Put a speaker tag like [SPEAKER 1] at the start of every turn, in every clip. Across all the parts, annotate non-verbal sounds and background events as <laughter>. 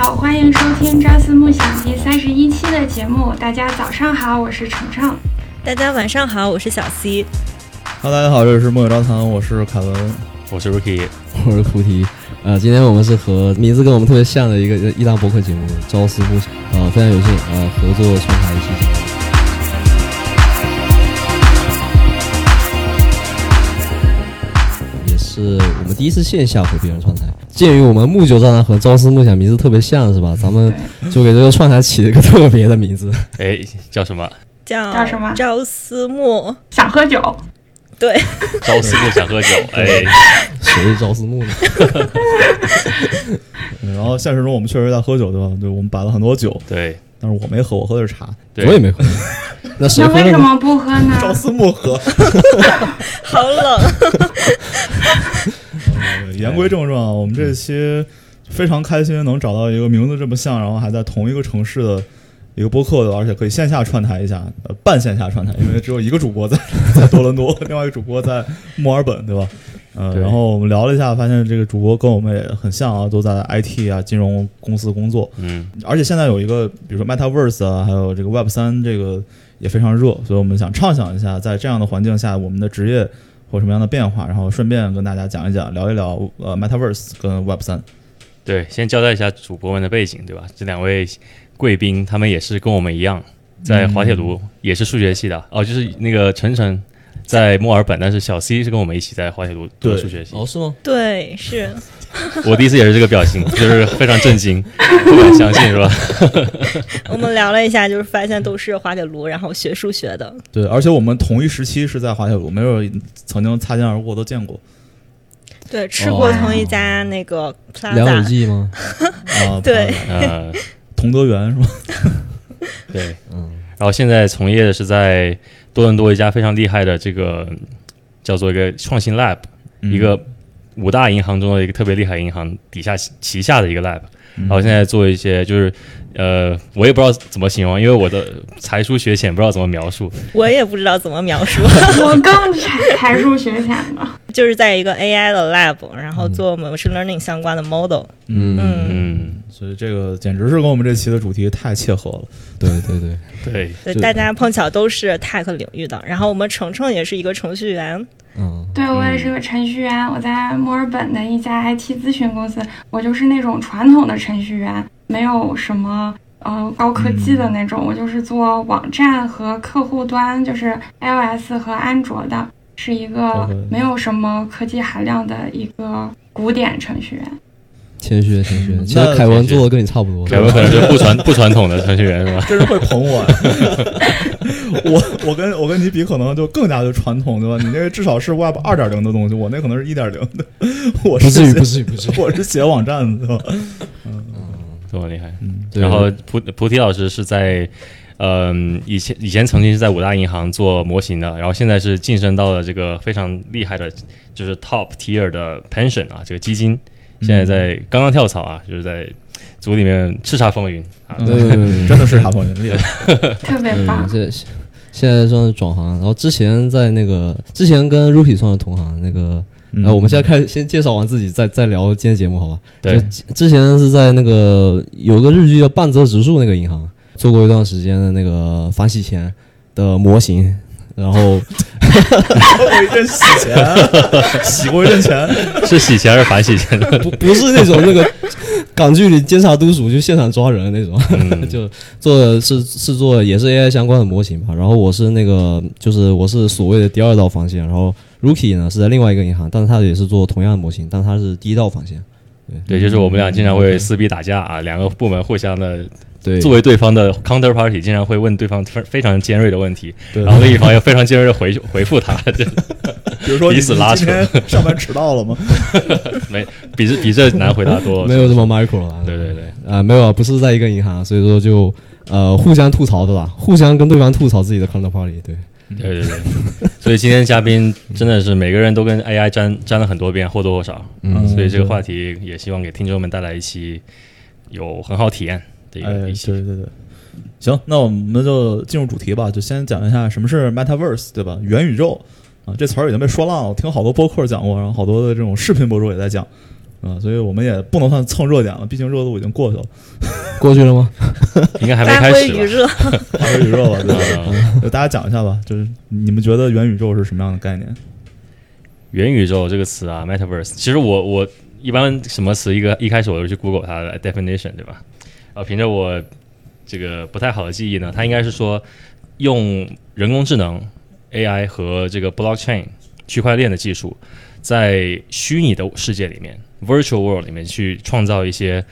[SPEAKER 1] 好，欢迎收听朝思暮想第三十一期的节目。大家早上好，我是程程。
[SPEAKER 2] 大家晚上好，我是小 C。
[SPEAKER 3] Hello，大家好，这里是梦游朝堂，我是凯文。
[SPEAKER 4] 我是 Ricky，
[SPEAKER 5] 我是菩提。呃，今天我们是和名字跟我们特别像的一个一档博客节目《朝思暮想》，呃，非常有幸呃合作上台一期节目。也是我们第一次线下和别人串台，鉴于我们木九站和朝思暮想名字特别像，是吧？咱们就给这个串台起了一个特别的名字。
[SPEAKER 4] 哎，叫什么？
[SPEAKER 2] 叫
[SPEAKER 1] 叫什么
[SPEAKER 2] 朝思暮。
[SPEAKER 1] 想喝酒， <laughs>
[SPEAKER 2] 对，
[SPEAKER 4] 朝思暮想喝
[SPEAKER 5] <laughs>
[SPEAKER 4] 酒。哎，
[SPEAKER 5] 谁是朝思暮呢？
[SPEAKER 3] 嗯然后现实中我们确实在喝酒，对吧？对，我们摆了很多酒，
[SPEAKER 4] 对
[SPEAKER 3] 但是我没喝，我喝的是 <laughs> 茶。
[SPEAKER 4] 对，
[SPEAKER 5] 我也
[SPEAKER 1] <laughs>
[SPEAKER 5] 没喝。那谁
[SPEAKER 1] 那
[SPEAKER 5] 喝
[SPEAKER 1] 为什
[SPEAKER 5] 呢？
[SPEAKER 1] 么不喝呢？
[SPEAKER 3] 朝思暮喝。
[SPEAKER 2] 好
[SPEAKER 1] <laughs>
[SPEAKER 2] 冷。
[SPEAKER 3] <laughs> 对言归正传啊，我们这期非常开心能找到一个名字这么像，然后还在同一个城市的一个播客的，而且可以线下串台一下，呃，半线下串台，因为只有一个主播在 <laughs> 在多伦多，另外一个主播在墨尔本，对吧？呃，
[SPEAKER 4] 对
[SPEAKER 3] 然后我们聊了一下，发现这个主播跟我们也很像啊，都在 IT 啊金融公司工作，
[SPEAKER 4] 嗯，
[SPEAKER 3] 而且现在有一个，比如说 MetaVerse 啊，还有这个 Web 三，这个也非常热，所以我们想畅想一下，在这样的环境下，我们的职业会有什么样的变化，然后顺便跟大家讲一讲，聊一聊呃 MetaVerse 跟 Web 三。
[SPEAKER 4] 对，先交代一下主播们的背景，对吧？这两位贵宾，他们也是跟我们一样，
[SPEAKER 5] 嗯
[SPEAKER 4] 在滑铁卢、也是数学系的，哦，就是那个晨晨在墨尔本，但是小 C 是跟我们一起在滑铁卢读的
[SPEAKER 3] 对
[SPEAKER 4] 数学系。
[SPEAKER 5] 哦，是吗？
[SPEAKER 2] 对，是
[SPEAKER 4] 我第一次也是这个表
[SPEAKER 5] <laughs>
[SPEAKER 4] 情，就是非常震惊，不敢相信，是吧？
[SPEAKER 2] 我们聊了一下，就是发现都是滑铁卢，然后学数学的。
[SPEAKER 3] 对，而且我们同一时期是在滑铁卢，没有曾经擦肩而过，都见过
[SPEAKER 2] 对，吃过
[SPEAKER 5] 哦
[SPEAKER 2] 同一家那个
[SPEAKER 5] 梁咏
[SPEAKER 2] Plaza。
[SPEAKER 5] 记吗？
[SPEAKER 3] 啊。
[SPEAKER 2] 对
[SPEAKER 3] 怕
[SPEAKER 4] 呃，
[SPEAKER 3] 同德园是吧？
[SPEAKER 4] 对，
[SPEAKER 5] 嗯。
[SPEAKER 4] 然后现在从业的是在多伦多一家非常厉害的这个叫做一个创新 lab，
[SPEAKER 3] 嗯
[SPEAKER 4] 一个五大银行中的一个特别厉害银行底下旗下的一个 lab，、
[SPEAKER 3] 嗯
[SPEAKER 4] 然后现在做一些就是呃，我也不知道怎么形容，因为我的才疏学浅，不知道怎么描述。
[SPEAKER 2] 我也不知道怎么描述，
[SPEAKER 1] 我更才才疏学浅了。
[SPEAKER 2] 就是在一个 AI 的 lab，然后做 machine learning 相关的 model。
[SPEAKER 5] 嗯，
[SPEAKER 2] 嗯，
[SPEAKER 4] 嗯，
[SPEAKER 3] 所以这个简直是跟我们这期的主题太切合了。
[SPEAKER 5] 对对对，
[SPEAKER 4] 对，
[SPEAKER 2] 对，
[SPEAKER 5] 是
[SPEAKER 2] 大家碰巧都是 tech 领域的。然后我们程程也是一个程序员，
[SPEAKER 5] 嗯，
[SPEAKER 1] 对我也是个程序员，我在墨尔本的一家 IT 咨询公司，我就是那种传统的程序员，没有什么呃高科技的那种，我就是做网站和客户端，就是 iOS 和安卓的，是一个
[SPEAKER 3] OK
[SPEAKER 1] 没有什么科技含量的一个古典程序员。
[SPEAKER 5] 谦虚谦虚。
[SPEAKER 3] 嗯
[SPEAKER 5] 其实凯文做的跟你差不多，
[SPEAKER 4] 凯文可能是不传不传统的程序员是吧？
[SPEAKER 3] 真是会捧我、 <laughs> 我我跟我跟你比，可能就更加的传统，对吧？你那个至少是 Web 二点零的东西，我那可能是一点零的。 <laughs> 我是
[SPEAKER 5] 不至于
[SPEAKER 3] 写
[SPEAKER 5] 不至于不至于。
[SPEAKER 3] <laughs> 我是写网站的，对吧？
[SPEAKER 4] 这么厉害。
[SPEAKER 3] 嗯，
[SPEAKER 4] <laughs>
[SPEAKER 5] 对
[SPEAKER 4] 然后菩菩提老师是在。嗯，以前以前曾经是在五大银行做模型的，然后现在是晋升到了这个非常厉害的，就是 top tier 的 pension 啊，这个基金，现在
[SPEAKER 5] 嗯
[SPEAKER 4] 在刚刚跳槽啊，就是在组里面叱咤风云啊，
[SPEAKER 5] 对对对对
[SPEAKER 3] 真的是查朋友厉害。
[SPEAKER 1] 特别
[SPEAKER 5] 对，
[SPEAKER 1] 棒
[SPEAKER 5] 嗯，这现在算是转行，然后之前在那个之前跟 Ruby 算是同行，那个。
[SPEAKER 3] 嗯
[SPEAKER 5] 呃，我们现在开始先介绍完自己，再再聊今天节目，好吧？
[SPEAKER 4] 对
[SPEAKER 5] 就之前是在那个有个日剧叫《半泽直树》那个银行做过一段时间的那个反洗钱的模型，然后
[SPEAKER 3] 我一阵洗钱，洗过一阵钱，
[SPEAKER 4] 是洗钱还是反洗钱？
[SPEAKER 5] <laughs> 不不是那种
[SPEAKER 4] <laughs>
[SPEAKER 5] 那个港剧里监察督署去现场抓人的那种，
[SPEAKER 4] 嗯，
[SPEAKER 5] <laughs> 就做的是是做也是 AI 相关的模型吧。然后我是那个就是我是所谓的第二道防线，然后 Rookie 呢是在另外一个银行，但是他也是做同样的模型，但他是第一道防线。
[SPEAKER 4] 对，就是我们俩经常会撕逼打架啊，两个部门互相的
[SPEAKER 5] 对，
[SPEAKER 4] 作为对方的 counterparty，经常会问对方非非常尖锐的问题，
[SPEAKER 3] 对
[SPEAKER 4] 然后另一方要非常尖锐的回回复他， <laughs> 这
[SPEAKER 3] 比如说你
[SPEAKER 4] 彼此拉扯
[SPEAKER 3] 今天上班迟到了吗？
[SPEAKER 4] 没比这比这难回答多了。
[SPEAKER 5] 没有这么 micro 了。
[SPEAKER 4] 对对对，
[SPEAKER 5] 啊、没有啊，不是在一个银行，所以说就呃互相吐槽对吧？ <laughs> 互相跟对方吐槽自己的 counterparty，对，
[SPEAKER 3] 嗯
[SPEAKER 4] 对对 <laughs> 对，所以今天嘉宾真的是每个人都跟 AI 沾沾了很多遍，或多或少。
[SPEAKER 5] 嗯
[SPEAKER 4] 所以这个话题也希望给听众们带来一期有很好体验的一
[SPEAKER 3] 哎，
[SPEAKER 4] 个
[SPEAKER 3] 对
[SPEAKER 4] 一期。
[SPEAKER 3] 对对。行，那我们就进入主题吧，就先讲一下什么是 MetaVerse，对吧？元宇宙啊，这词儿已经被说烂了，我听好多播客讲过，然后好多的这种视频博主也在讲。啊、所以我们也不能算蹭热点了，毕竟热度已经过去了，
[SPEAKER 5] 过去了吗？
[SPEAKER 4] 应该还没
[SPEAKER 2] 发
[SPEAKER 4] 开
[SPEAKER 2] 挥
[SPEAKER 4] 始
[SPEAKER 2] 余
[SPEAKER 4] 吧？
[SPEAKER 2] 热，
[SPEAKER 3] 大宇宙了，对吧？
[SPEAKER 4] 呃 <laughs>
[SPEAKER 3] 就大家讲一下吧，就是你们觉得元宇宙是什么样的概念？
[SPEAKER 4] 元宇宙这个词啊，metaverse，其实我我一般什么词一个一开始我就去 Google 它的 definition，对吧？然后凭着我这个不太好的记忆呢，它应该是说用人工智能 AI 和这个 blockchain 区块链的技术，在虚拟的世界里面 virtual world 里面去创造一些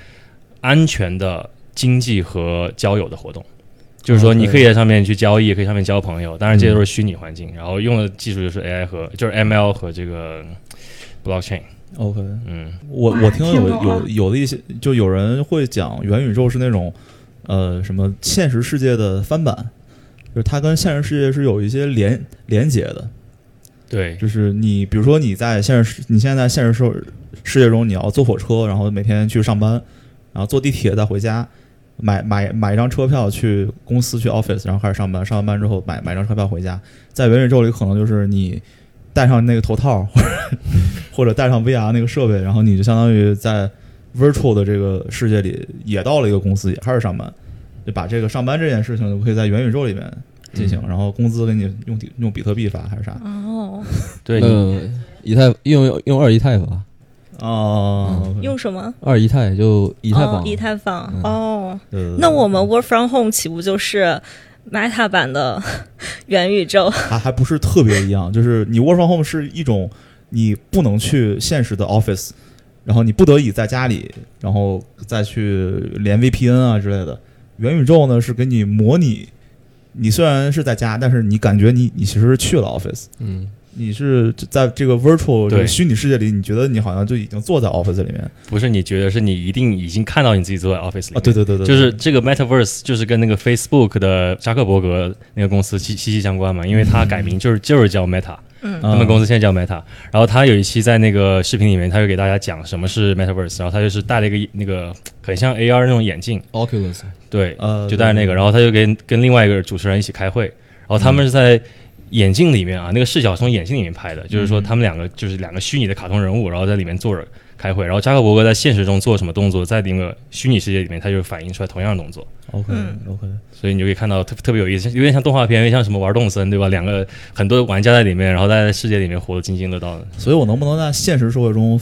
[SPEAKER 4] 安全的经济和交友的活动。就是说，你可以在上面去交易，可以上面交朋友，当然这些都是虚拟环境。然后用的技术就是 AI 和就是 ML 和这个 blockchain。
[SPEAKER 3] OK，
[SPEAKER 4] 嗯，
[SPEAKER 3] 我
[SPEAKER 1] 哇
[SPEAKER 3] 我听
[SPEAKER 1] 听啊
[SPEAKER 3] 有
[SPEAKER 1] 懂
[SPEAKER 3] 有
[SPEAKER 1] 了
[SPEAKER 3] 有的一些，就有人会讲元宇宙是那种，呃，什么现实世界的翻版，就是它跟现实世界是有一些连连接的。
[SPEAKER 4] 对，
[SPEAKER 3] 就是你比如说你在现实，你现在在现实世世界中，你要坐火车，然后每天去上班，然后坐地铁再回家，买买买一张车票去公司去 office，然后开始上班，上完班之后买买张车票回家。在元宇宙里，可能就是你戴上那个头套，或者或者戴上 VR 那个设备，然后你就相当于在 virtual 的这个世界里也到了一个公司，也开始上班，就把这个上班这件事情就可以在元宇宙里面进行，然后工资给你用底用比特币发还是啥？
[SPEAKER 2] 哦，
[SPEAKER 4] 对，你
[SPEAKER 5] 呃，以太用用二以太吧，
[SPEAKER 3] 哦，
[SPEAKER 2] 用什么？
[SPEAKER 5] 二以太就以
[SPEAKER 2] 以
[SPEAKER 5] 太坊，
[SPEAKER 2] 哦以太坊
[SPEAKER 5] 嗯
[SPEAKER 2] 哦。
[SPEAKER 3] 呃
[SPEAKER 2] 那我们 work from home 岂不就是 Meta 版的 <laughs> 元宇宙？
[SPEAKER 3] 还还不是特别一样，就是你 work from home 是一种你不能去现实的 office，然后你不得已在家里，然后再去连 VPN 啊之类的。元宇宙呢是给你模拟，你虽然是在家，但是你感觉你你其实是去了 office，
[SPEAKER 5] 嗯，
[SPEAKER 3] 你是在这个 virtual 这
[SPEAKER 4] 对
[SPEAKER 3] 个虚拟世界里，你觉得你好像就已经坐在 office 里面
[SPEAKER 4] 不是你觉得，是你一定已经看到你自己坐在 office 里面
[SPEAKER 3] 啊，对对对对，
[SPEAKER 4] 就是这个 Metaverse 就是跟那个 Facebook 的扎克伯格那个公司息息息相关嘛，因为他改
[SPEAKER 3] 嗯
[SPEAKER 4] 名就是就是叫 Meta，
[SPEAKER 2] 嗯，
[SPEAKER 3] 他
[SPEAKER 4] 他们公司现在叫 Meta。然后他有一期在那个视频里面，他就给大家讲什么是 Metaverse，然后他就是戴了一个那个很像 AR 那种眼镜，
[SPEAKER 5] Oculus，
[SPEAKER 4] 对，
[SPEAKER 3] 呃
[SPEAKER 4] 就戴那个，然后他就跟跟另外一个主持人一起开会，然后他们是在眼镜里面啊，那个视角从眼镜里面拍的，就是说他们两个就是两个虚拟的卡通人物，然后在里面坐着开会，然后扎克伯格在现实中做什么动作，在那个虚拟世界里面，他就反映出来同样的动作，
[SPEAKER 3] OK
[SPEAKER 2] 嗯
[SPEAKER 3] OK，
[SPEAKER 4] 所以你就可以看到特特别有意思，有点像动画片，有点像什么玩动森对吧？两个很多玩家在里面，然后大家在世界里面活得津津乐道的。
[SPEAKER 3] 所以我能不能在现实社会中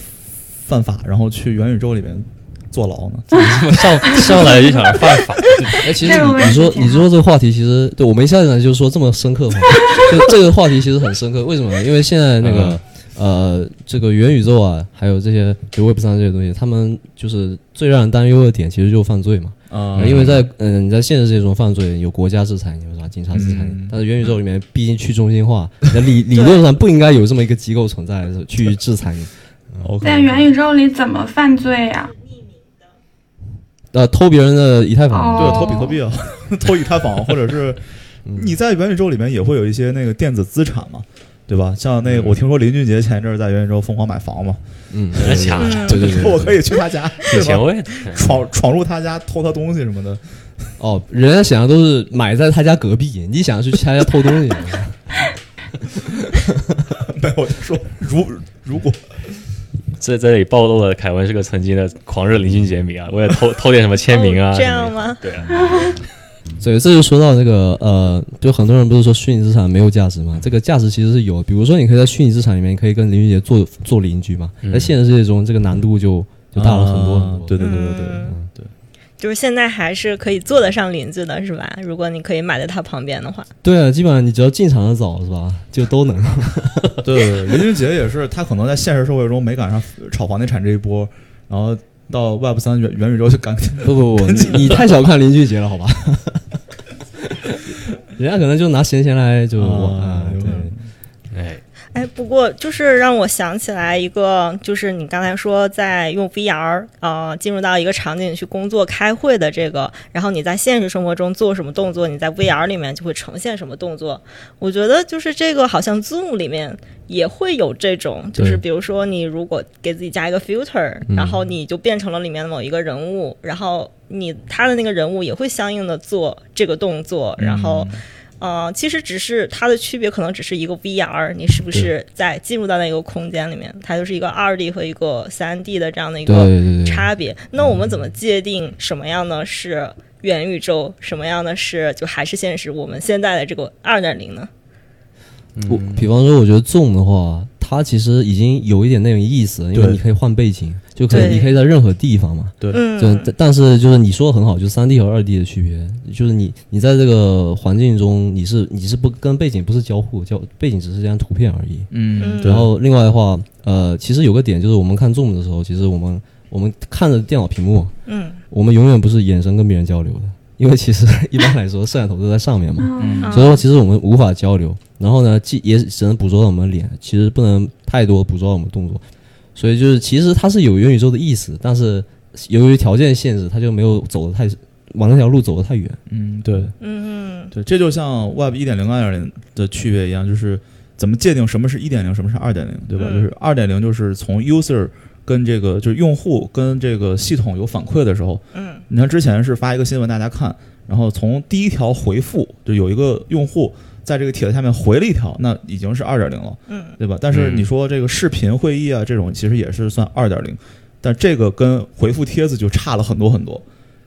[SPEAKER 3] 犯法，然后去元宇宙里面坐牢呢？怎么
[SPEAKER 4] 上上 <laughs> 来就想犯法，
[SPEAKER 5] 哎，其实
[SPEAKER 1] 这个我
[SPEAKER 5] 你
[SPEAKER 1] 也
[SPEAKER 5] 你说
[SPEAKER 1] 是这
[SPEAKER 5] 你
[SPEAKER 1] 样
[SPEAKER 5] 说这个话题，其实对我们一下子就说这么深刻嘛，就这个话题其实很深刻。为什么呢？因为现在那个、呃，这个元宇宙啊，还有这些就 Web 上这些东西，他们就是最让人担忧的点，其实就是犯罪嘛。
[SPEAKER 3] 啊
[SPEAKER 5] 因为在嗯、你在现实世界中犯罪，有国家制裁你，有啥警察制裁你，
[SPEAKER 3] 嗯
[SPEAKER 5] 但是元宇宙里面毕竟去中心化，你的理理论上不应该有这么一个机构存在去制裁你。
[SPEAKER 3] OK，
[SPEAKER 1] 在元宇宙里怎么犯罪
[SPEAKER 4] <laughs>
[SPEAKER 1] 呀、
[SPEAKER 5] 呃，偷别人的以太坊，
[SPEAKER 1] 哦
[SPEAKER 3] 对偷比特
[SPEAKER 5] <laughs>
[SPEAKER 3] 币啊，偷以太坊，或者是
[SPEAKER 5] 嗯
[SPEAKER 3] 你在元宇宙里面也会有一些那个电子资产嘛，对吧？像那个我听说林俊杰前一阵儿在元宇宙疯狂买房嘛，
[SPEAKER 5] 嗯，
[SPEAKER 4] 真的假的？
[SPEAKER 5] 对对对，
[SPEAKER 3] <laughs> 我可以去他
[SPEAKER 5] <laughs>
[SPEAKER 3] 家，
[SPEAKER 4] 挺
[SPEAKER 3] 对
[SPEAKER 4] 前
[SPEAKER 3] 吧？
[SPEAKER 4] 卫的。
[SPEAKER 3] 闯闯入他家偷他东西什么的， <laughs>
[SPEAKER 5] 哦，人家想的都是买在他家隔壁，你想去他家偷东
[SPEAKER 2] <laughs>
[SPEAKER 5] 西，
[SPEAKER 3] 没有我就说如如果
[SPEAKER 4] 这这里暴露了凯文是个曾经的狂热林俊杰迷啊，我也偷偷点什么签名啊，
[SPEAKER 2] 哦这样
[SPEAKER 4] 什么
[SPEAKER 2] 吗？
[SPEAKER 4] 的？对啊，
[SPEAKER 5] 对，这就说到那个呃，就很多人不是说虚拟资产没有价值嘛？这个价值其实是有的，比如说你可以在虚拟资产里面可以跟林俊杰做做邻居嘛，在现实世界中这个难度就就大了很多很
[SPEAKER 3] 啊
[SPEAKER 5] 多。
[SPEAKER 3] 对对对对对
[SPEAKER 2] 嗯
[SPEAKER 3] 对。
[SPEAKER 2] 就是现在还是可以做得上邻居的，是吧？如果你可以买在他旁边的话，
[SPEAKER 5] 对啊，基本上你只要进场的早是 <laughs> 吧，就都能。
[SPEAKER 3] 对对，对，林俊杰也是，他可能在现实社会中没赶上炒房地产这一波，然后到 Web 三元元宇宙就赶
[SPEAKER 5] 不不不， <laughs> 你你太小看林俊杰了，好吧？ <laughs> 人家可能就拿闲钱来就玩、
[SPEAKER 3] 啊有可
[SPEAKER 5] 对
[SPEAKER 3] 能
[SPEAKER 4] 哎，
[SPEAKER 2] 哎，不过就是让我想起来一个，就是你刚才说在用 VR 呃进入到一个场景去工作开会的这个，然后你在现实生活中做什么动作，你在 VR 里面就会呈现什么动作。我觉得就是这个好像 Zoom 里面也会有这种，就是
[SPEAKER 5] 对
[SPEAKER 2] 比如说你如果给自己加一个 filter，然后你就变成了里面的某一个人物，然后你他的那个人物也会相应的做这个动作，然后。呃，其实只是它的区别可能只是一个 VR，你是不是在进入到那个空间里面，它就是一个二 D 和一个三 D 的这样的一
[SPEAKER 5] 对
[SPEAKER 2] 个
[SPEAKER 5] 对对对，
[SPEAKER 2] 差别。那我们怎么界定什么样的是元宇宙，什么样的是就还是现实？我们现在的这个二点零呢？
[SPEAKER 5] 我
[SPEAKER 3] 嗯
[SPEAKER 5] 比方说，我觉得重的话，它其实已经有一点那种意思了，因为
[SPEAKER 3] 对
[SPEAKER 5] 你可以换背景，就可以
[SPEAKER 2] 对
[SPEAKER 5] 你可以在任何地方嘛。就
[SPEAKER 2] 嗯，
[SPEAKER 5] 但但是就是你说的很好，就是三 D 和二 D 的区别，就是你你在这个环境中，你是你是不跟背景不是交互，交背景只是一张图片而已。
[SPEAKER 2] 嗯
[SPEAKER 3] 嗯 <laughs> 对
[SPEAKER 5] 然后另外的话，呃，其实有个点就是我们看 Zoom 的时候，其实我们我们看着电脑屏幕，
[SPEAKER 2] 嗯，
[SPEAKER 5] 我们永远不是眼神跟别人交流的，因为其实 <laughs> 一般来说摄像头都在上面嘛，
[SPEAKER 1] 嗯，
[SPEAKER 2] 嗯
[SPEAKER 5] 所以说其实我们无法交流。然后呢，既也只能捕捉到我们的脸，其实不能太多捕捉到我们动作。所以就是其实它是有元宇宙的意思，但是由于条件限制，它就没有走得太往那条路走得太远。
[SPEAKER 3] 嗯，对
[SPEAKER 2] 嗯嗯
[SPEAKER 3] 对，这就像 Web 一点零、啊二点零的区别一样，就是怎么界定什么是一点零，什么是二点零，对吧？
[SPEAKER 2] 嗯
[SPEAKER 3] 就是二点零就是从 user 跟这个就是用户跟这个系统有反馈的时候，
[SPEAKER 2] 嗯
[SPEAKER 3] 你看之前是发一个新闻大家看，然后从第一条回复就有一个用户在这个帖子下面回了一条，那已经是二点零了，
[SPEAKER 2] 嗯
[SPEAKER 3] 对吧？但是
[SPEAKER 4] 嗯
[SPEAKER 3] 你说这个视频会议啊这种其实也是算二点零，但这个跟回复帖子就差了很多很多，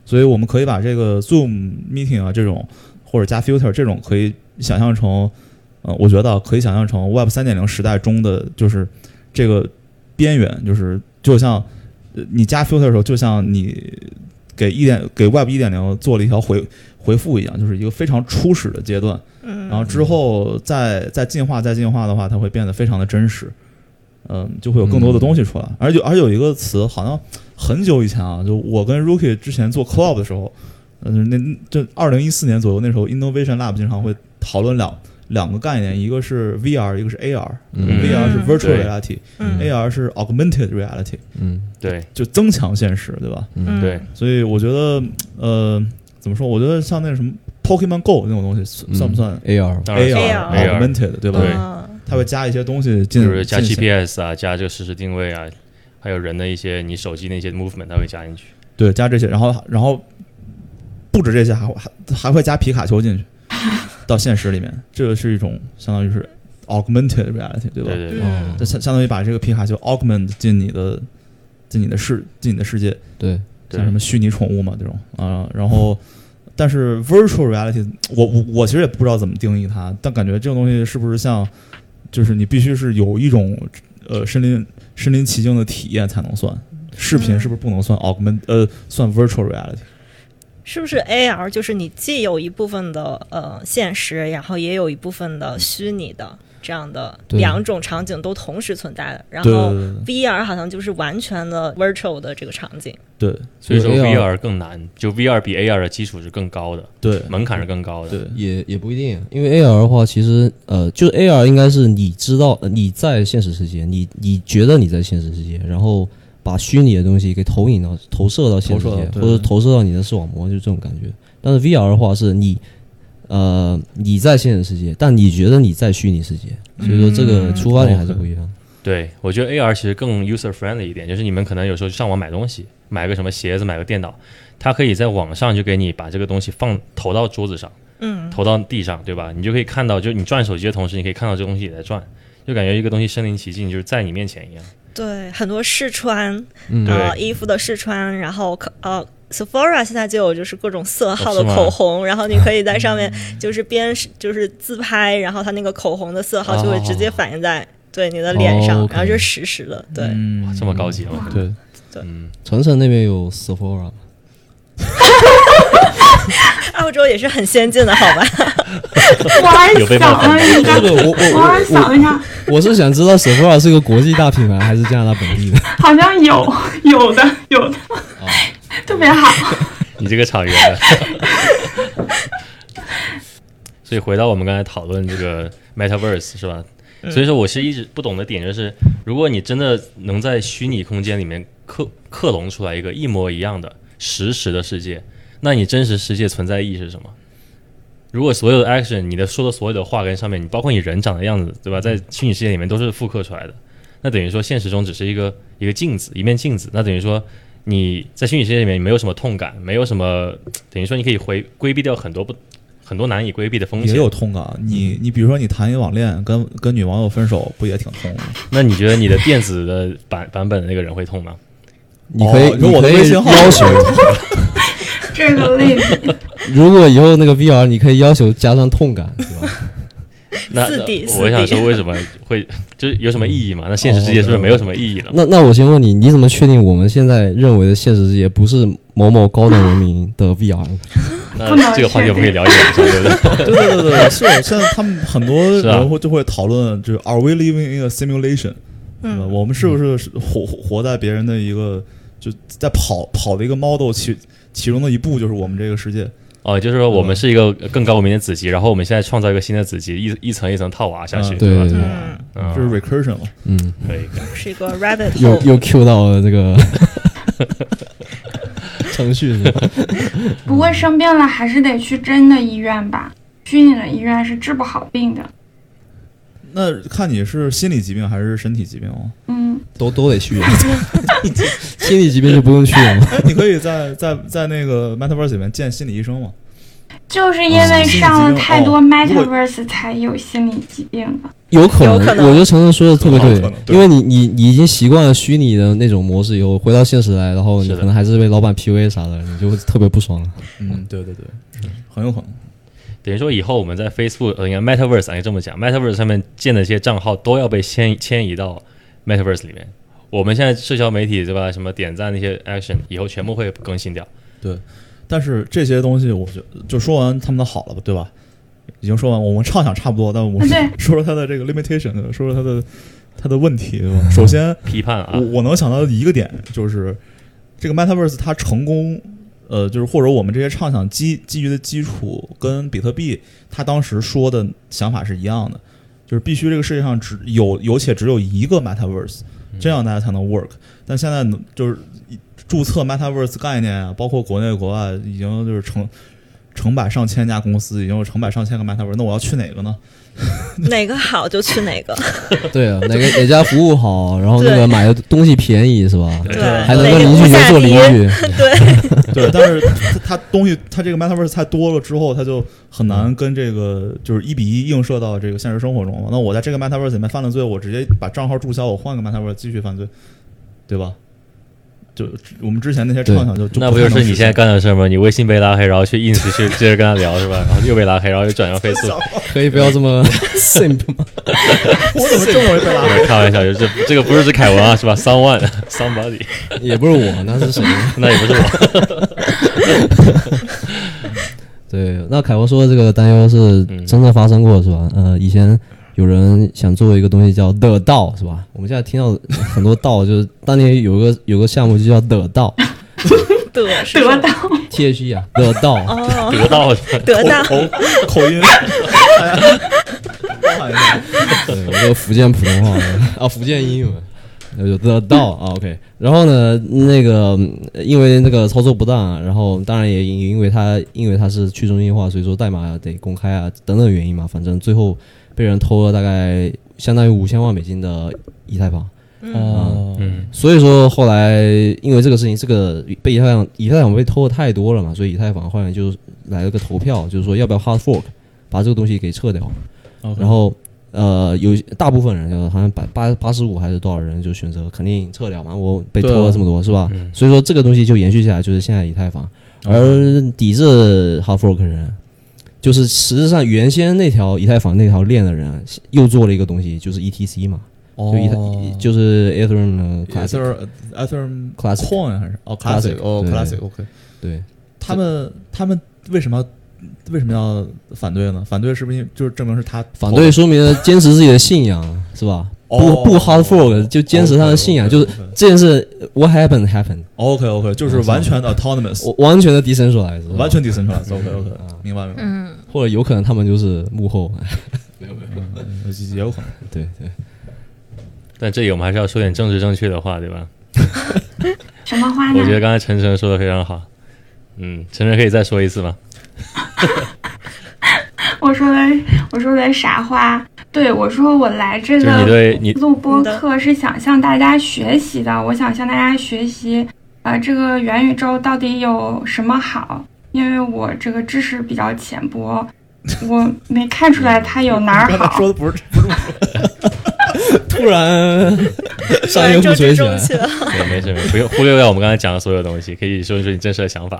[SPEAKER 3] 所以我们可以把这个 Zoom meeting 啊这种或者加 filter 这种可以想象成，呃，我觉得啊可以想象成 Web 三点零时代中的就是这个边缘，就是就像呃你加 filter 的时候，就像你给一点给 Web 一点零做了一条回回复一样，就是一个非常初始的阶段。
[SPEAKER 2] 嗯，
[SPEAKER 3] 然后之后再再进化再进化的话，它会变得非常的真实，嗯，就会有更多的东西出来。而且而且有一个词，好像很久以前啊，就我跟 Rookie 之前做 Club 的时候，嗯、那就二零一四年左右，那时候 Innovation Lab 经常会讨论两两个概念，一个是 VR，一个是 AR。
[SPEAKER 5] 嗯
[SPEAKER 3] VR 是
[SPEAKER 2] 嗯
[SPEAKER 3] Virtual
[SPEAKER 4] 对
[SPEAKER 3] Reality，AR、
[SPEAKER 2] 嗯
[SPEAKER 3] AR 是 Augmented Reality，
[SPEAKER 5] 嗯
[SPEAKER 4] 对
[SPEAKER 3] 就增强现实，对吧？
[SPEAKER 5] 嗯
[SPEAKER 4] 对，
[SPEAKER 3] 所以我觉得，呃，怎么说？我觉得像那个什么 Pokemon Go 那种东西，算算不算
[SPEAKER 5] ，AR
[SPEAKER 4] 嗯当然是
[SPEAKER 2] AR
[SPEAKER 3] augmented 对吧？
[SPEAKER 4] 对
[SPEAKER 2] 嗯
[SPEAKER 3] 它会加一些东西进，
[SPEAKER 4] 就是加
[SPEAKER 3] 进行
[SPEAKER 4] GPS 啊，加这个实时定位啊，还有人的一些你手机那些 movement，它会加进去。
[SPEAKER 3] 对，加这些，然后然后不止这些，还还还会加皮卡丘
[SPEAKER 4] <laughs>
[SPEAKER 3] 进去，到现实里面，这个是一种相当于是 augmented reality，对吧？
[SPEAKER 4] 对对对，
[SPEAKER 5] 嗯
[SPEAKER 3] 这相相当于把这个皮卡丘 augment 进你的进你的世进你的世界，
[SPEAKER 5] 对，
[SPEAKER 4] 对
[SPEAKER 3] 像什么虚拟宠物嘛这种啊、然后。但是 virtual reality，我我我其实也不知道怎么定义它，但感觉这种东西是不是像，就是你必须是有一种呃身临身临其境的体验才能算，视频
[SPEAKER 2] 嗯
[SPEAKER 3] 是不是不能算 augment 呃算 virtual reality？
[SPEAKER 2] 是不是 AR 就是你既有一部分的呃现实，然后也有一部分的虚拟的这样的
[SPEAKER 5] 对
[SPEAKER 2] 两种场景都同时存在的，然
[SPEAKER 3] 对
[SPEAKER 2] 后 VR 好像就是完全的 virtual 的这个场景。
[SPEAKER 3] 对对
[SPEAKER 4] 所以说
[SPEAKER 5] 就是
[SPEAKER 4] VR 更难，就 VR 比 AR 的基础是更高的，
[SPEAKER 3] 对哎对
[SPEAKER 4] 门槛是更高的。
[SPEAKER 3] 对
[SPEAKER 5] 也也不一定，因为 AR 的话，其实呃，就是 AR 应该是你知道呃你在现实世界，你你觉得你在现实世界，然后把虚拟的东西给投影到投射到现实世
[SPEAKER 3] 投射
[SPEAKER 5] 界
[SPEAKER 3] 到，
[SPEAKER 5] 或
[SPEAKER 3] 对
[SPEAKER 5] 者投射到你的视网膜，就这种感觉。但是 VR 的话，是你呃你在现实世界，但你觉得你在虚拟世界，所以说这个
[SPEAKER 2] 嗯
[SPEAKER 5] 出发点
[SPEAKER 3] 哦
[SPEAKER 5] 还是不一样。
[SPEAKER 4] 对，我觉得 AR 其实更 user friendly 一点，就是你们可能有时候上网买东西，买个什么鞋子，买个电脑，它可以在网上就给你把这个东西放投到桌子上，
[SPEAKER 2] 嗯
[SPEAKER 4] 投到地上，对吧？你就可以看到，就是你转手机的同时，你可以看到这东西也在转，就感觉一个东西身临其境，就是在你面前一样。
[SPEAKER 2] 对，很多试穿，
[SPEAKER 5] 嗯，
[SPEAKER 4] 对
[SPEAKER 2] 呃，衣服的试穿，然后可呃，Sephora 现在就有就是各种色号的
[SPEAKER 4] 是吗
[SPEAKER 2] 口红，然后你可以在上面就是边是就是自拍，然后它那个口红的色号就会直接反映在对你的脸上，
[SPEAKER 5] 哦，OK
[SPEAKER 2] 然后就是实时的，对，
[SPEAKER 3] 嗯
[SPEAKER 4] 啊哇，这么高级吗？
[SPEAKER 3] 对，
[SPEAKER 4] 嗯，
[SPEAKER 5] 晨晨那边有 Sephora，
[SPEAKER 3] <laughs>
[SPEAKER 2] 澳洲也是很先进的，好吧？
[SPEAKER 1] 我还
[SPEAKER 4] 有被冒
[SPEAKER 1] 想
[SPEAKER 4] 犯
[SPEAKER 1] 了一下
[SPEAKER 5] 这，个我
[SPEAKER 1] 我还
[SPEAKER 5] 我我
[SPEAKER 1] 想了一下，
[SPEAKER 5] 我我是想知道 Sephora 是一个国际大品牌还是加拿大本地的？
[SPEAKER 3] 哦
[SPEAKER 1] 好像有有的有的，
[SPEAKER 4] 啊
[SPEAKER 1] <laughs> 特别好。
[SPEAKER 4] 你这个草原的。 <laughs> 所以回到我们刚才讨论这个 Metaverse 是吧？所以说我是一直不懂的点就是，如果你真的能在虚拟空间里面克克隆出来一个一模一样的实时的世界，那你真实世界存在意义是什么？如果所有的 action，你的说的所有的话跟上面，你包括你人长的样子，对吧？在虚拟世界里面都是复刻出来的，那等于说现实中只是一个一个镜子，一面镜子。那等于说你在虚拟世界里面你没有什么痛感，没有什么，等于说你可以回规避掉很多不很多难以规避的风
[SPEAKER 3] 也
[SPEAKER 4] 险。
[SPEAKER 3] 有痛感。你你比如说你谈一网恋，跟跟女网友分手，不也挺痛吗？
[SPEAKER 4] 那你觉得你的电子的版版本的那个人会痛吗？
[SPEAKER 5] 你可以，
[SPEAKER 3] 哦如果我的
[SPEAKER 5] 你可
[SPEAKER 3] 微
[SPEAKER 5] 以
[SPEAKER 3] 信号
[SPEAKER 5] 要求，
[SPEAKER 1] 这个类
[SPEAKER 4] <laughs>
[SPEAKER 1] 比，
[SPEAKER 5] 如果以后那个 VR 你可以要求加上痛感，对 <laughs> 吧？
[SPEAKER 4] 那
[SPEAKER 2] 四 D，
[SPEAKER 4] 那我想说，为什么会就是有什么意义嘛？那现实世界是不是没有什么意义
[SPEAKER 5] <laughs>
[SPEAKER 4] 了？
[SPEAKER 5] 那那我先问你，你怎么确定我们现在认为的现实世界不是某某高等文明的 VR？
[SPEAKER 1] 不能
[SPEAKER 4] 那这个话题
[SPEAKER 1] 确
[SPEAKER 4] 我们可以
[SPEAKER 1] 定
[SPEAKER 4] 聊一晚上，对不
[SPEAKER 3] <laughs>
[SPEAKER 4] 对？
[SPEAKER 3] 对对对对，是
[SPEAKER 2] <laughs>
[SPEAKER 3] 现在他们很多
[SPEAKER 4] 是啊
[SPEAKER 3] 人会就会讨论，就是 Are we living in a simulation？
[SPEAKER 2] 嗯
[SPEAKER 3] 对吧我们是不是是活活活在别人的一个就在跑跑的一个 model 其其中的一步，就是我们这个世界。
[SPEAKER 4] 哦，就是说我们是一个更高文明的子集，然后我们现在创造一个新的子集，一一层一层套娃下去，
[SPEAKER 3] 嗯
[SPEAKER 5] 对
[SPEAKER 4] 吧？
[SPEAKER 5] 对对，
[SPEAKER 2] 嗯，
[SPEAKER 4] 嗯
[SPEAKER 3] 这是 recursion 嘛？
[SPEAKER 5] 嗯，
[SPEAKER 4] 可以。
[SPEAKER 2] 是一个 rabbit
[SPEAKER 5] 又
[SPEAKER 2] hole。
[SPEAKER 5] 又 Q 到了这 <laughs> 个程序是吧，
[SPEAKER 1] 不过生病了还是得去真的医院吧，虚拟的医院是治不好病的。
[SPEAKER 3] 那看你是心理疾病还是身体疾病哦。
[SPEAKER 1] 嗯，
[SPEAKER 5] 都都得去， <laughs> 心理疾病就不用去了嘛。
[SPEAKER 3] 哎，你可以在在在那个 Metaverse 里面见心理医生嘛？
[SPEAKER 1] 就是因
[SPEAKER 4] 啊
[SPEAKER 1] 为上了太多
[SPEAKER 3] 哦如果
[SPEAKER 1] Metaverse 才有心理疾病的。
[SPEAKER 5] 有可能，
[SPEAKER 2] 有可能
[SPEAKER 5] 我觉得程程说的特别
[SPEAKER 3] 有可能对
[SPEAKER 5] 因为你你你已经习惯了虚拟的那种模式以后，回到现实来，然后
[SPEAKER 4] 是
[SPEAKER 5] 你
[SPEAKER 4] 的
[SPEAKER 5] 可能还是被老板 PUA 啥的，你就会特别不爽了。
[SPEAKER 3] 嗯，对对对，是很有可能。
[SPEAKER 4] 等于说以后我们在 Facebook 呃，应该 Metaverse 啊应该这么讲，Metaverse 上面建的一些账号都要被迁迁移到 Metaverse 里面。我们现在社交媒体对吧？什么点赞那些 action，以后全部会更新掉。
[SPEAKER 3] 但是这些东西，我觉得就说完他们的好了吧，对吧？已经说完，我们畅想差不多，但我们
[SPEAKER 1] 对
[SPEAKER 3] <laughs> 说说它的这个 limitation，说说它的它的问题。对吧首先，
[SPEAKER 4] 批判啊
[SPEAKER 3] 我，我能想到的一个点就是，这个 Metaverse 它成功，呃，就是或者我们这些畅想基基于的基础，跟比特币它当时说的想法是一样的，就是必须这个世界上只有有且只有一个 Metaverse，这样大家才能 work。但现在呢就是注册 Metaverse 概念啊，包括国内国外已经就是成。成百上千家公司已经有成百上千个 Metaverse，那我要去哪个呢？
[SPEAKER 2] 哪个好就去哪个，
[SPEAKER 5] <laughs> 对啊，哪个哪家服务好，然后那
[SPEAKER 2] 对
[SPEAKER 5] 个买的东西便宜是吧？
[SPEAKER 2] 对，
[SPEAKER 5] 还能
[SPEAKER 2] 哪个
[SPEAKER 5] 跟邻居
[SPEAKER 2] 物
[SPEAKER 5] 原
[SPEAKER 2] 价
[SPEAKER 5] 做邻
[SPEAKER 2] 低，
[SPEAKER 5] 居，
[SPEAKER 2] 对，
[SPEAKER 3] <laughs> 对，但是它它东西它这个 metaverse 太多了之后，它就很难跟这个就是一比一映射到这个现实生活中嘛。那我在这个 metaverse 里面犯了罪，我直接把账号注销，我换个 metaverse 继续犯罪，对吧？就我们之前那些畅想就就
[SPEAKER 4] 那
[SPEAKER 3] 不
[SPEAKER 4] 不
[SPEAKER 3] 太
[SPEAKER 4] 就
[SPEAKER 3] 能
[SPEAKER 4] 是你
[SPEAKER 3] 实
[SPEAKER 4] 现在
[SPEAKER 3] 现
[SPEAKER 4] 干的事儿吗？你微信被拉黑，然后去 ins 去接着跟他聊是吧？然后又被拉黑，然后又转向 Facebook。
[SPEAKER 5] <laughs> 可以不要这 <laughs> 么 simple 吗？
[SPEAKER 3] <laughs> 我怎么这么容易被拉黑？
[SPEAKER 4] <laughs> 对开玩笑，就是这这个不是指凯文啊，是吧？Someone <laughs> somebody，
[SPEAKER 5] 也不是我，那是 <laughs> 谁？
[SPEAKER 4] 那也不是我。
[SPEAKER 5] 对，那凯文说的这个担忧是真的发生过是吧？呃，以前有人想做一个东西叫的道是吧？我们现在听到很多道，就是当年有个有个项目就叫的道
[SPEAKER 2] 得是
[SPEAKER 1] 得
[SPEAKER 2] 什
[SPEAKER 1] 到
[SPEAKER 2] 么？
[SPEAKER 5] T H E 啊，的道，
[SPEAKER 2] 哦，
[SPEAKER 4] 得到
[SPEAKER 2] 得到
[SPEAKER 3] 口口口音，哎呀 <laughs> 包含一下
[SPEAKER 5] 对，我这个福建普通话啊，福建 <laughs> 英文。有的道啊，OK，然后呢，那个嗯因为那个操作不当啊，然后当然也因为它因为它是去中心化，所以说代码得公开啊等等原因嘛，反正最后被人偷了大概相当于五千万美金的以太坊，啊
[SPEAKER 3] 哦，
[SPEAKER 4] 嗯，
[SPEAKER 5] 所以说后来因为这个事情，这个被以太坊以太坊被偷的太多了嘛，所以以太坊后来就来了个投票，就是说要不要 hard fork，把这个东西给撤掉。
[SPEAKER 3] OK
[SPEAKER 5] 然后呃，有大部分人呃好像百八八十五还是多少人就选择肯定撤掉嘛，我被偷
[SPEAKER 3] 对啊
[SPEAKER 5] 了这么多是吧？
[SPEAKER 4] 嗯
[SPEAKER 5] 所以说这个东西就延续下来，就是现在以太坊，
[SPEAKER 3] 嗯
[SPEAKER 5] 而抵制 hard fork 的人。就是实质上原先那条以太坊那条链的人又做了一个东西，就是 ETC 嘛，就以太、
[SPEAKER 3] 哦
[SPEAKER 5] 就是 Ethereum 的
[SPEAKER 3] e t h
[SPEAKER 5] Classic
[SPEAKER 3] e r e t h e r
[SPEAKER 5] Classic
[SPEAKER 3] Coin 还是哦
[SPEAKER 5] Classic，
[SPEAKER 3] Classic 哦
[SPEAKER 5] 对
[SPEAKER 3] Classic OK。
[SPEAKER 5] 对，
[SPEAKER 3] 他们他们为什么要为什么要反对呢？反对是不是因为就是证明是他
[SPEAKER 5] 反对说明了坚持自己的信仰，是吧？
[SPEAKER 3] 哦
[SPEAKER 5] 不不 hard fork，就坚持他的信仰，就是这件事 what happened happened，
[SPEAKER 3] OK OK，就是哦完全 autonomous，
[SPEAKER 5] 我完全的 decentralized，是吧
[SPEAKER 3] 完全 decentralized。OK OK，
[SPEAKER 5] 啊
[SPEAKER 3] 明白明白，
[SPEAKER 2] 嗯，
[SPEAKER 5] 或者有可能他们就是幕后， <laughs>
[SPEAKER 1] 嗯
[SPEAKER 3] 也有可能。
[SPEAKER 5] 对对，
[SPEAKER 4] <laughs> 但这里我们还是要说点政治正确的话，对吧？
[SPEAKER 1] 什么花
[SPEAKER 4] 我觉得
[SPEAKER 1] 呢？
[SPEAKER 4] 刚才晨晨说的非常好。嗯，晨晨可以再说一次吗？
[SPEAKER 1] 我说的我说的啥话？对我说我来这
[SPEAKER 4] 就是你
[SPEAKER 1] 个
[SPEAKER 4] 对你
[SPEAKER 1] 录播课是想向大家学习
[SPEAKER 3] 嗯
[SPEAKER 1] 的，我想向大家学习，呃，这个元宇宙到底有什么好？因为我这个知识比较浅
[SPEAKER 3] <laughs>
[SPEAKER 1] 薄，我没看出来它有哪儿
[SPEAKER 3] 刚才
[SPEAKER 1] 好。
[SPEAKER 3] 说的不是不是
[SPEAKER 5] 突然商业
[SPEAKER 2] 然
[SPEAKER 5] 互
[SPEAKER 2] 政
[SPEAKER 5] 吹
[SPEAKER 2] 治
[SPEAKER 5] 起
[SPEAKER 2] 正
[SPEAKER 5] 来，
[SPEAKER 2] 确，
[SPEAKER 4] 对，没事，没事，不用忽略掉我们刚才讲的所有东西，可以说一说你真实的想法，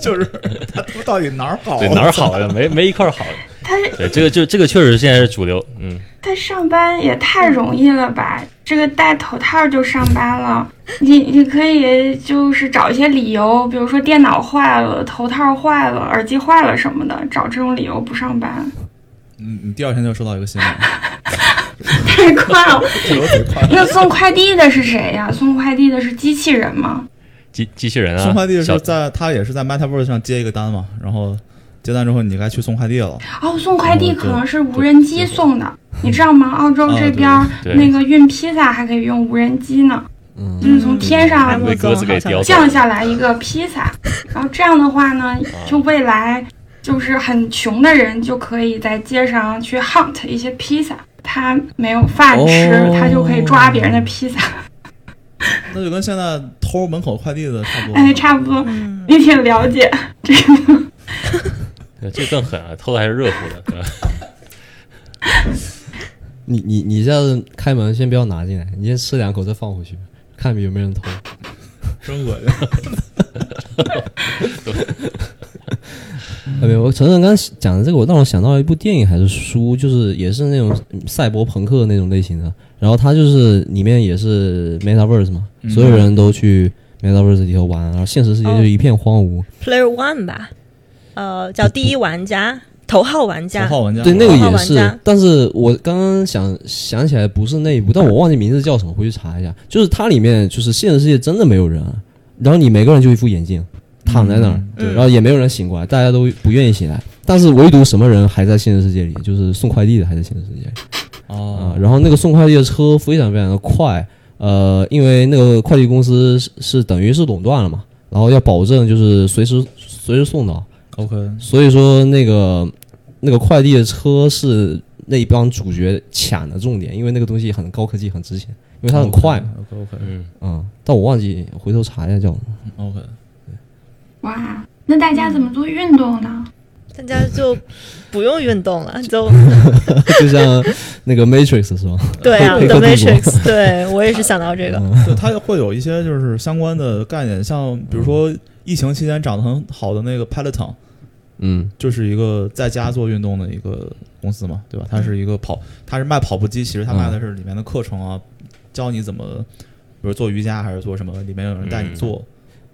[SPEAKER 3] 就是他他到底哪儿好？啊
[SPEAKER 4] 对哪儿好的，没没一块儿好的。
[SPEAKER 1] 它
[SPEAKER 4] 对，这个就这个确实现在是主流，嗯，
[SPEAKER 1] 他上班也太容易了吧？这个戴头套就上班了，你你可以就是找一些理由，比如说电脑坏了、头套坏了、耳机坏了什么的，找这种理由不上
[SPEAKER 3] <laughs>
[SPEAKER 1] 班，
[SPEAKER 3] 嗯，你第二天就收到一个新
[SPEAKER 5] <laughs>
[SPEAKER 3] 闻，
[SPEAKER 1] 太快了。
[SPEAKER 3] 这都贼
[SPEAKER 5] 啊
[SPEAKER 3] 快。
[SPEAKER 1] 那送快递的是谁呀？送快递的是机器人吗？
[SPEAKER 4] 机机器人啊，
[SPEAKER 3] 送快递
[SPEAKER 4] 小
[SPEAKER 3] 是在他也是在 MetaVerse 上接一个单嘛，然后接单之后你该去送快递了。
[SPEAKER 1] 哦，送快递
[SPEAKER 3] 哦对
[SPEAKER 1] 可能是无人机
[SPEAKER 3] 对
[SPEAKER 1] 送的，你知道吗？澳洲
[SPEAKER 3] 啊
[SPEAKER 1] 这
[SPEAKER 3] 对
[SPEAKER 1] 边儿
[SPEAKER 4] 对
[SPEAKER 1] 那个运披萨还可以用无人机呢，就
[SPEAKER 5] 嗯，
[SPEAKER 1] 是从天上
[SPEAKER 2] 嗯
[SPEAKER 4] 被鸽子给叼走
[SPEAKER 1] 降下来一个披萨，然后这样的话
[SPEAKER 3] 啊
[SPEAKER 1] 呢，就未来就是很穷的人就可以在街上去 hunt 一些披萨，他没有饭吃，
[SPEAKER 5] 哦
[SPEAKER 1] 他就可以抓别人的披萨，
[SPEAKER 3] 哦那就跟现在偷门口快递的差不多。
[SPEAKER 1] 哎，差不多，
[SPEAKER 2] 嗯，
[SPEAKER 1] 你挺了解这个。 <laughs>
[SPEAKER 4] 了，这更狠啊，偷的还是热乎的，对吧？
[SPEAKER 5] 你你你下次开门先不要拿进来，你先吃两口再放回去，看有没有人偷。
[SPEAKER 3] 真恶
[SPEAKER 1] <laughs>
[SPEAKER 3] 心。嗯
[SPEAKER 5] 哎，没有，我承认刚刚讲的这个，我让我想到一部电影还是书，就是也是那种赛博朋克的那种类型的。然后它就是里面也是 MetaVerse 嘛，
[SPEAKER 3] 嗯
[SPEAKER 5] 所有人都去 MetaVerse 里头玩，然后现实世界就一片荒芜。
[SPEAKER 2] Player One 吧，呃，叫第一玩家、头号玩
[SPEAKER 3] 头
[SPEAKER 2] 家，
[SPEAKER 3] 号玩家，哦
[SPEAKER 5] 对，那个
[SPEAKER 2] 头号
[SPEAKER 5] 也
[SPEAKER 2] 玩
[SPEAKER 5] 是
[SPEAKER 2] 家，
[SPEAKER 5] 但是我刚刚想想起来不是那一部，但我忘记名字叫什么，回去查一下。就是它里面就是现实世界真的没有人，啊然后你每个人就一副眼镜躺在那儿，
[SPEAKER 2] 对
[SPEAKER 5] 然后也没有人醒过来，大家都不愿意醒来。但是唯独什么人还在现实世界里，就是送快递的还在现实世界里。啊
[SPEAKER 3] 哦，，
[SPEAKER 5] 然后那个送快递的车非常非常的快，呃，因为那个快递公司是是等于是垄断了嘛，然后要保证就是随时随时送到，
[SPEAKER 3] OK，
[SPEAKER 5] 所以说那个那个快递的车是那一帮主角抢的重点，因为那个东西很高科技很值钱，因为它很快嘛，
[SPEAKER 3] OK OK
[SPEAKER 4] 嗯，
[SPEAKER 5] 嗯，但我忘记回头查一下叫什么，
[SPEAKER 3] 嗯 OK，
[SPEAKER 1] 哇，那大家怎么做运动呢？
[SPEAKER 2] 大家就不用运动了，就
[SPEAKER 5] 就像那个 Matrix 是吧？
[SPEAKER 2] 对啊
[SPEAKER 5] 黑客
[SPEAKER 2] ，The
[SPEAKER 5] 帝国
[SPEAKER 2] Matrix，对我也是想到这个，
[SPEAKER 3] 对，它会有一些就是相关的概念，像比如说疫情期间长得很好的那个 Peloton，
[SPEAKER 5] 嗯，
[SPEAKER 3] 就是一个在家做运动的一个公司嘛，对吧？它是一个跑，它是卖跑步机，其实它卖的是里面的课程啊，教你怎么，比如做瑜伽还是做什么，里面有人带你做。
[SPEAKER 5] 嗯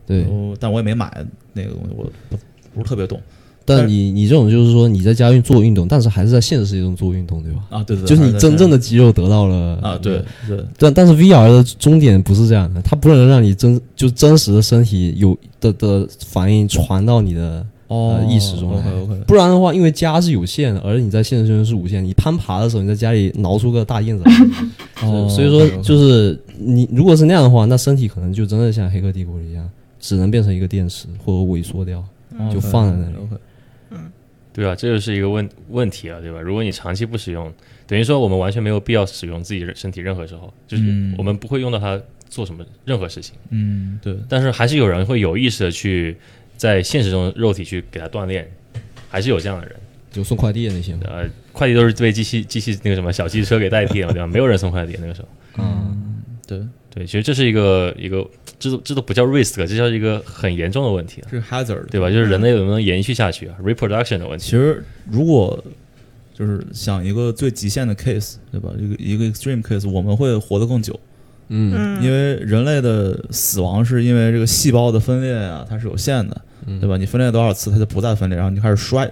[SPEAKER 5] 对。
[SPEAKER 3] 哦但我也没买那个东西，我不不是特别懂
[SPEAKER 5] 但
[SPEAKER 3] 但
[SPEAKER 5] 你你这种就是说你在家运做运动，但是还是在现实世界中做运动，对吧？
[SPEAKER 3] 啊。对对，对
[SPEAKER 5] 就是你真正
[SPEAKER 3] 的
[SPEAKER 5] 的肌肉得到了
[SPEAKER 3] 啊，对对，
[SPEAKER 5] 但但是 VR 的终点不是这样的，它不能让你真就真实的身体有的的反应传到你的，
[SPEAKER 3] 哦，
[SPEAKER 5] 意识中来
[SPEAKER 3] OK OK，
[SPEAKER 5] 不然的话，因为家是有限的，而你在现实中是无限的。你攀爬的时候，你在家里挠出个大印子来，
[SPEAKER 3] 哦
[SPEAKER 5] 所以说就是你如果是那样的话，那身体可能就真的像《黑客帝国》一样，只能变成一个电池或者萎缩掉。就放在那里
[SPEAKER 3] 哦 OK，
[SPEAKER 4] 对啊，这就是一个问问题啊，对吧？如果你长期不使用，等于说我们完全没有必要使用自己的身体任何时候，就是
[SPEAKER 3] 嗯
[SPEAKER 4] 我们不会用到它做什么任何事情，
[SPEAKER 3] 嗯，对，
[SPEAKER 4] 但是还是有人会有意识的去在现实中肉体去给它锻炼，还是有这样的人。
[SPEAKER 5] 就送快递的那些嘛，
[SPEAKER 4] 呃，快递都是被机器机器那个什么小汽车给代替了，对吧？没有人送快递那个时候。
[SPEAKER 5] 嗯，
[SPEAKER 3] 对，
[SPEAKER 4] 对，其实这是一个一个这都这都不叫 risk，这叫一个很严重的问题了，
[SPEAKER 3] 是 hazard，
[SPEAKER 4] 对吧？就是人类能不能延续下去啊，reproduction 的问
[SPEAKER 3] 其
[SPEAKER 4] 题。
[SPEAKER 3] 实如果就是想一个最极限的 case，对吧？一个一个 extreme case，我们会活得更久，
[SPEAKER 5] 嗯
[SPEAKER 2] 嗯，
[SPEAKER 3] 因为人类的死亡是因为这个细胞的分裂啊，它是有限的，
[SPEAKER 2] 嗯
[SPEAKER 3] 对吧？你分裂多少次，它就不再分裂，然后你就开始衰，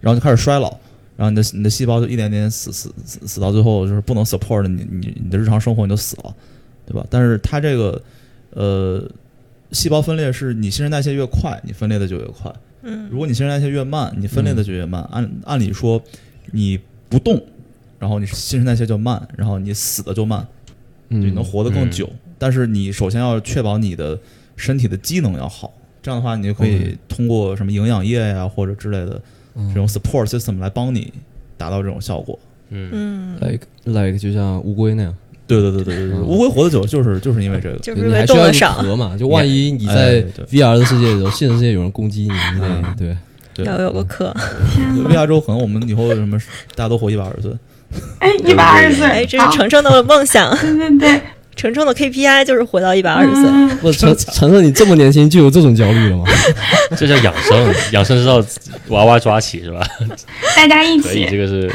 [SPEAKER 3] 然后就开始衰老。然后你的你的细胞就一点点死死死死到最后就是不能 support 你你你的日常生活你就死了，对吧？但是它这个呃细胞分裂是你新陈代谢越快，你分裂的就越快，
[SPEAKER 2] 嗯
[SPEAKER 3] 如果你新陈代谢越慢，你分裂的就越慢。按按理说，你不动，然后你新陈代谢就慢，然后你死的就慢，就你能活得更久。但是你首先要确保你的身体的机能要好，这样的话，你就可以
[SPEAKER 5] OK
[SPEAKER 3] 通过什么营养液呀、或者之类的
[SPEAKER 5] 嗯
[SPEAKER 3] 这种 support system 来帮你达到这种效果。
[SPEAKER 4] 嗯，
[SPEAKER 2] 嗯，
[SPEAKER 5] like like 就像乌龟那样，
[SPEAKER 3] 对对对对对对，
[SPEAKER 5] 嗯
[SPEAKER 3] 乌龟活得久就是就是因为这个。
[SPEAKER 2] <laughs> 就是
[SPEAKER 5] 你
[SPEAKER 2] 因为
[SPEAKER 5] 还
[SPEAKER 2] 动
[SPEAKER 5] 需要
[SPEAKER 2] 了
[SPEAKER 5] 入
[SPEAKER 2] 少，
[SPEAKER 5] 壳嘛？就万一你在
[SPEAKER 3] 哎对
[SPEAKER 5] VR 的世界中，现实世界有人攻击你，你得对
[SPEAKER 3] 对
[SPEAKER 2] 要有个壳。
[SPEAKER 1] 天哪！
[SPEAKER 3] VR 之后，可能我们以后什么大家都活一百二十岁，
[SPEAKER 1] 哎，一百二十
[SPEAKER 2] 哎，
[SPEAKER 1] 岁，
[SPEAKER 2] 这
[SPEAKER 1] 好
[SPEAKER 2] 是程程的梦想， <laughs>
[SPEAKER 1] 对对对，
[SPEAKER 2] 程程的 KPI 就是活到一百二十岁。
[SPEAKER 1] 嗯
[SPEAKER 5] 不承承认你这么年轻就有这种焦虑了吗？
[SPEAKER 4] 这叫养生，养生之道娃娃抓起是吧？
[SPEAKER 1] 大家一
[SPEAKER 4] <laughs> 可以，
[SPEAKER 1] 起
[SPEAKER 4] 这个是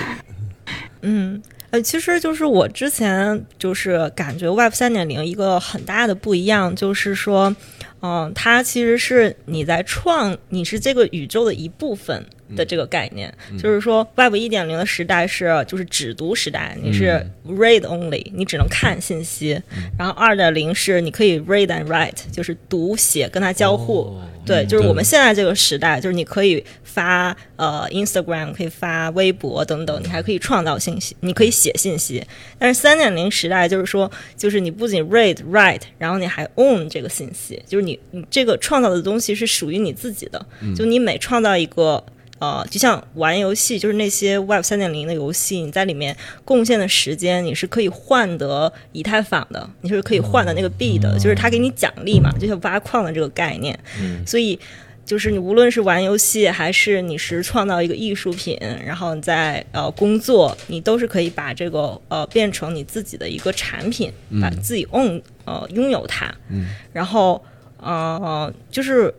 [SPEAKER 2] 嗯，呃，其实就是我之前就是感觉 Web 三点零一个很大的不一样，就是说，嗯、它其实是你在创，你是这个宇宙的一部分的这个概念。就是说，Web 一点零的时代是就是只读时代，你是 read only，、你只能看信息。然后二点零是你可以 read and write，就是读写跟它交互。对，就是我们现在这个时代，就是你可以发呃 Instagram，可以发微博等等，你还可以创造信息，你可以写信息。但是三点零时代就是说，就是你不仅 read write，然后你还 own 这个信息，就是你你这个创造的东西是属于你自己的，就你每创造一个。呃，就像玩游戏，就是那些 Web 三点零的游戏，你在里面贡献的时间，你是可以换得以太坊的，你是可以换的那个币的，就是它给你奖励嘛，就像挖矿的这个概念。所以就是你无论是玩游戏，还是你是创造一个艺术品，然后你在呃工作，你都是可以把这个呃变成你自己的一个产品，把
[SPEAKER 5] 嗯
[SPEAKER 2] 自己 own 呃拥有它。嗯，然后呃就是。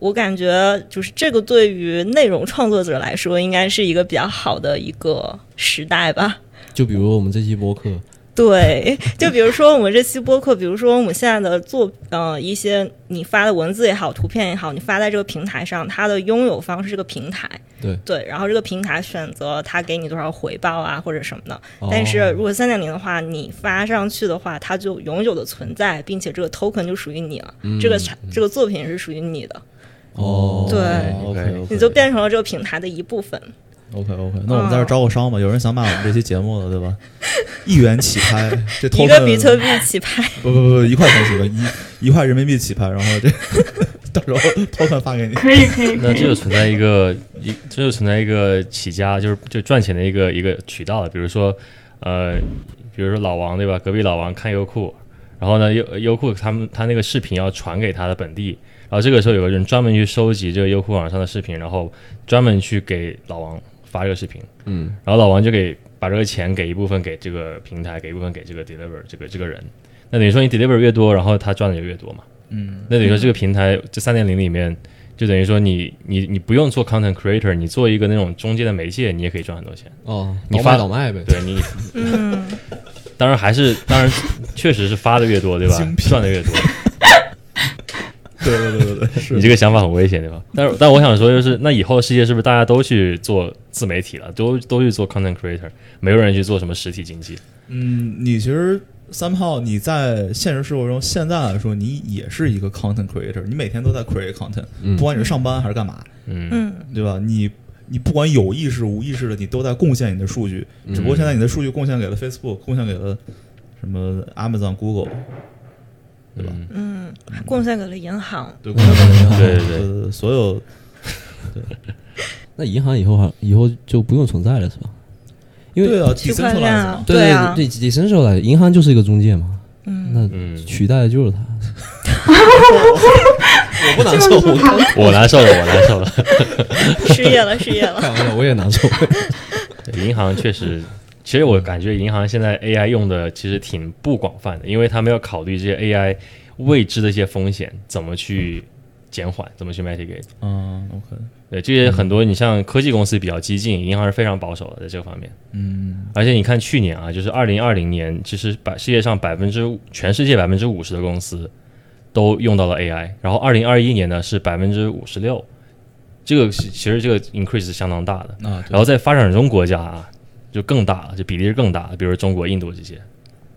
[SPEAKER 2] 我感觉就是这个对于内容创作者来说，应该是一个比较好的一个时代吧。
[SPEAKER 5] 就比如我们这期播客，
[SPEAKER 2] <laughs> 对，就比如说我们这期播客，比如说我们现在的做呃一些你发的文字也好，图片也好，你发在这个平台上，它的拥有方是这个平台，
[SPEAKER 5] 对
[SPEAKER 2] 对，然后这个平台选择它给你多少回报啊或者什么的。
[SPEAKER 5] 哦
[SPEAKER 2] 但是如果三点零的话，你发上去的话，它就永久的存在，并且这个 token 就属于你了，这个产这个作品是属于你的，
[SPEAKER 5] 哦，
[SPEAKER 2] 对
[SPEAKER 3] ，OK，
[SPEAKER 2] 你就变成嗯了这个平台的一部分。
[SPEAKER 3] OK OK，那我们在这儿招个商吧，有人想买我们这期节目的，对吧？一元起
[SPEAKER 2] <laughs>
[SPEAKER 3] 拍，这
[SPEAKER 2] 一
[SPEAKER 3] token
[SPEAKER 2] 个比特币起拍，
[SPEAKER 3] 不不不，一块钱起拍，一一块人民币起拍，然后这 <laughs> 到时候 token 发给你。
[SPEAKER 1] 可以可以可
[SPEAKER 4] <laughs> 那这
[SPEAKER 1] 以
[SPEAKER 4] 就，存在一个一，这就存在一个起家，就是就赚钱的一个一个渠道了。比如说，呃，比如说老王对吧？隔壁老王看优酷，然后呢，优优酷他们他那个视频要传给他的本地，然后这个时候有个人专门去收集这个优酷网上的视频，然后专门去给老王发这个视频，
[SPEAKER 5] 嗯，
[SPEAKER 4] 然后老王就给把这个钱给一部分给这个平台，给一部分给这个 deliver 这个这个人。那等于说你 deliver 越多，然后他赚的就越多嘛。
[SPEAKER 3] 嗯，
[SPEAKER 4] 那等于说这个平台这三点零里面，就等于说你你你不用做 content creator，你做一个那种中间的媒介，你也可以赚很多钱。
[SPEAKER 5] 哦，
[SPEAKER 4] 你
[SPEAKER 5] 倒
[SPEAKER 4] 发
[SPEAKER 5] 卖倒卖呗，
[SPEAKER 4] 对你，
[SPEAKER 2] 嗯。
[SPEAKER 4] <laughs> 当然还是当然确实是发的越多，对吧
[SPEAKER 3] 精？辟
[SPEAKER 4] 赚的越多，
[SPEAKER 3] <laughs> 对对对对对，
[SPEAKER 4] 你
[SPEAKER 3] 是
[SPEAKER 4] 这个想法很危险，对吧？但是但我想说就是，那以后的世界是不是大家都去做自媒体了，都都去做 content creator，没有人去做什么实体经济？
[SPEAKER 3] 嗯，你其实三炮，你在现实生活中现在来说，你也是一个 content creator，你每天都在 create content，
[SPEAKER 5] 嗯
[SPEAKER 3] 不管你是上班还是干嘛，
[SPEAKER 4] 嗯，
[SPEAKER 2] <laughs> 嗯
[SPEAKER 3] 对吧？你你不管有意识无意识的，你都在贡献你的数据，
[SPEAKER 4] 嗯
[SPEAKER 3] 只不过现在你的数据贡献给了 Facebook，贡献给了什么 Amazon、Google，
[SPEAKER 4] 对吧？
[SPEAKER 2] 嗯，还贡献给了银行。
[SPEAKER 3] 对，贡献给了银行，
[SPEAKER 4] 嗯对对对
[SPEAKER 3] 对，所有
[SPEAKER 5] 那银行以后还以后就不用存在了是吧？因为
[SPEAKER 3] 对啊
[SPEAKER 2] 区块
[SPEAKER 3] ，decentralized
[SPEAKER 2] 链
[SPEAKER 3] 嘛
[SPEAKER 2] 啊，
[SPEAKER 5] 对
[SPEAKER 2] 对啊
[SPEAKER 5] 对，decentralized 银行就是一个中介嘛，那
[SPEAKER 4] 嗯
[SPEAKER 5] 取代的就是它。我不难
[SPEAKER 1] 就
[SPEAKER 5] 受，
[SPEAKER 1] 是
[SPEAKER 5] 我
[SPEAKER 1] 他
[SPEAKER 4] 我难受了，我难受了。
[SPEAKER 2] 啊失业了，失业了。
[SPEAKER 5] 开玩笑，我也难受。
[SPEAKER 4] 对银行确实，其实我感觉银行现在 AI 用的其实挺不广泛的，因为他们要考虑这些 AI 未知的一些风险怎么去减缓，怎么去 mitigate。
[SPEAKER 3] 嗯，OK，
[SPEAKER 4] 对，这些很多你像科技公司比较激进，银行是非常保守的在这个方面。
[SPEAKER 3] 嗯
[SPEAKER 4] 而且你看去年啊，就是二零二零年，其实百世界上百分之全世界百分之五十的公司都用到了 AI，然后二零二一年呢是百分之五十六，这个是其实这个 increase 是相当大的。
[SPEAKER 3] 啊，对
[SPEAKER 4] 然后在发展中国家啊，就更大了，就比例是更大的，比如中国、印度这些，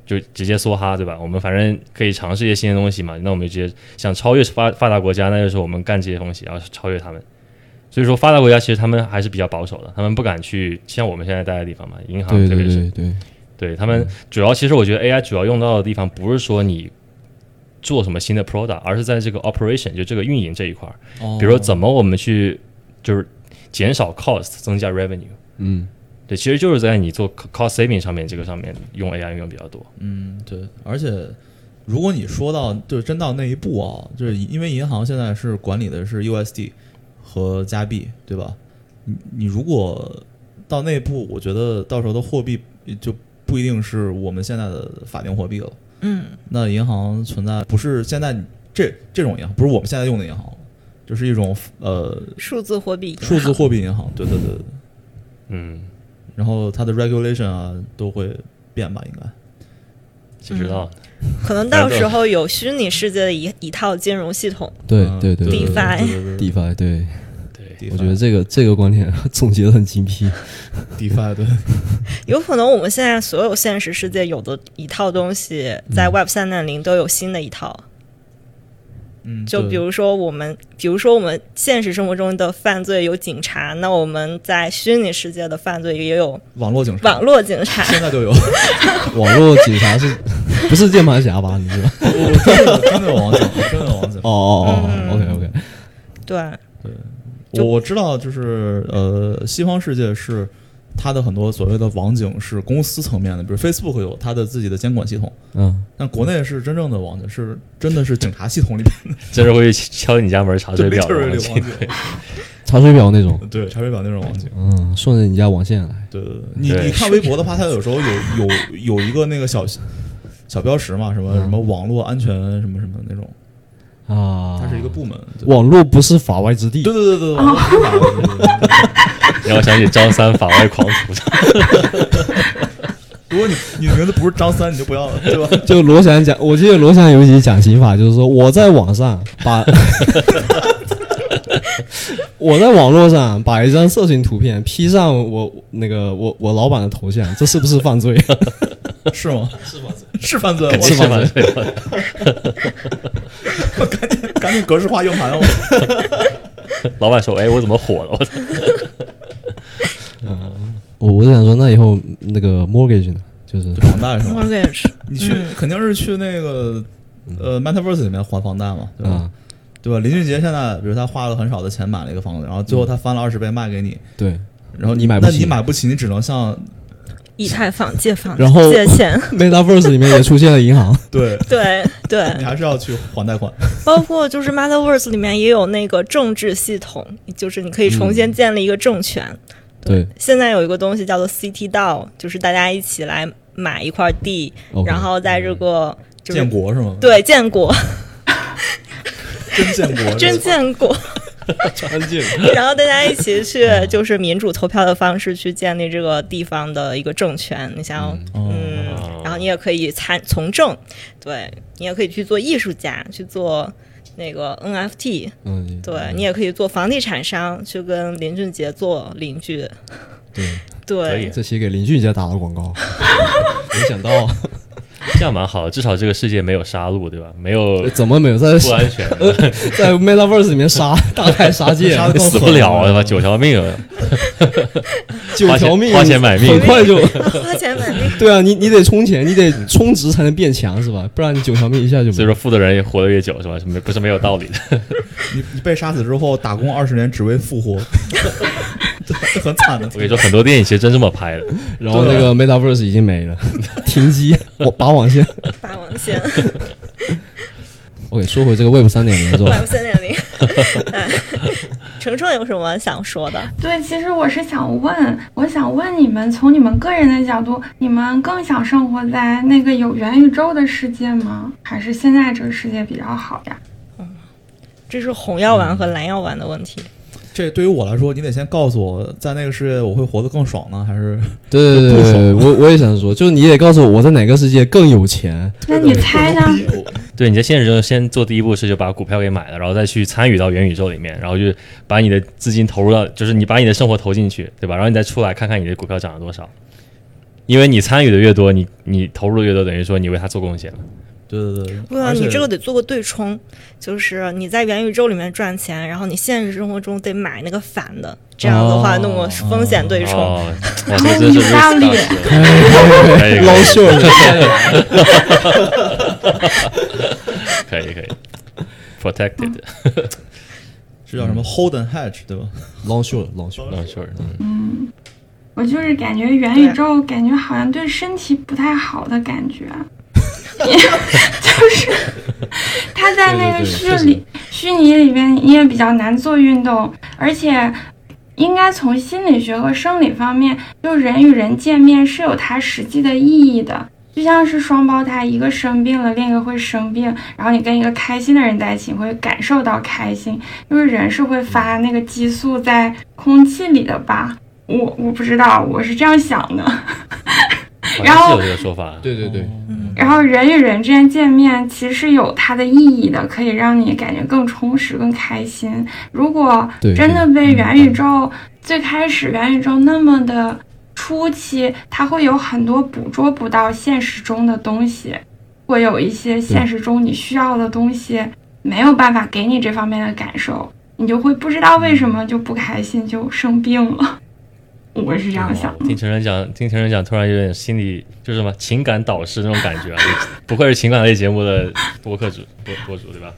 [SPEAKER 4] 就直接梭哈，对吧？我们反正可以尝试一些新的东西嘛，那我们就直接想超越发发达国家，那就是我们干这些东西，然后超越他们。所以说，发达国家其实他们还是比较保守的，他们不敢去像我们现在待的地方嘛，银行
[SPEAKER 5] 对
[SPEAKER 4] 特别
[SPEAKER 5] 对
[SPEAKER 4] 是
[SPEAKER 5] 对嗯对，
[SPEAKER 4] 对他们主要，其实我觉得 AI 主要用到的地方，不是说你做什么新的 product，而是在这个 operation，就这个运营这一块儿，
[SPEAKER 3] 哦
[SPEAKER 5] 哦
[SPEAKER 4] 比如说怎么我们去就是减少 cost，增加 revenue。
[SPEAKER 5] 嗯，
[SPEAKER 4] 对，其实就是在你做 cost saving 上面这个上面用 AI 用比较多。
[SPEAKER 3] 嗯，对，而且如果你说到就是真到那一步啊，就是因为银行现在是管理的是 USD 和加币，对吧？你你如果到那一步，我觉得到时候的货币就不一定是我们现在的法定货币了。
[SPEAKER 2] 嗯，
[SPEAKER 3] 那银行存在不是现在这这种银行，不是我们现在用的银行了，就是一种呃
[SPEAKER 2] 数字货币，
[SPEAKER 3] 数字货币银行。对对对，对
[SPEAKER 4] 嗯，
[SPEAKER 3] 然后它的 regulation 啊都会变吧，应该。
[SPEAKER 2] 嗯
[SPEAKER 4] 谁知道？
[SPEAKER 2] 可能
[SPEAKER 3] 哎
[SPEAKER 2] 到时候有虚拟世界的一一套金融系统。
[SPEAKER 5] 对
[SPEAKER 3] 嗯
[SPEAKER 5] 对对
[SPEAKER 3] 对
[SPEAKER 5] 对
[SPEAKER 2] DeFi
[SPEAKER 3] 对对对
[SPEAKER 5] ，DeFi 对，
[SPEAKER 4] 对，
[SPEAKER 3] DeFi
[SPEAKER 5] 我觉得这个这个观点总结的很精辟。
[SPEAKER 3] DeFi 对，
[SPEAKER 2] 有可能我们现在所有现实世界有的一套东西，在 Web 三点零都有新的一套。
[SPEAKER 3] <laughs> 嗯，
[SPEAKER 2] 就
[SPEAKER 3] 对
[SPEAKER 2] 比如说我们，比如说我们现实生活中的犯罪有警察，那我们在虚拟世界的犯罪也有
[SPEAKER 3] 网络警察，
[SPEAKER 2] 网络警察。
[SPEAKER 3] 现在就有，
[SPEAKER 5] 网络警察是不是键盘侠吧？你知道？
[SPEAKER 3] 真的真的有网警，真的有网警。
[SPEAKER 5] 哦哦
[SPEAKER 2] 嗯
[SPEAKER 5] 哦，OK OK，
[SPEAKER 2] 对，
[SPEAKER 3] 我我知道，就是呃，西方世界是它的很多所谓的网警是公司层面的，比如 Facebook 有它的自己的监管系统，
[SPEAKER 5] 嗯，
[SPEAKER 3] 但国内是真正的网警是真的是警察系统里面
[SPEAKER 4] 这是会敲你家门查
[SPEAKER 3] 就
[SPEAKER 4] 水啊表
[SPEAKER 3] literally
[SPEAKER 4] 的
[SPEAKER 3] 网
[SPEAKER 4] 东西。
[SPEAKER 3] 警，
[SPEAKER 5] 查水表那种，
[SPEAKER 3] 对查水表那种网警。
[SPEAKER 5] 嗯，顺着你家网线来，
[SPEAKER 3] 对对对，你
[SPEAKER 4] 对
[SPEAKER 3] 你看微博的话，它有时候有有有一个那个小小标识嘛，什么
[SPEAKER 5] 嗯
[SPEAKER 3] 什么网络安全什么什么那种，
[SPEAKER 5] 啊，
[SPEAKER 3] 它是一个部门。对
[SPEAKER 5] 网络不是法外之地
[SPEAKER 3] 对。对对对，网络执法对对对对
[SPEAKER 4] <laughs> 让我想起张三法外狂徒，
[SPEAKER 3] 如果你你的名字不是张三，你就不要了，对 <laughs> 吧？
[SPEAKER 5] 就罗翔讲，我记得罗翔有一集讲刑法，就是说我在网上 <laughs> 把，我在网络上把一张色情图片 P 上我那个我我老板的头像，这是不是犯罪？
[SPEAKER 3] 是吗？是犯
[SPEAKER 4] <laughs>
[SPEAKER 3] 罪，
[SPEAKER 4] 肯定
[SPEAKER 3] <laughs> 是
[SPEAKER 4] 是
[SPEAKER 3] 犯罪，
[SPEAKER 4] 法罪。
[SPEAKER 3] 我赶紧赶紧格式化硬盘哦。
[SPEAKER 4] 老板说：“哎，我怎么火了？”我操！
[SPEAKER 5] <laughs> 我我是想说，那以后那个 mortgage 呢？就是
[SPEAKER 3] 房贷是吗？
[SPEAKER 2] mortgage
[SPEAKER 3] 你去肯定是去那个呃 Metaverse 里面还房贷嘛，对吧？
[SPEAKER 5] 啊，
[SPEAKER 3] 对吧？林俊杰现在比如他花了很少的钱买了一个房子，然后最后他翻了二十倍卖给你，
[SPEAKER 5] 对，
[SPEAKER 3] 然后
[SPEAKER 5] 你买不起
[SPEAKER 3] 那你买不起，你只能向
[SPEAKER 2] 以太坊借房
[SPEAKER 5] 然后
[SPEAKER 2] 借
[SPEAKER 3] <laughs>
[SPEAKER 2] 钱，
[SPEAKER 5] Metaverse 里面也出现了银行，
[SPEAKER 3] 对，
[SPEAKER 2] 对对，
[SPEAKER 3] <laughs> 你还是要去还贷款。
[SPEAKER 2] 包括就是 Metaverse 里面也有那个政治系统，就是你可以重新建立一个政权。
[SPEAKER 5] <laughs> 对
[SPEAKER 2] 现在有一个东西叫做 CT 道，就是大家一起来买一块地
[SPEAKER 5] OK
[SPEAKER 2] 然后在这个就是
[SPEAKER 3] 嗯建国是 <laughs> 吗？，
[SPEAKER 2] 对建国，
[SPEAKER 3] 真建国，
[SPEAKER 2] 真建国，
[SPEAKER 5] 安静。
[SPEAKER 2] <laughs> 然后大家一起去就是民主投票的方式去建立这个地方的一个政权。你想，
[SPEAKER 3] 嗯，
[SPEAKER 2] 嗯，
[SPEAKER 4] 哦
[SPEAKER 2] 然后你也可以参从政，对你也可以去做艺术家，去做那个 NFT，
[SPEAKER 5] 嗯，
[SPEAKER 2] 对你也可以做房地产商，去跟林俊杰做邻居。
[SPEAKER 5] 对，
[SPEAKER 4] 可
[SPEAKER 2] 对
[SPEAKER 4] 以，
[SPEAKER 5] 这期给林俊杰打了广 <laughs> 告，没想到
[SPEAKER 4] 这样蛮好的，至少这个世界没有杀戮，对吧？没
[SPEAKER 5] <laughs>
[SPEAKER 4] 有
[SPEAKER 5] 怎么没有在
[SPEAKER 4] 不安全，
[SPEAKER 5] 在 Metaverse 里面杀大开杀戒，
[SPEAKER 3] 杀得更
[SPEAKER 4] 死不了啊，对吧？九条命啊，
[SPEAKER 5] 九条命，
[SPEAKER 4] 花钱花钱买命
[SPEAKER 5] 很快就
[SPEAKER 2] 花钱买命。
[SPEAKER 5] 对啊，你你得充钱，你得充值才能变强是吧？不然你九条命一下就
[SPEAKER 4] 所
[SPEAKER 5] 没
[SPEAKER 4] 以说
[SPEAKER 5] 了。
[SPEAKER 4] 富的人也活得越久，是吧？是没不是没有道理的。
[SPEAKER 3] 你你被杀死之后打工二十年只为复活， <laughs> 这很惨的
[SPEAKER 4] 我。跟你说，很多电影其实真这么拍的。
[SPEAKER 5] 然后那个 Metaverse 已经没了，停机，我拔网线。
[SPEAKER 2] 霸王线
[SPEAKER 5] OK，说回这个 Web 三点零是吧？
[SPEAKER 2] ，Web 三点零。哎程程有什么想说的？
[SPEAKER 1] 对，其实我是想问，我想问你们，从你们个人的角度，你们更想生活在那个有元宇宙的世界吗？还是现在这个世界比较好呀？
[SPEAKER 2] 这是红药丸和蓝药丸的问题。
[SPEAKER 3] 这对于我来说，你得先告诉我，在那个世界我会活得更爽呢，还是
[SPEAKER 5] 对对对对对，我我也想说，就是你也告诉我我在哪个世界更有钱。
[SPEAKER 1] 那你猜呢？
[SPEAKER 4] 对，你在现实中先做第一步是就把股票给买了，然后再去参与到元宇宙里面，然后就把你的资金投入到，就是你把你的生活投进去，对吧？然后你再出来看看你的股票涨了多少，因为你参与的越多，你你投入的越多，等于说你为它做贡献了。
[SPEAKER 3] 对对对，
[SPEAKER 2] 对啊，
[SPEAKER 3] 而且
[SPEAKER 2] 你这个得做个对冲，就是你在元宇宙里面赚钱，然后你现实生活中得买那个反的，这样的话
[SPEAKER 5] 哦
[SPEAKER 2] 弄个风险对冲。
[SPEAKER 4] 哦，哇，这真是 risk
[SPEAKER 1] 大力
[SPEAKER 4] task 可以
[SPEAKER 5] 捞秀了，
[SPEAKER 4] <laughs> 可以可以可以，protected，
[SPEAKER 3] 是叫什么 hold and hedge 对吧？
[SPEAKER 4] 嗯
[SPEAKER 5] 捞秀了，捞秀了。
[SPEAKER 4] 捞秀，
[SPEAKER 1] 我就是感觉元宇宙感觉好像对身体不太好的感觉，就是它在那个
[SPEAKER 5] 对对对
[SPEAKER 1] 虚
[SPEAKER 5] 确实
[SPEAKER 1] 里虚拟里面你也比较难做运动，而且应该从心理学和生理方面，就人与人见面是有它实际的意义的。就像是双胞胎，一个生病了，另一个会生病，然后你跟一个开心的人在一起，你会感受到开心，就是人是会发那个激素在空气里的吧？我我不知道，我是这样想的。
[SPEAKER 4] 好
[SPEAKER 1] 然
[SPEAKER 4] 像是
[SPEAKER 1] 后
[SPEAKER 4] 有这个说法。啊
[SPEAKER 5] 对对对，
[SPEAKER 2] 嗯
[SPEAKER 1] 然后人与人之间见面其实是有它的意义的，可以让你感觉更充实、更开心。如果
[SPEAKER 5] 对
[SPEAKER 1] 真的被元宇宙最开始元宇宙那么的初期，它会有很多捕捉不到现实中的东西，会有一些现实中你需要的东西没有办法给你这方面的感受，你就会不知道为什么就不开心，就生病了。 <laughs> 我是这样想
[SPEAKER 4] 哇
[SPEAKER 1] 的。
[SPEAKER 4] 嗯听陈晨讲，听陈晨讲，突然有点心理就是什么情感导师那种感觉啊！不愧是情感类节目的播客主播播主对吧？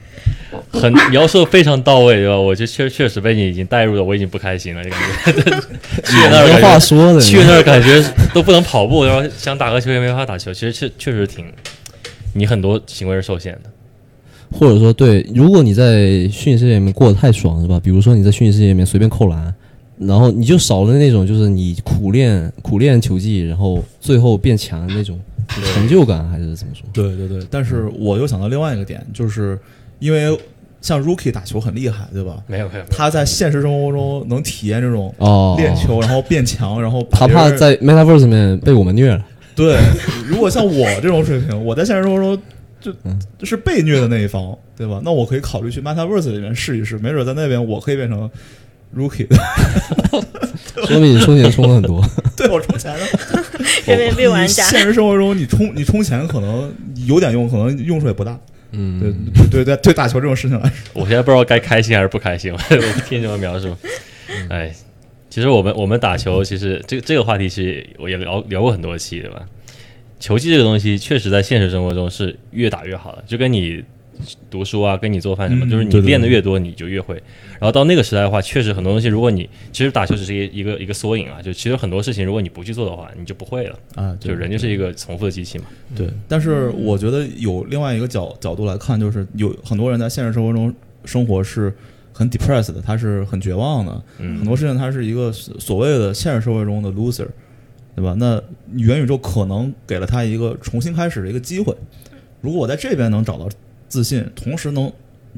[SPEAKER 4] 很描述非常到位对吧？我就确确实被你已经带入了，我已经不开心了，就感觉 <laughs> 去那儿
[SPEAKER 5] 没
[SPEAKER 4] 感
[SPEAKER 5] 话
[SPEAKER 4] 觉
[SPEAKER 5] 说的，
[SPEAKER 4] 去那儿感觉都不能跑步，然后想打个球也没法打球。其实确确实挺，你很多行为是受限的。
[SPEAKER 5] 或者说对，如果你在虚拟世界里面过得太爽是吧？比如说你在虚拟世界里面随便扣篮，然后你就少了那种就是你苦练苦练球技，然后最后变强的那种成就感，还是
[SPEAKER 3] <laughs>
[SPEAKER 5] 怎么说？
[SPEAKER 3] 对对对，但是我又想到另外一个点，就是因为像 Rookie 打球很厉害，对吧？
[SPEAKER 4] 没有没有，没有
[SPEAKER 3] 他在现实生活中能体验这种
[SPEAKER 5] 哦，
[SPEAKER 3] 练球，然后变强，然后把
[SPEAKER 5] 他
[SPEAKER 3] 别
[SPEAKER 5] 怕
[SPEAKER 3] 人
[SPEAKER 5] 在 Metaverse 里面被我们虐了。
[SPEAKER 3] 对。如果像我这种水平，我在现实生活中就
[SPEAKER 5] 嗯
[SPEAKER 3] 就是被虐的那一方，对吧？那我可以考虑去 Metaverse 里面试一试，没准在那边我可以变成 Rookie，
[SPEAKER 5] 说明你充钱充了很多，
[SPEAKER 3] 对我充钱了。
[SPEAKER 2] 人民币玩
[SPEAKER 3] 你
[SPEAKER 2] 家，
[SPEAKER 3] 现实生活中你充你充钱可能有点用，可能用处也不大。对
[SPEAKER 5] 嗯，
[SPEAKER 3] 对对对，对打球这种事情来说，
[SPEAKER 4] 我现在不知道该开心还是不开心， <laughs> 我我听这么描述，哎，其实我们我们打球，其实这这个话题其实我也聊聊过很多期，对吧？球技这个东西，确实在现实生活中是越打越好的，就跟你读书啊，跟你做饭什么，
[SPEAKER 3] 嗯
[SPEAKER 4] 就是你
[SPEAKER 3] 对对
[SPEAKER 4] 练的越多，你就越会。然后到那个时代的话，确实很多东西，如果你其实打球只是一一个一个缩影啊，就其实很多事情，如果你不去做的话，你就不会了。
[SPEAKER 3] 啊，
[SPEAKER 4] 就人就是一个重复的机器嘛。
[SPEAKER 3] 对，但是我觉得有另外一个角角度来看，就是有很多人在现实生活中生活是很 depressed 的，他是很绝望的，
[SPEAKER 4] 嗯
[SPEAKER 3] 很多事情他是一个所所谓的现实社会中的 loser，对吧？那元宇宙可能给了他一个重新开始的一个机会。如果我在这边能找到自信，同时能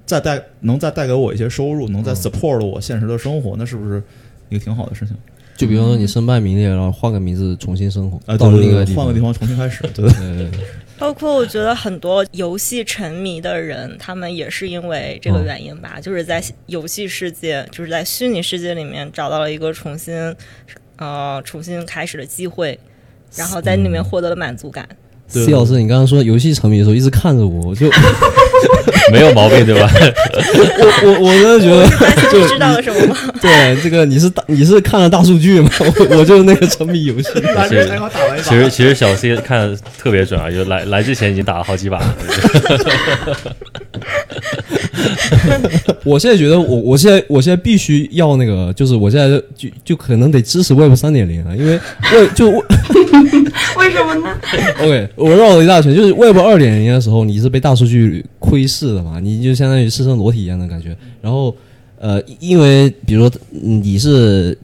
[SPEAKER 3] 再带能再带给我一些收入，能再 support 我现实的生活，那是不是一个挺好的事情？
[SPEAKER 5] 就比方说你身败名裂，然后换个名字重新生活，
[SPEAKER 3] 啊，
[SPEAKER 5] 到
[SPEAKER 3] 对
[SPEAKER 5] 另一
[SPEAKER 3] 对
[SPEAKER 5] 个
[SPEAKER 3] 对，
[SPEAKER 5] 地方，
[SPEAKER 3] 换个地方重新开始，
[SPEAKER 5] <laughs>
[SPEAKER 3] 对对对
[SPEAKER 5] 对对对
[SPEAKER 2] 包括我觉得很多游戏沉迷的人，他们也是因为这个原因吧，就是在游戏世界，就是在虚拟世界里面找到了一个重新，呃，重新开始的机会，然后在里面获得了满足感。
[SPEAKER 3] 对
[SPEAKER 5] ，C 老师，你刚刚说游戏沉迷的时候一直看着我，我就
[SPEAKER 4] <laughs> 没有毛病，对 <laughs> 吧？
[SPEAKER 5] 我我我真的觉得就
[SPEAKER 2] 知道了什么吗？
[SPEAKER 5] <laughs> 对，这个你是大你是看了大数据吗？ <laughs> 我我就是那个沉迷游戏。
[SPEAKER 3] <laughs> 来这才刚打完一把
[SPEAKER 4] 其实其实小 C 看得特别准啊，就来来之前已经打了好几把了。
[SPEAKER 5] 我现在觉得我我现在我现在必须要那个，就是我现在就就可能得支持 Web 三点零啊了，因为 Web 就
[SPEAKER 1] <laughs> 为什么呢？
[SPEAKER 5] OK，我绕了一大圈，就是 Web 二点零的时候，你是被大数据窥视的嘛，你就相当于赤身裸体一样的感觉。然后，呃，因为比如说嗯你是，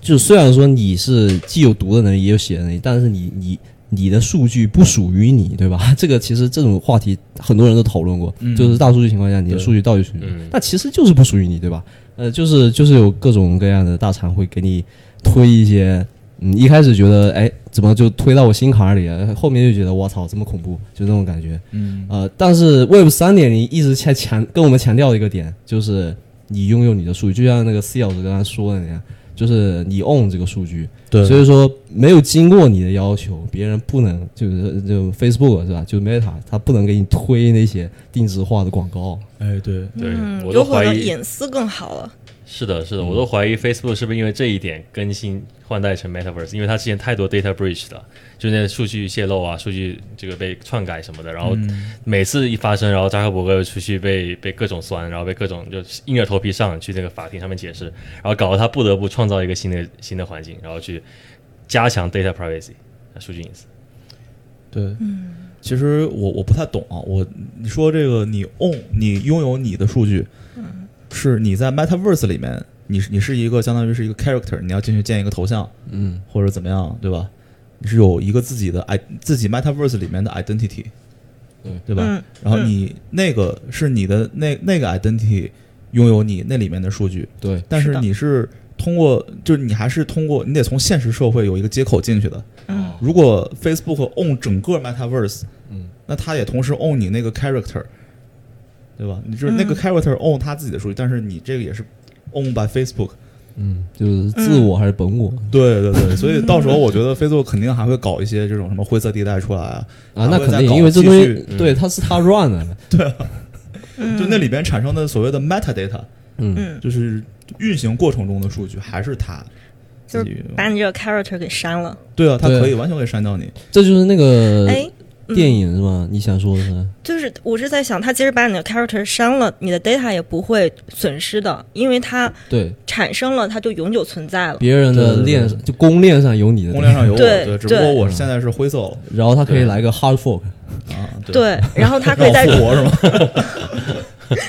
[SPEAKER 5] 就虽然说你是既有读的能力，也有写的能力，但是你你你的数据不属于你，对吧？ <laughs> 这个其实这种话题很多人都讨论过，
[SPEAKER 3] 嗯
[SPEAKER 5] 就是大数据情况下你的
[SPEAKER 3] 对
[SPEAKER 5] 数据到底属于你
[SPEAKER 4] 嗯，
[SPEAKER 5] 那其实就是不属于你，对吧？呃，就是就是有各种各样的大厂会给你推一些嗯，一开始觉得哎，怎么就推到我心坎儿里了？后面就觉得我操，这么恐怖，就那种感觉。
[SPEAKER 3] 嗯
[SPEAKER 5] 呃，但是 Web 三点零一直在强跟我们强调一个点，就是你拥有你的数据，就像那个 C 老师刚才说的那样，就是你 own 这个数据。
[SPEAKER 3] 对
[SPEAKER 5] 所以说没有经过你的要求，别人不能就是就 Facebook 是吧？就 Meta，它不能给你推那些定制化的广告。
[SPEAKER 3] 哎对。
[SPEAKER 4] 对，
[SPEAKER 2] 嗯，
[SPEAKER 4] 我
[SPEAKER 2] 有
[SPEAKER 4] 都
[SPEAKER 2] 可
[SPEAKER 4] 怀
[SPEAKER 2] 能
[SPEAKER 4] 疑。
[SPEAKER 2] 隐私更好了。
[SPEAKER 4] 是的，
[SPEAKER 2] 嗯
[SPEAKER 4] 是的，我都怀疑 Facebook 是不是因为这一点更新换代成 Metaverse，因为它之前太多 data breach 了，就那数据泄露啊，数据这个被篡改什么的，然后
[SPEAKER 2] 嗯
[SPEAKER 3] 嗯
[SPEAKER 4] 每次一发生，然后扎克伯格又出去被被各种酸，然后被各种就硬着头皮上去那个法庭上面解释，然后搞得他不得不创造一个新的新的环境，然后去加强 data privacy 数据隐私。
[SPEAKER 3] 对，
[SPEAKER 2] 嗯
[SPEAKER 3] 其实我我不太懂啊，我你说这个你 own 你拥有你的数据，
[SPEAKER 2] 嗯
[SPEAKER 3] 是你在 Metaverse 里面，你是你是一个相当于是一个 character，你要进去建一个头像
[SPEAKER 5] 嗯，
[SPEAKER 3] 或者怎么样，对吧？你是有一个自己的 i 自己 Metaverse 里面的 identity，
[SPEAKER 5] 对
[SPEAKER 3] 对吧？
[SPEAKER 2] 嗯
[SPEAKER 3] 然后你那个是你的那那个 identity 拥有你那里面的数据，
[SPEAKER 5] 对，
[SPEAKER 3] 但
[SPEAKER 2] 是
[SPEAKER 3] 是
[SPEAKER 2] 的
[SPEAKER 3] 你是通过，就是你还是通过，你得从现实社会有一个接口进去的。
[SPEAKER 2] 嗯，
[SPEAKER 3] 如果 Facebook own 整个 Metaverse，
[SPEAKER 5] 哦嗯，
[SPEAKER 3] 那它也同时 own 你那个 character，对吧？你就是那个
[SPEAKER 2] 嗯
[SPEAKER 3] character own 他自己的数据，但是你这个也是 own by Facebook。
[SPEAKER 5] 嗯，就是自我还是本我
[SPEAKER 3] 对对
[SPEAKER 2] <laughs>
[SPEAKER 3] 对，所以到时候我觉得 Facebook 肯定还会搞一些这种什么灰色地带出来啊，
[SPEAKER 5] 啊，那
[SPEAKER 3] 还会再
[SPEAKER 5] 肯定，
[SPEAKER 3] 搞
[SPEAKER 5] 因为这
[SPEAKER 3] 继
[SPEAKER 5] 东
[SPEAKER 3] 续
[SPEAKER 5] 西对它是它 run 的，
[SPEAKER 3] 就那里边产生的所谓的 metadata，
[SPEAKER 5] 嗯，
[SPEAKER 2] 嗯，
[SPEAKER 3] 就是运行过程中的数据，还是它
[SPEAKER 2] 就
[SPEAKER 3] 自己
[SPEAKER 2] 是把你这个 character 给删了。
[SPEAKER 3] 对啊，它
[SPEAKER 5] 对
[SPEAKER 3] 可以完全可以删掉你。
[SPEAKER 5] 这就是那个
[SPEAKER 2] 哎，嗯
[SPEAKER 5] 电影是吗？你想说的是？
[SPEAKER 2] 就是我是在想，它即使把你的 character 删了，你的 data 也不会损失的，因为它
[SPEAKER 5] 对，
[SPEAKER 2] 产生了，它就永久存在了。
[SPEAKER 5] 别人
[SPEAKER 3] 对
[SPEAKER 5] 的
[SPEAKER 3] 对对
[SPEAKER 5] 链就公链上有你的，
[SPEAKER 3] 公链上有我，
[SPEAKER 2] 对
[SPEAKER 3] 对，只不过
[SPEAKER 2] 对
[SPEAKER 3] 我现在是灰色了
[SPEAKER 5] 然后他可以
[SPEAKER 4] 对
[SPEAKER 5] 来个 hard fork，
[SPEAKER 3] 啊，
[SPEAKER 2] 对，然后它可
[SPEAKER 3] 让
[SPEAKER 2] 以
[SPEAKER 3] 我
[SPEAKER 2] 在
[SPEAKER 3] 复活是
[SPEAKER 2] <laughs>
[SPEAKER 3] 吗？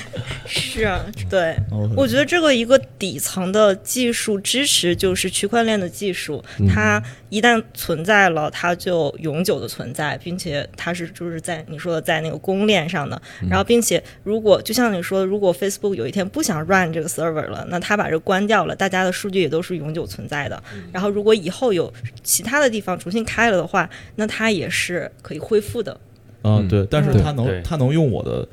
[SPEAKER 2] 是啊，对，
[SPEAKER 3] 嗯哦
[SPEAKER 2] 我觉得这个一个底层的技术支持就是区块链的技术，它一旦存在了，它就永久的存在，并且它是就是在你说的在那个公链上的。然后，并且如果就像你说的，如果 Facebook 有一天不想 run 这个 server 了，那它把这关掉了，大家的数据也都是永久存在的。然后，如果以后有其他的地方重新开了的话，那它也是可以恢复的。
[SPEAKER 3] 啊，
[SPEAKER 5] 嗯
[SPEAKER 3] 对，但是
[SPEAKER 5] 对
[SPEAKER 3] 他
[SPEAKER 4] 对
[SPEAKER 3] 能他能用我的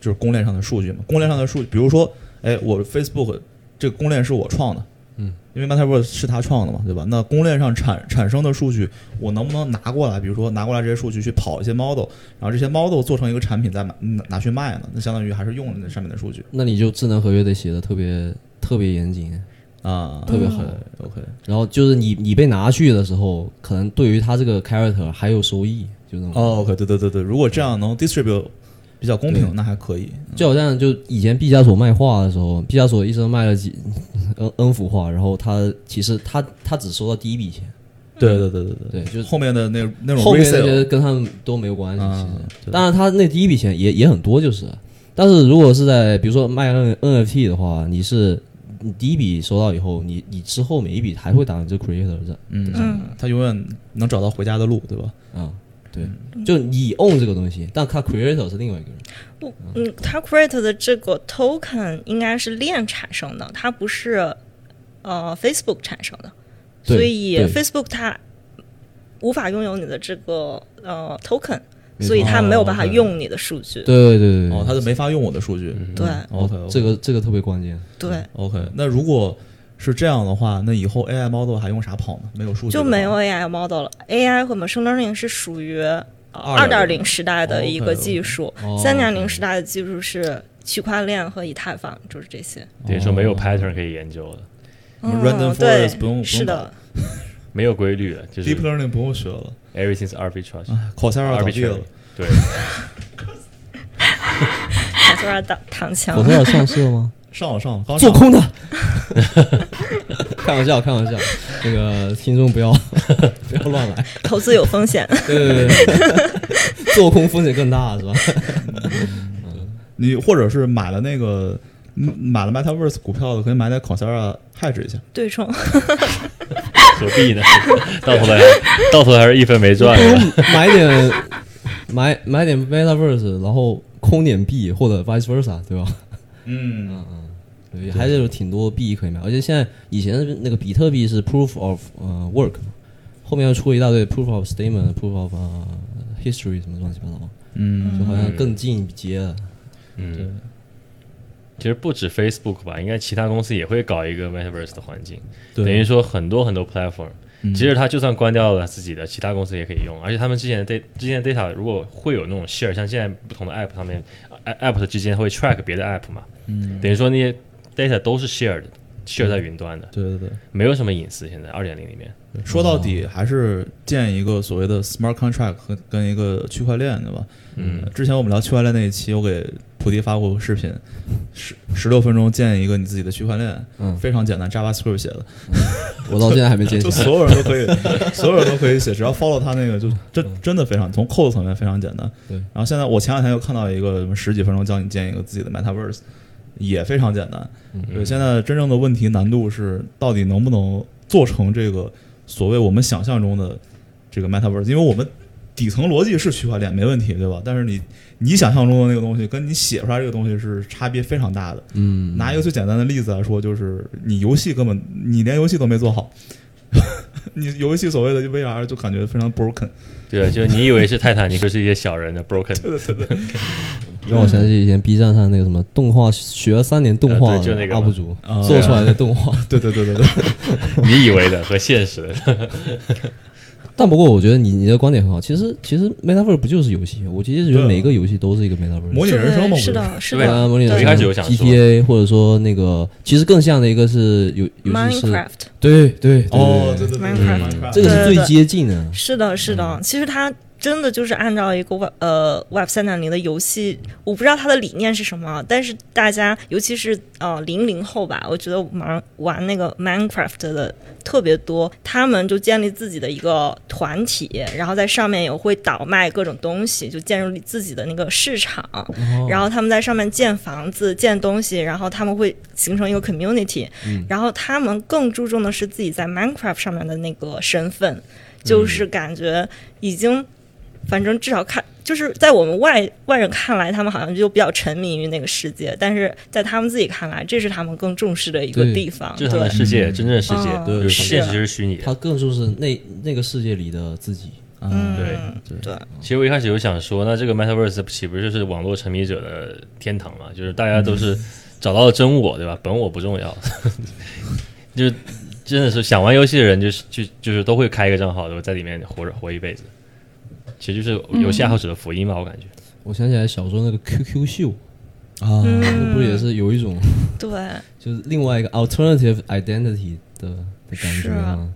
[SPEAKER 3] 就是公链上的数据嘛？公链上的数据，比如说，哎，我 Facebook 这个公链是我创的，
[SPEAKER 5] 嗯，
[SPEAKER 3] 因为 Metaverse 是他创的嘛，对吧？那公链上产产生的数据，我能不能拿过来？比如说拿过来这些数据去跑一些 model，然后这些 model 做成一个产品再买拿拿去卖呢？那相当于还是用了那上面的数据
[SPEAKER 5] 那你就智能合约得写的特别特别严谨，
[SPEAKER 3] 啊，
[SPEAKER 5] 特别狠。
[SPEAKER 3] OK，
[SPEAKER 5] 然后就是你你被拿去的时候，可能对于他这个 character 还有收益，就那种。
[SPEAKER 3] 哦，OK，对对对对，如果这样能 distribute 比较公平
[SPEAKER 5] 对，
[SPEAKER 3] 那还可以。
[SPEAKER 5] 就好像就以前毕加索卖画的时候，毕加索一生卖了几 n n 幅画，然后他其实他他只收到第一笔钱，
[SPEAKER 2] 嗯
[SPEAKER 3] 对对对对对
[SPEAKER 5] 对，就是
[SPEAKER 3] 后面的那那种
[SPEAKER 5] 后面那
[SPEAKER 3] resale
[SPEAKER 5] 些跟他们都没有关系。其
[SPEAKER 3] 啊
[SPEAKER 5] 实，
[SPEAKER 3] 对
[SPEAKER 5] 当然，他那第一笔钱也也很多，就是。但是如果是在比如说卖 N NFT 的话，你是你第一笔收到以后，你你之后每一笔还会打你这 creator 的
[SPEAKER 3] 嗯
[SPEAKER 2] 嗯
[SPEAKER 3] 他永远能找到回家的路，对吧？
[SPEAKER 5] 啊，对，就你 own 这个东西，但他 creator 是另外一个人。
[SPEAKER 2] 不，嗯，它 create 的这个 token 应该是链产生的，它不是呃 Facebook 产生的，
[SPEAKER 5] 对
[SPEAKER 2] 所以
[SPEAKER 5] 对
[SPEAKER 2] Facebook 它无法拥有你的这个呃 token，
[SPEAKER 5] 没错
[SPEAKER 2] 所以它没有办法
[SPEAKER 3] 哦，OK
[SPEAKER 2] 用你的数据。
[SPEAKER 5] 对对对对，哦
[SPEAKER 3] 哦，他就没法用我的数据。
[SPEAKER 2] 对
[SPEAKER 3] ，OK，
[SPEAKER 5] 这个这个特别关键。
[SPEAKER 2] 对，
[SPEAKER 3] OK。那如果是这样的话，那以后 AI model 还用啥跑呢？没有数据
[SPEAKER 2] 就
[SPEAKER 3] 的话
[SPEAKER 2] 没有 AI model 了。AI 和 machine learning 是属于二点
[SPEAKER 3] 2.0
[SPEAKER 2] 零时代的一个技术
[SPEAKER 5] 哦，，OK
[SPEAKER 2] 三点零时代的技术是区块链和以太坊，就是这些。
[SPEAKER 4] 等于说
[SPEAKER 2] 哦
[SPEAKER 4] 没有 pattern 可以研究了，
[SPEAKER 3] 什么 random
[SPEAKER 2] 嗯对
[SPEAKER 3] forest 不用不用
[SPEAKER 2] 是
[SPEAKER 3] 搞
[SPEAKER 2] 的，
[SPEAKER 4] 没有规律了，就是
[SPEAKER 3] deep learning 不用学了
[SPEAKER 4] everything's arbitrage，
[SPEAKER 2] 啊
[SPEAKER 3] ，Coursera 倒闭
[SPEAKER 4] arbitrary
[SPEAKER 3] 了。
[SPEAKER 4] 对，
[SPEAKER 2] 卡索尔挡躺枪
[SPEAKER 5] 火。特尔上市了吗？
[SPEAKER 3] 上了上了，刚
[SPEAKER 5] <laughs> 做
[SPEAKER 3] 上
[SPEAKER 5] 空的，开玩笑，开玩笑，那个听众不要 <laughs> 不要乱来，
[SPEAKER 2] 投资有风险。
[SPEAKER 5] 对对对对， <laughs> 做空风险更大是吧？
[SPEAKER 3] 你或者是买了那个嗯买了 Metaverse 股票的，可以买点 Coursera hedge 一下。
[SPEAKER 2] 对冲，
[SPEAKER 4] 何必呢？ <laughs> 到头来到头来还是一分没赚
[SPEAKER 5] 不
[SPEAKER 4] 是吧。
[SPEAKER 5] 如买点买买点 Metaverse，然后空点币或者 vice versa，对吧？
[SPEAKER 3] 嗯，
[SPEAKER 5] 对，还是有挺多币可以买，而且现在以前的那个比特币是 proof of 呃 work，后面又出了一大堆 proof of statement、proof of 呃 history 什么乱七八糟，
[SPEAKER 3] 嗯，
[SPEAKER 5] 就好像更进一阶了。
[SPEAKER 4] 嗯，其实不止 Facebook 吧，应该其他公司也会搞一个 Metaverse 的环境，
[SPEAKER 3] 对嗯
[SPEAKER 4] 等于说很多很多 platform。其实它就算关掉了自己的，其他公司也可以用，而且他们之前的 data 之前的 data 如果会有那种 share，像现在不同的 app 上面啊 app 之间会 track 别的 app 嘛，嗯，等于说那些 data 都是 shared 的，share 在云端的，
[SPEAKER 3] 对对对。
[SPEAKER 4] 没有什么隐私。现在二点零里面，
[SPEAKER 3] 说到底还是建一个所谓的 smart contract 和跟一个区块链，对吧？呃
[SPEAKER 4] 嗯，
[SPEAKER 3] 之前我们聊区块链那一期，我给葡图迪发过视频，十十六分钟建一个你自己的区块链，
[SPEAKER 5] 嗯
[SPEAKER 3] 非常简单，JavaScript 写的，
[SPEAKER 5] 我到现在还没见
[SPEAKER 3] 就
[SPEAKER 5] 起来。
[SPEAKER 3] 所有人都
[SPEAKER 5] <laughs>
[SPEAKER 3] 可以，所有人都可以写，只要 follow 他那个，就真真的非常从 code 层面非常简单。
[SPEAKER 5] 嗯对
[SPEAKER 3] 然后现在我前两天又看到一个什么十几分钟教你建一个自己的 metaverse，也非常简单。
[SPEAKER 5] 嗯
[SPEAKER 3] 对，现在真正的问题难度是到底能不能做成这个所谓我们想象中的这个 metaverse，因为我们底层逻辑是区块链没问题，对吧？但是你你想象中的那个东西跟你写出来这个东西是差别非常大的。
[SPEAKER 5] 嗯，
[SPEAKER 3] 拿一个最简单的例子来说，就是你游戏根本你连游戏都没做好，你游戏所谓的 VR 就感觉非常 broken。
[SPEAKER 4] 对，就你以为是泰坦尼克是一些小人的 broken， <laughs>
[SPEAKER 5] 让我想起以前 B 站上那个什么动画学了三年动画
[SPEAKER 4] 呃对就那个嘛
[SPEAKER 5] UP 主
[SPEAKER 3] 啊
[SPEAKER 5] 做出来的动画，
[SPEAKER 3] <laughs>
[SPEAKER 5] <laughs>
[SPEAKER 3] 对对对对对，
[SPEAKER 4] 你以为的和现实的，
[SPEAKER 5] 但不过我觉得你你的观点很好，其实其实 Metaverse 不就是游戏？我其实觉
[SPEAKER 3] 对啊
[SPEAKER 5] 得每一个游戏都是一个 Metaverse。
[SPEAKER 3] <laughs> <laughs> 模拟人生嘛，
[SPEAKER 2] 是
[SPEAKER 3] 不
[SPEAKER 2] 的，是
[SPEAKER 4] 对
[SPEAKER 2] 的
[SPEAKER 5] 啊，模拟人
[SPEAKER 4] 我
[SPEAKER 5] 生
[SPEAKER 4] 一开始有想说
[SPEAKER 5] GTA，或者说那个，其实更像的一个是游游戏是，
[SPEAKER 2] ，Minecraft。
[SPEAKER 5] 哦对对对
[SPEAKER 3] 哦，对
[SPEAKER 5] 对
[SPEAKER 3] 对对
[SPEAKER 2] Minecraft
[SPEAKER 3] 对，这
[SPEAKER 5] 这个
[SPEAKER 3] 个
[SPEAKER 5] 是最接近的。
[SPEAKER 2] 是的，是的，其实它真的就是按照一个 Web 呃 Web 三点零的游戏，我不知道它的理念是什么，但是大家尤其是呃零零后吧，我觉得玩玩那个 Minecraft 的特别多，他们就建立自己的一个团体，然后在上面也会倒卖各种东西，就建立自己的那个市场，
[SPEAKER 4] 哦
[SPEAKER 5] 哦
[SPEAKER 2] 然后他们在上面建房子、建东西，然后他们会形成一个 community，、然
[SPEAKER 4] 嗯
[SPEAKER 2] 后他们更注重的是自己在 Minecraft 上面的那个身
[SPEAKER 4] 嗯
[SPEAKER 2] 份，就是感觉已经，反正至少看，就是在我们外外人看来，他们好像就比较沉迷于那个世界，但是在他们自己看来，这是他们更重视的一个
[SPEAKER 5] 对
[SPEAKER 2] 地方。
[SPEAKER 4] 这是他们的
[SPEAKER 2] 啊对，
[SPEAKER 4] 世界，真正的世界
[SPEAKER 2] 嗯，
[SPEAKER 4] 就是
[SPEAKER 5] 是
[SPEAKER 4] 现实就是虚拟的。
[SPEAKER 5] 它更就是那那个世界里的自己。
[SPEAKER 2] 嗯，
[SPEAKER 4] 对
[SPEAKER 2] 对，
[SPEAKER 4] 其实我一开始有想说，那这个 Metaverse 岂不就是网络沉迷者的天堂嘛？就是大家都是找到了真我，对吧？本我不重要， <laughs> 就是真的是想玩游戏的人，就是就就是都会开一个账号，然后在里面活着活一辈子。其实就是游戏爱好者的福音吧，我感觉。
[SPEAKER 5] 我想起来小时候那个 QQ 秀，
[SPEAKER 3] 啊，
[SPEAKER 5] 那不是也是有一种
[SPEAKER 2] 对，
[SPEAKER 5] 就是另外一个 alternative identity 的的感
[SPEAKER 2] 是
[SPEAKER 5] 觉
[SPEAKER 2] 啊
[SPEAKER 5] 吗？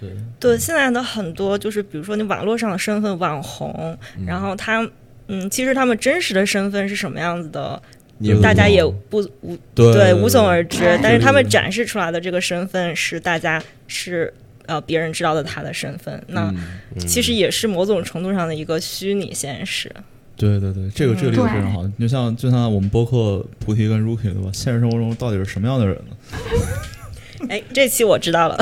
[SPEAKER 5] 对，
[SPEAKER 2] 对，现在的很多就是，比如说你网络上的身份网红，然后他，嗯，其实他们真实的身份是什么样子的，
[SPEAKER 5] 你有
[SPEAKER 2] 大家
[SPEAKER 5] 什么
[SPEAKER 2] 也不无
[SPEAKER 3] 对对
[SPEAKER 2] 无从而知
[SPEAKER 1] 对。
[SPEAKER 2] 但是他
[SPEAKER 3] 对
[SPEAKER 2] 们
[SPEAKER 3] 对
[SPEAKER 2] 展示出来的这个身份是大家是呃别人知道的他的身份，那
[SPEAKER 3] 嗯
[SPEAKER 2] 其实也是某种程度上的一个虚拟现实。
[SPEAKER 3] 对对对，
[SPEAKER 2] 嗯
[SPEAKER 3] 这个这个例子
[SPEAKER 1] 对
[SPEAKER 3] 非常好。就像就像我们播客菩提跟 Rookie 对吧？现实生活中到底是什么样的人呢？
[SPEAKER 2] 哎，这期我知道了，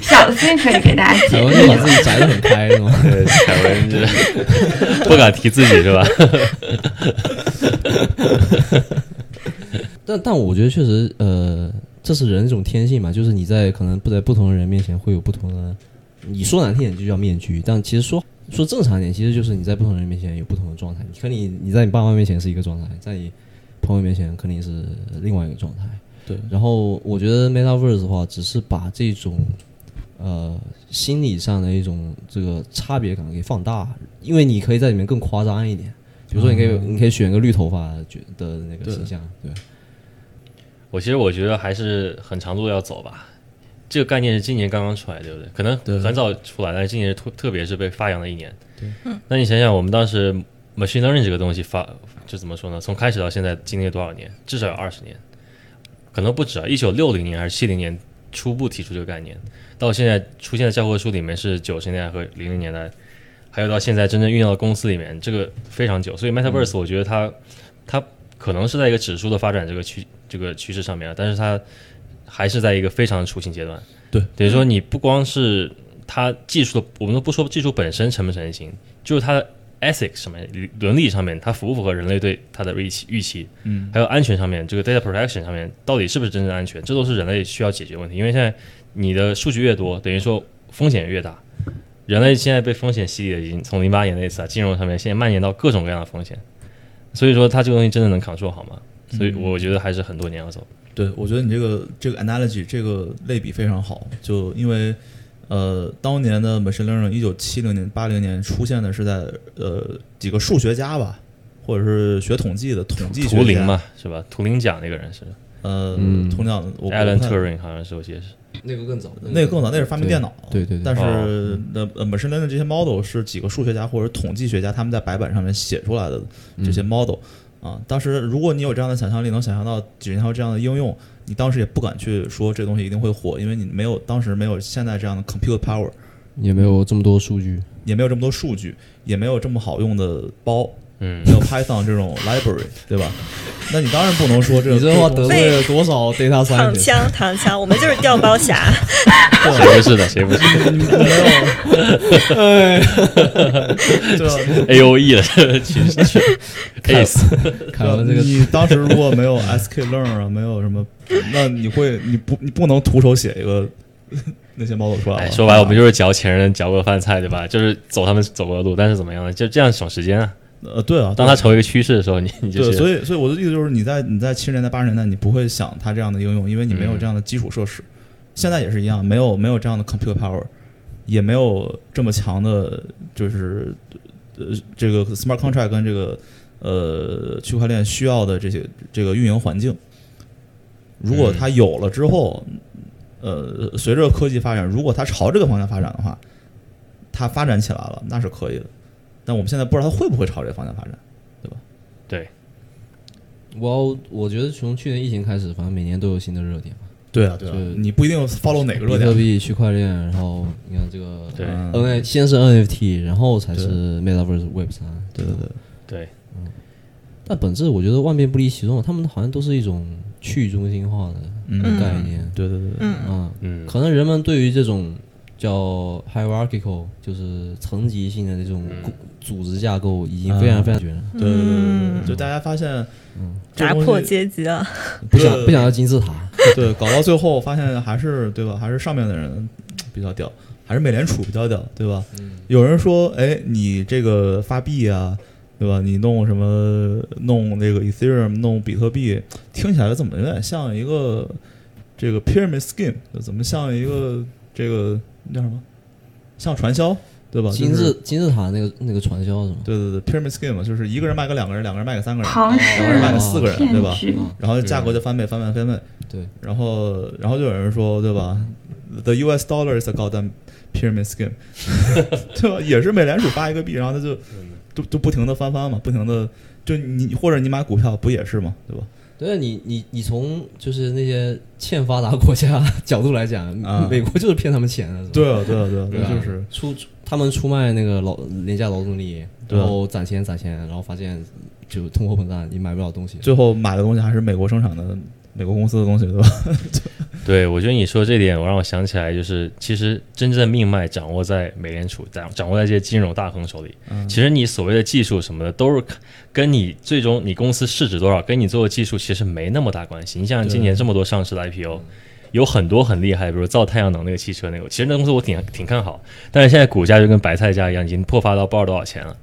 [SPEAKER 1] 小心可以给大家
[SPEAKER 3] <laughs>
[SPEAKER 5] 台
[SPEAKER 1] 解
[SPEAKER 5] 湾就把自己宅得很开，是吗？
[SPEAKER 4] 对，凯文就是 <laughs> 不敢提自己是吧？
[SPEAKER 5] 但但我觉得确实，呃，这是人一种天性嘛，就是你在可能不在不同的人面前会有不同的，你说难听点就叫面具，但其实说说正常一点，其实就是你在不同的人面前有不同的状态。你可能你你在你爸妈面前是一个状态，在你朋友面前肯定是另外一个状态。
[SPEAKER 3] 对
[SPEAKER 5] 然后我觉得 Metaverse 的话，只是把这种呃心理上的一种这个差别感给放大，因为你可以在里面更夸张一点。比如说，你可以、你可以选个绿头发的的那
[SPEAKER 3] 嗯
[SPEAKER 5] 个
[SPEAKER 3] 对
[SPEAKER 5] 形象，对，
[SPEAKER 4] 我其实我觉得还是很长路要走吧。这个概念是今年刚刚出来，对不对？可能
[SPEAKER 3] 对
[SPEAKER 4] 很早出来，但是今年特特别是被发扬的一年。对，那你想想，我们当时 machine learning 这个东西发，就怎么说呢？从开始到现在经历了多少年？至少有二十年，可能不止啊！一九六零年还是七零年初步提出这个概念，到现在出现在教科书里面是九十年代和零零年代，还有到现在真正运用到公司里面，这个非常久。所以 Metaverse 我觉得它、它可能是在一个指数的发展这个趋这个趋势上面啊，但是它还是在一个非常雏形阶段。
[SPEAKER 3] 对，
[SPEAKER 4] 等于说你不光是它技术的，我们都不说技术本身成不成型，就是它的 ethics 上面伦伦理上面，它符不符合人类对它的预期预期，
[SPEAKER 3] 嗯，
[SPEAKER 4] 还有安全上面，这个 data protection 上面到底是不是真正安全，这都是人类需要解决问题。因为现在你的数据越多，等于说风险越大。人类现在被风险洗礼的已经从零八年那次啊金融上面，现在蔓延到各种各样的风险，所以说它这个东西真的能扛住好吗？
[SPEAKER 3] 嗯
[SPEAKER 4] 所以我觉得还是很多年要走。
[SPEAKER 3] 对，我觉得你这个这个 analogy 这个类比非常好，就因为呃，当年的 machine learning 一九七零年、八零年出现的是在呃几个数学家吧，或者是学统计的统计学
[SPEAKER 4] 图灵
[SPEAKER 3] 家，
[SPEAKER 4] 嘛，是吧？图灵奖那个人是
[SPEAKER 3] 呃，
[SPEAKER 5] 嗯
[SPEAKER 3] 通量我
[SPEAKER 4] Alan
[SPEAKER 3] 不太
[SPEAKER 4] Turing，好像是我记得是。
[SPEAKER 5] 那个更早，
[SPEAKER 3] 那个更早，那是发明电脑。
[SPEAKER 5] 对对对
[SPEAKER 3] 但是
[SPEAKER 4] 哦
[SPEAKER 3] 那呃 machine learning
[SPEAKER 5] 嗯
[SPEAKER 3] 这些 model 是几个数学家或者统计学家他们在白板上面写出来的这些 model，、啊。当时如果你有这样的想象力，能想象到几十条这样的应用，你当时也不敢去说这东西一定会火，因为你没有当时没有现在这样的 compute power，
[SPEAKER 5] 也没有这么多数据。
[SPEAKER 3] 也没有这么多数据，也没有这么好用的包，
[SPEAKER 4] 嗯
[SPEAKER 3] 没，有 Python 这种 library，对吧？那你当然不能说这
[SPEAKER 5] 你这话得
[SPEAKER 3] 东西
[SPEAKER 5] 罪了多少 data <laughs>
[SPEAKER 2] 躺
[SPEAKER 5] scientist？
[SPEAKER 2] 枪躺枪，我们就是调包侠。
[SPEAKER 4] 嗯谁不是的，
[SPEAKER 3] <laughs>
[SPEAKER 4] 谁不是
[SPEAKER 3] 对吧？
[SPEAKER 4] ？A O E 的群
[SPEAKER 3] <laughs>
[SPEAKER 4] 群 ACE，
[SPEAKER 5] 看完这个
[SPEAKER 3] 呃你当时如果没有 SK Learn 啊，没有什么，那你会你不你不能徒手写一个 <laughs> 那些 model 出来
[SPEAKER 4] 哎，
[SPEAKER 3] 吧。
[SPEAKER 4] 说白了，我们就是嚼前人嚼过饭菜，对吧？ <laughs> 就是走他们走过的路，但是怎么样呢？就这样省时间啊。
[SPEAKER 3] 呃对啊，
[SPEAKER 4] 当它成为一个趋势的时候，你你就
[SPEAKER 3] 对，
[SPEAKER 4] 是
[SPEAKER 3] 所以所以我的意思就是，你在你在七十年代八十年代，你不会想它这样的应用，因为你没有
[SPEAKER 4] 嗯
[SPEAKER 3] 这样的基础设施。现在也是一样，没有没有这样的 compute power，也没有这么强的，就是呃这个 smart contract 跟这个呃区块链需要的这些这个运营环境。如
[SPEAKER 4] 嗯
[SPEAKER 3] 果它有了之后，呃，随着科技发展，如果它朝这个方向发展的话，它发展起来了，那是可以的。但我们现在不知道它会不会朝这个方向发展。
[SPEAKER 4] 对，
[SPEAKER 5] 我我觉得从去年疫情开始，反正每年都有新的热点嘛，
[SPEAKER 3] 对啊，对啊
[SPEAKER 5] 就是，
[SPEAKER 3] 你不一定 follow 哪个热
[SPEAKER 5] 比特
[SPEAKER 3] 点。啊嗯
[SPEAKER 5] 币、区块链，然后你看这个
[SPEAKER 4] 对
[SPEAKER 5] N A 先是 N F T，然后才是 Metaverse Web 三。
[SPEAKER 3] 对对对，
[SPEAKER 4] 对，
[SPEAKER 5] 但本质我觉得万变不离其宗，啊他们好像都是一种去中心化的
[SPEAKER 3] 嗯，
[SPEAKER 5] 概念。
[SPEAKER 3] 对对对对，
[SPEAKER 2] 嗯，
[SPEAKER 5] 啊，
[SPEAKER 4] 嗯，
[SPEAKER 5] 可能人们对于这种叫 hierarchical，就是层级性的这种
[SPEAKER 4] 嗯
[SPEAKER 5] 构组织架构，已经非常非常绝了，
[SPEAKER 3] 对对对对对，就大家发现 <laughs> 这
[SPEAKER 2] 嗯打
[SPEAKER 3] 东西
[SPEAKER 2] 破阶级啊了，
[SPEAKER 5] 不想
[SPEAKER 3] 对
[SPEAKER 5] 不想要金字塔。
[SPEAKER 3] 对，搞到最后发现还是对吧？还是上面的人比较屌，还是美联储比较屌，对吧？有人说，哎，你这个发币啊，对吧？你弄什么弄那个 Ethereum，弄比特币，听起来怎么有点像一个这个 pyramid scheme，怎么像一个这个叫什么？像传销，对吧？
[SPEAKER 5] 金
[SPEAKER 3] 就是
[SPEAKER 5] 字金字塔那个那个传销是吗？
[SPEAKER 3] 对对对，pyramid scheme 嘛，就是一个人卖给两个人，两个人卖给三个人，
[SPEAKER 1] 庞
[SPEAKER 3] 两个人卖
[SPEAKER 1] 氏
[SPEAKER 3] 给四个人，对
[SPEAKER 1] 骗
[SPEAKER 3] 吧？
[SPEAKER 1] 局，
[SPEAKER 3] 然后价格就翻倍，翻倍，翻倍。
[SPEAKER 5] 对，
[SPEAKER 3] 然后，然后就有人说，对吧？The U.S. dollar is a goddamn pyramid scheme，对吧？也是美联储发一个币，然后它就就就不停的翻番嘛，不停的就你或者你买股票不也是嘛，对吧？
[SPEAKER 5] 对，你你你从就是那些欠发达国家 <laughs> 角度来讲，
[SPEAKER 3] 啊
[SPEAKER 5] 美国就是骗他们钱的，是吧
[SPEAKER 3] 对啊，对啊，对啊，
[SPEAKER 5] 对
[SPEAKER 3] 啊
[SPEAKER 5] 吧？
[SPEAKER 3] 就是
[SPEAKER 5] 出出他们出卖那个劳廉价劳动力，
[SPEAKER 3] 对啊
[SPEAKER 5] 然后攒钱攒钱，然后发现就通货膨胀，你买不了东西。
[SPEAKER 3] 最后买的东西还是美国生产的美国公司的东西，对吧？
[SPEAKER 4] <laughs> 对，我觉得你说这点，我让我想起来，就是其实真正的命脉掌握在美联储，掌掌握在这些金融大亨手里。
[SPEAKER 3] 嗯
[SPEAKER 4] 其实你所谓的技术什么的，都是跟你最终你公司市值多少，跟你做的技术其实没那么大关系。你像今年这么多上市的 IPO，有很多很厉害，比如造太阳能那个汽车那个，其实那公司我挺挺看好，但是现在股价就跟白菜价一样，已经破发到不知道多少钱了。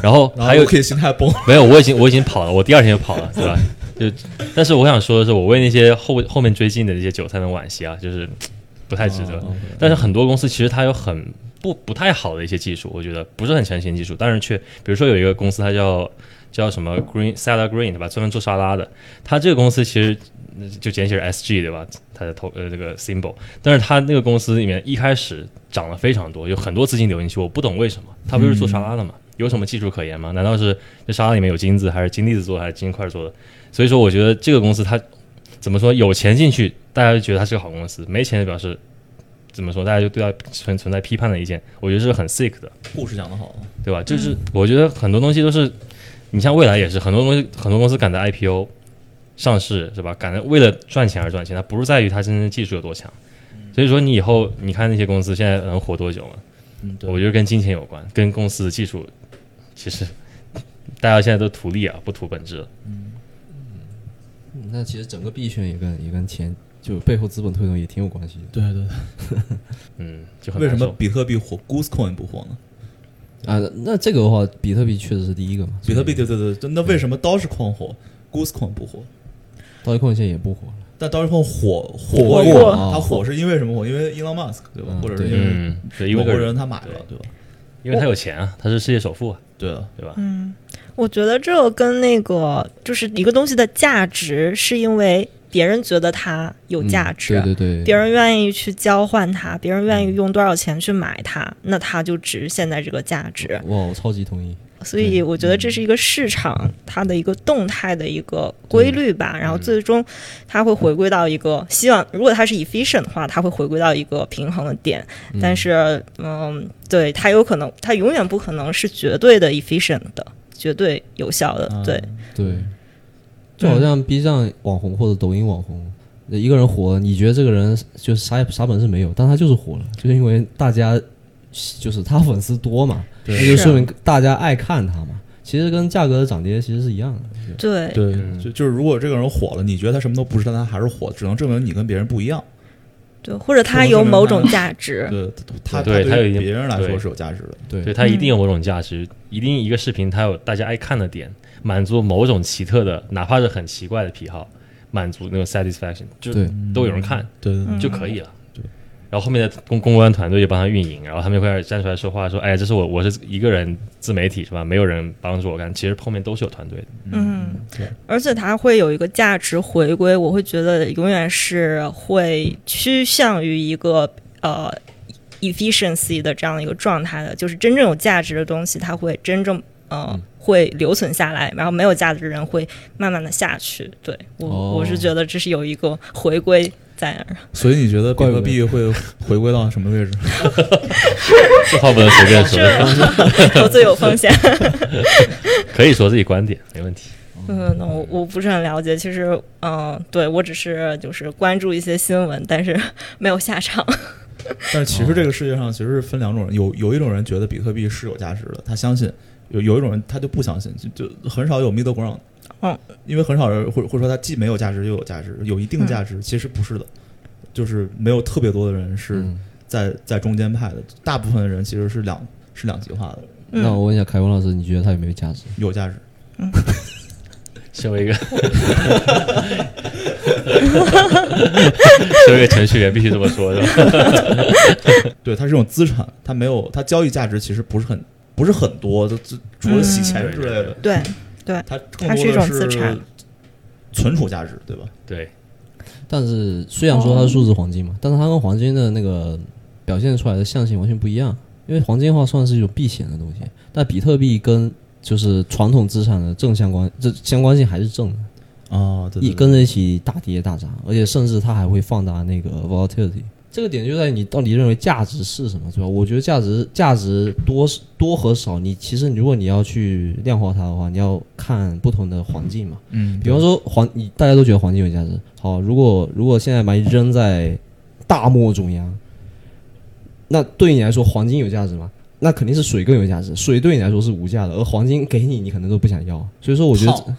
[SPEAKER 4] 然后
[SPEAKER 3] <laughs> 然后
[SPEAKER 4] 还有
[SPEAKER 3] 可以心态崩，
[SPEAKER 4] 没有，我已经我已经跑了，我第二天就跑了，对吧？就，但是我想说的是，我为那些后后面追进的那些韭菜们惋惜啊，就是嘖不太值得。
[SPEAKER 3] 哦
[SPEAKER 4] 但是很多公司其实它有很不不太好的一些技术，我觉得不是很前沿技术，但是却比如说有一个公司它叫叫什么 Green Salad Green 对吧，专门做沙拉的，它这个公司其实呃就简写是 SG 对吧？它的头呃这个 symbol，但是它那个公司里面一开始涨了非常多，有很多资金流进去，我不懂为什么，它不是做沙拉的嘛？有什么技术可言吗？难道是这沙拉里面有金子，还是金粒子做的，还是金块做的？所以说，我觉得这个公司它怎么说，有钱进去，大家就觉得它是个好公司；没钱就表示怎么说，大家就对它存存在批判的意见。我觉得这是很 sick 的，
[SPEAKER 3] 故事讲得好，啊
[SPEAKER 4] 对吧？就是我觉得很多东西都是，你像未来也是很多东西，很多公司赶在 IPO 上市，是吧？赶在为了赚钱而赚钱，它不是在于它真正技术有多强。所以说，你以后你看那些公司现在能活多久嘛？
[SPEAKER 3] 嗯，对
[SPEAKER 4] 我觉得跟金钱有关，跟公司的技术，其实大家现在都图利啊，不图本质了。
[SPEAKER 5] 嗯那其实整个币圈也跟也跟钱就背后资本推动也挺有关系
[SPEAKER 3] 对对
[SPEAKER 4] 嗯，就很
[SPEAKER 3] 为什
[SPEAKER 4] 难
[SPEAKER 3] 么
[SPEAKER 4] 受
[SPEAKER 3] 比特币火，Goosecoin 不火呢？
[SPEAKER 5] 的啊。那那这个的话，比特币确实是第一个嘛，
[SPEAKER 3] 比特币对对对，对那为什么 Dogecoin 火，Goosecoin 不火？
[SPEAKER 5] 所以 Dogecoin 现在也不火了。
[SPEAKER 3] 但 Dogecoin 火火
[SPEAKER 2] 火
[SPEAKER 3] 过
[SPEAKER 2] 过
[SPEAKER 3] 嘛，
[SPEAKER 5] 啊
[SPEAKER 3] 它火是因为什么火？因为 Elon Musk 对吧？
[SPEAKER 5] 嗯
[SPEAKER 3] 或者是
[SPEAKER 5] 对
[SPEAKER 3] 因为
[SPEAKER 4] 嗯，对，因
[SPEAKER 3] 某
[SPEAKER 4] 为
[SPEAKER 3] 个
[SPEAKER 4] 个
[SPEAKER 3] 人，他买了对吧？
[SPEAKER 4] 因为他有钱啊，他是世界首富啊，
[SPEAKER 3] 对啊，
[SPEAKER 4] 对吧？
[SPEAKER 2] 我觉得这跟那个就是一个东西的价值，是因为别人觉得它有
[SPEAKER 5] 嗯
[SPEAKER 2] 价值，啊
[SPEAKER 5] 对对对，
[SPEAKER 2] 别人愿意去交换它，
[SPEAKER 3] 嗯
[SPEAKER 2] 别人愿意用多少钱去买它，那它就值现在这个价值。
[SPEAKER 3] 嗯
[SPEAKER 5] 哇，我超级同意。
[SPEAKER 2] 所以我觉得这是一个市场它的一个动态的一个规律吧。然后最终它会回归到一个希望，如果它是 efficient 的话，它会回归到一个平衡的点。但是，嗯，对，它有可能，它永远不可能是绝对的 efficient 的，绝对有效
[SPEAKER 3] 嗯
[SPEAKER 2] 的。呃对，
[SPEAKER 5] 对，就好像 B 站网红或者抖音网红，一个人火了，你觉得这个人就是啥也啥本事没有，但他就是火了，就是因为大家就是他粉丝多嘛，
[SPEAKER 3] 对
[SPEAKER 5] 那
[SPEAKER 2] 啊
[SPEAKER 5] 就是说明大家爱看他嘛。其实跟价格的涨跌其实是一样的。
[SPEAKER 2] 对，
[SPEAKER 3] 对，就就是如果这个人火了，你觉得他什么都不是，但他还是火，只能证明你跟别人不一样。
[SPEAKER 2] 对，或者它有某种价值。
[SPEAKER 3] 对，他
[SPEAKER 4] 对
[SPEAKER 3] 他
[SPEAKER 4] 他有
[SPEAKER 3] 于
[SPEAKER 4] 一定
[SPEAKER 3] 别人来说
[SPEAKER 4] 对
[SPEAKER 3] 是有价值的。
[SPEAKER 5] 对
[SPEAKER 4] 对嗯它一定有某种价值，一定一个视频它有大家爱看的点，满足某种奇特的，哪怕是很奇怪的癖好，满足那种 satisfaction，就
[SPEAKER 5] 对
[SPEAKER 4] 都有人看
[SPEAKER 3] 嗯对对
[SPEAKER 4] 就可以了。然后后面的公公关团队就帮他运营，然后他们就开始站出来说话，说：“哎，这是我我是一个人自媒体是吧？没有人帮助我干。”其实后面都是有团队 <laughs> 的。
[SPEAKER 2] 嗯
[SPEAKER 3] 对，
[SPEAKER 2] 而且它会有一个价值回归，我会觉得永远是会趋向于一个呃 efficiency 的这样的一个状态的，就是真正有价值的东西，它会真正呃、
[SPEAKER 3] 嗯
[SPEAKER 2] 会留存下来，然后没有价值的人会慢慢的下去。对我、
[SPEAKER 5] 哦
[SPEAKER 2] 我是觉得这是有一个回归在那
[SPEAKER 3] <laughs>
[SPEAKER 2] 儿，
[SPEAKER 3] 所以你觉得比
[SPEAKER 5] 怪不
[SPEAKER 3] 特
[SPEAKER 5] 得
[SPEAKER 3] 币会回归到什么位置？
[SPEAKER 4] 这话不能随便说，
[SPEAKER 2] 投资有风
[SPEAKER 3] <laughs>
[SPEAKER 2] 险。
[SPEAKER 4] 可以说自己观点没问题。
[SPEAKER 2] 嗯，那我我不是很了解，其实嗯、对我只是就是关注一些新闻，但是没有下场。
[SPEAKER 3] 但是其
[SPEAKER 2] 哦
[SPEAKER 3] 实这个世界上其实是分两种人，有有一种人觉得比特币是有价值的，他相信；有有一种人他就不相信，就就很少有 middle ground。
[SPEAKER 2] 嗯，
[SPEAKER 3] 因为很少人或者或者说他既没有价值又有价值，有一
[SPEAKER 2] 嗯
[SPEAKER 3] 定价值、其实不是的，就是没有特别多的人是
[SPEAKER 5] 嗯
[SPEAKER 3] 在、在中间派的，大部分的人其实是两是两极化的，
[SPEAKER 2] 嗯
[SPEAKER 5] 那我问一下凯文老师，你觉得它有没有价值？
[SPEAKER 3] 有价值。
[SPEAKER 4] <laughs> 身为一个，身为一个程序员必须这么说，是吧？
[SPEAKER 3] 对，它是种资产，它没有它交易价值其实不是很不是很多，就就除了洗钱之类的，
[SPEAKER 2] 嗯对，
[SPEAKER 3] 它更
[SPEAKER 2] 它
[SPEAKER 3] 多
[SPEAKER 2] 是一
[SPEAKER 3] 的
[SPEAKER 2] 种
[SPEAKER 3] 是
[SPEAKER 2] 资产
[SPEAKER 3] 存储价值，对吧？
[SPEAKER 4] 对，
[SPEAKER 5] 但是虽然说
[SPEAKER 3] 哦
[SPEAKER 5] 它是数字黄金嘛，但是它跟黄金的那个表现出来的象性完全不一样。因为黄金的话算是一种避险的东西，但比特币跟就是传统资产的正相关，这相关性还是正的，
[SPEAKER 3] 啊，对
[SPEAKER 5] 一
[SPEAKER 3] 对
[SPEAKER 5] 跟着一起大跌大涨，而且甚至它还会放大那个 volatility。这个点就在于你到底认为价值是什么，对吧？我觉得价值价值多多和少，你其实如果你要去量化它的话，你要看不同的环境嘛。
[SPEAKER 3] 嗯，
[SPEAKER 5] 比方说黄，你大家都觉得黄金有价值。好，如果如果现在把你扔在大漠中央，那对你来说黄金有价值吗？那肯定是水更有价值，水对你来说是无价的，而黄金给你，你可能都不想要。所以说，我觉得
[SPEAKER 3] 好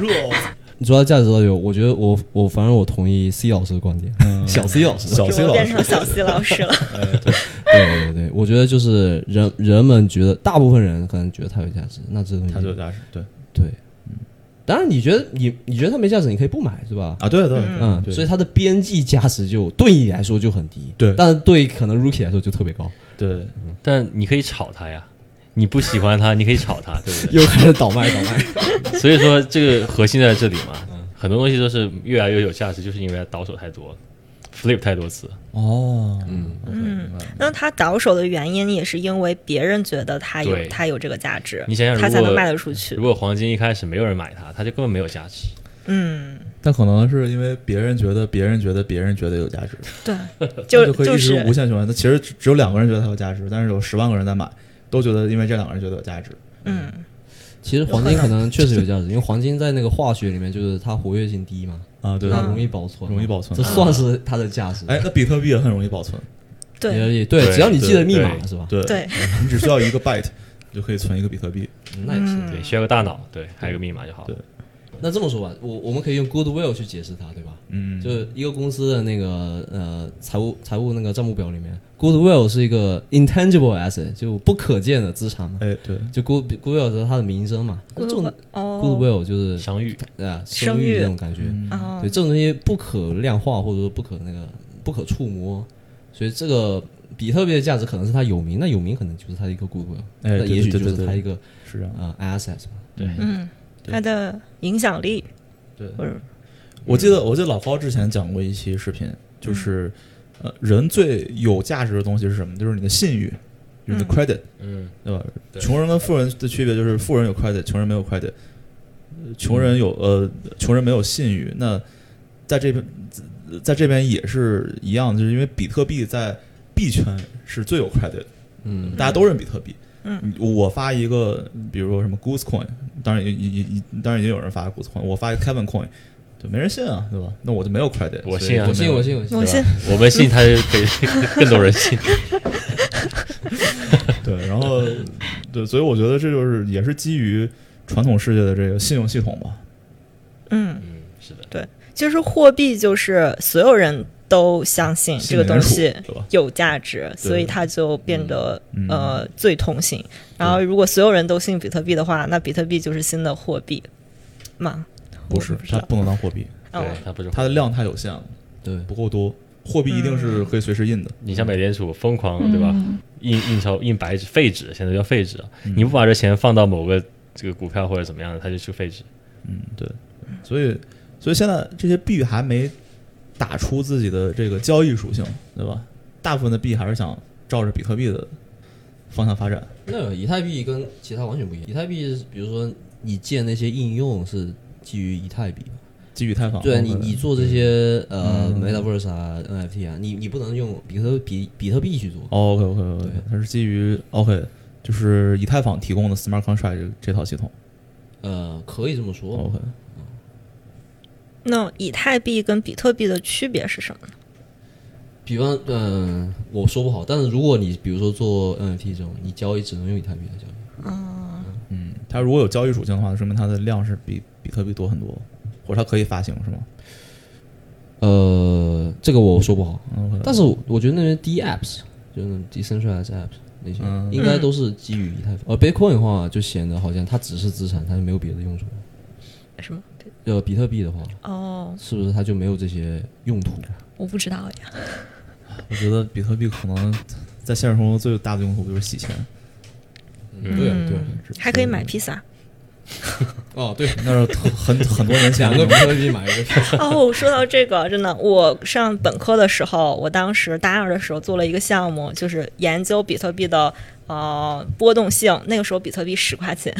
[SPEAKER 3] 热哦，
[SPEAKER 5] 你说到价值到底有，我觉得我我反正我同意 C 老师的观
[SPEAKER 3] <laughs>
[SPEAKER 5] 点，小 C 老
[SPEAKER 3] 嗯
[SPEAKER 5] 师，
[SPEAKER 3] 小 C
[SPEAKER 2] 我
[SPEAKER 3] 老
[SPEAKER 2] 变
[SPEAKER 3] 师
[SPEAKER 2] 成小 C 老师了。
[SPEAKER 5] 对对对，我觉得就是人人们觉得大部分人可能觉得它有价值，那这东西
[SPEAKER 3] 它就有价值，对
[SPEAKER 5] 对。当然，你觉得你你觉得它没价值，你可以不买是吧？
[SPEAKER 3] 啊，对对对
[SPEAKER 5] 嗯，
[SPEAKER 3] 对
[SPEAKER 5] 所以它的边际价值就对你来说就很低，
[SPEAKER 3] 对
[SPEAKER 5] 但是对可能 Rookie 来说就特别高，
[SPEAKER 3] 对，
[SPEAKER 4] 但你可以炒它呀，你不喜欢它，你可以炒它，对不 <laughs> 对？
[SPEAKER 5] 又开 <laughs> 始倒卖倒卖。
[SPEAKER 4] 所以说这个核心在这里嘛，很多东西都是越来越有价值，就是因为倒手太多了，flip 太多次了。
[SPEAKER 3] 哦，
[SPEAKER 5] 嗯
[SPEAKER 3] 嗯，
[SPEAKER 2] 那他倒手的原因也是因为别人觉得他有
[SPEAKER 4] 对
[SPEAKER 2] 他有这个价值，
[SPEAKER 4] 你想想如
[SPEAKER 2] 他
[SPEAKER 4] 果
[SPEAKER 2] 才能卖得出去
[SPEAKER 4] 如。果黄金一开始没有人买它，它就根本没有价值。
[SPEAKER 2] 嗯，
[SPEAKER 3] 但可能是因为别人觉得别人觉得别人觉得有价值，
[SPEAKER 2] 对，
[SPEAKER 3] 那
[SPEAKER 2] 就
[SPEAKER 3] 就可以一直
[SPEAKER 2] 是
[SPEAKER 3] 无限循环。那其实只只有两个人觉得它有价值，但是有十万个人在买，都觉得因为这两个人觉得有价值。
[SPEAKER 2] 嗯，
[SPEAKER 5] 其实黄金可能确实有价值，因为黄金在那个化学里面就是它活跃性低嘛，
[SPEAKER 3] 啊，对，
[SPEAKER 5] 它
[SPEAKER 3] 对
[SPEAKER 5] 容易保存，
[SPEAKER 3] 容易保存
[SPEAKER 5] 这算是它的价值。
[SPEAKER 3] 对哎，那比特币也很容易保存，
[SPEAKER 2] 对，
[SPEAKER 5] 也也对，
[SPEAKER 4] 对
[SPEAKER 5] 只要你记得密码
[SPEAKER 4] 对
[SPEAKER 5] 是吧？
[SPEAKER 3] 对，
[SPEAKER 2] 对
[SPEAKER 3] <laughs> 你只需要一个 byte 就可以存一个比特币。
[SPEAKER 5] 嗯那也是。
[SPEAKER 4] 对，需要个大脑，对，还有个密码就好了。
[SPEAKER 5] 那这么说吧，我我们可以用 goodwill 去解释它，对吧？
[SPEAKER 3] 嗯，
[SPEAKER 5] 就是一个公司的那个呃财务财务那个账目表里面，goodwill 是一个 intangible asset，就不可见的资产嘛。
[SPEAKER 3] 哎，对，
[SPEAKER 5] 就 good goodwill 是它的名声嘛，这种
[SPEAKER 2] 哦
[SPEAKER 5] goodwill 就是
[SPEAKER 4] 商誉，
[SPEAKER 5] 啊
[SPEAKER 2] 声
[SPEAKER 5] 声誉
[SPEAKER 2] 誉
[SPEAKER 5] 那种感觉，
[SPEAKER 3] 嗯
[SPEAKER 2] 哦
[SPEAKER 5] 对，这种东西不可量化或者说不可那个不可触摸，所以这个比特币的价值可能是它有名，那有名可能就是它的一个 goodwill，
[SPEAKER 3] 哎，
[SPEAKER 5] 那
[SPEAKER 3] 对
[SPEAKER 5] 也许
[SPEAKER 3] 对
[SPEAKER 5] 就
[SPEAKER 3] 对
[SPEAKER 5] 是
[SPEAKER 3] 对
[SPEAKER 5] 它一个
[SPEAKER 3] 是这样。
[SPEAKER 5] 呃 asset 嘛。
[SPEAKER 3] 对，
[SPEAKER 2] 嗯，
[SPEAKER 3] 对
[SPEAKER 2] 他的影响力，
[SPEAKER 3] 对
[SPEAKER 2] 或者
[SPEAKER 3] 我记得我记得老高之前讲过一期视频，就是、呃，人最有价值的东西是什么？就是你的信誉，人的
[SPEAKER 1] 嗯
[SPEAKER 3] credit，、
[SPEAKER 4] 嗯
[SPEAKER 3] 对吧？
[SPEAKER 4] 对
[SPEAKER 3] 穷人跟富人的区别就是富人有 credit，穷人没有 credit。呃穷人有呃，穷人没有信誉。那在这边，在这边也是一样，就是因为比特币在币圈是最有 credit 的，
[SPEAKER 5] 嗯
[SPEAKER 3] 大家都认比特币。
[SPEAKER 2] 嗯
[SPEAKER 3] 你，我发一个，比如说什么 Goose Coin，当然也也也当然也有人发 Goose Coin，我发一个 Kevin Coin，就没人信啊，对吧？那我就没有 credit，
[SPEAKER 4] 我
[SPEAKER 3] 所以
[SPEAKER 4] 信啊
[SPEAKER 5] 我
[SPEAKER 3] 没
[SPEAKER 5] 信
[SPEAKER 3] 有
[SPEAKER 5] 我信我信，
[SPEAKER 2] 我信
[SPEAKER 4] 对吧我们信他就可以 <laughs> 更多人信，
[SPEAKER 3] <laughs> 对，然后对，所以我觉得这就是也是基于传统世界的这个信用系统吧。
[SPEAKER 2] 嗯，
[SPEAKER 4] <laughs> 嗯，是的，
[SPEAKER 2] 其实货币就是所有人都相信这个东
[SPEAKER 3] 信
[SPEAKER 2] 西
[SPEAKER 3] 联储对吧？
[SPEAKER 2] 有价值，所以它就变得
[SPEAKER 3] 嗯
[SPEAKER 2] 呃最通行。然后如果所有人都信比特币的话，那比特币就是新的货币嘛？
[SPEAKER 3] 不是
[SPEAKER 2] 我，知
[SPEAKER 3] 它
[SPEAKER 2] 道
[SPEAKER 3] 不能当货币，
[SPEAKER 2] 嗯
[SPEAKER 4] 对，他不是
[SPEAKER 3] 它的量太有限了，
[SPEAKER 5] 对，
[SPEAKER 3] 不够多。货币一
[SPEAKER 2] 嗯
[SPEAKER 3] 定是可以随时印的，
[SPEAKER 4] 你像美联储疯狂对吧？
[SPEAKER 1] 嗯
[SPEAKER 4] 印印钞、印白纸、废纸，现在叫废纸啊。
[SPEAKER 3] 嗯
[SPEAKER 4] 你不把这钱放到某个这个股票或者怎么样的，它就去废纸。
[SPEAKER 3] 嗯，对。所以，所以现在这些币还没打出自己的这个交易属性，对吧？大部分的币还是想照着比特币的方向发展。
[SPEAKER 5] 那以太币跟其他完全不一样。以太币是，比如说你建那些应用是基于以太币嘛，
[SPEAKER 3] 基于探访，
[SPEAKER 5] 对啊，你你做这些呃
[SPEAKER 3] 哦嗯
[SPEAKER 5] Metaverse 啊、NFT 啊，你你不能用比特比比特币去做。
[SPEAKER 3] OK OK OK，
[SPEAKER 5] 对
[SPEAKER 3] 哦它是基于 OK，就是以太坊提供的 smart contract 这这套系统。
[SPEAKER 5] 呃，可以这么说。
[SPEAKER 3] OK，
[SPEAKER 2] 那以太币跟比特币的区别是什么呢？
[SPEAKER 5] 比方，嗯、我说不好，但是如果你比如说做 NFT 这种，你交易只能用以太币来交易。
[SPEAKER 3] 嗯，它如果有交易属性的话，说明它的量是比比特币多很多，或者它可以发行是吗
[SPEAKER 5] 呃，这个我说不好，
[SPEAKER 3] ？OK，
[SPEAKER 5] 但是我我觉得那些 D apps 就是那种 decentralized apps 那些，
[SPEAKER 3] 嗯
[SPEAKER 5] 应该都是基于以太坊。而呃 Bitcoin 的话，就显得好像它只是资产，它就没有别的用处。
[SPEAKER 2] 什么？
[SPEAKER 5] 呃，比特币的话，
[SPEAKER 2] 哦，
[SPEAKER 5] 是不是它就没有这些用途？
[SPEAKER 2] 我不知道呀。
[SPEAKER 3] 我觉得比特币可能在现实生活中最大的用途就是洗钱。
[SPEAKER 5] 嗯对啊对啊，
[SPEAKER 2] 还可以
[SPEAKER 3] 嗯
[SPEAKER 2] 买披萨。 <laughs>
[SPEAKER 5] 哦对，
[SPEAKER 3] 那是很很多年前
[SPEAKER 5] 两
[SPEAKER 3] 了
[SPEAKER 5] 个比特币买一个， <laughs>
[SPEAKER 2] 哦，说到这个，真的，我上本科的时候，我当时大二的时候做了一个项目，就是研究比特币的呃波动性。那个时候比特币十块钱，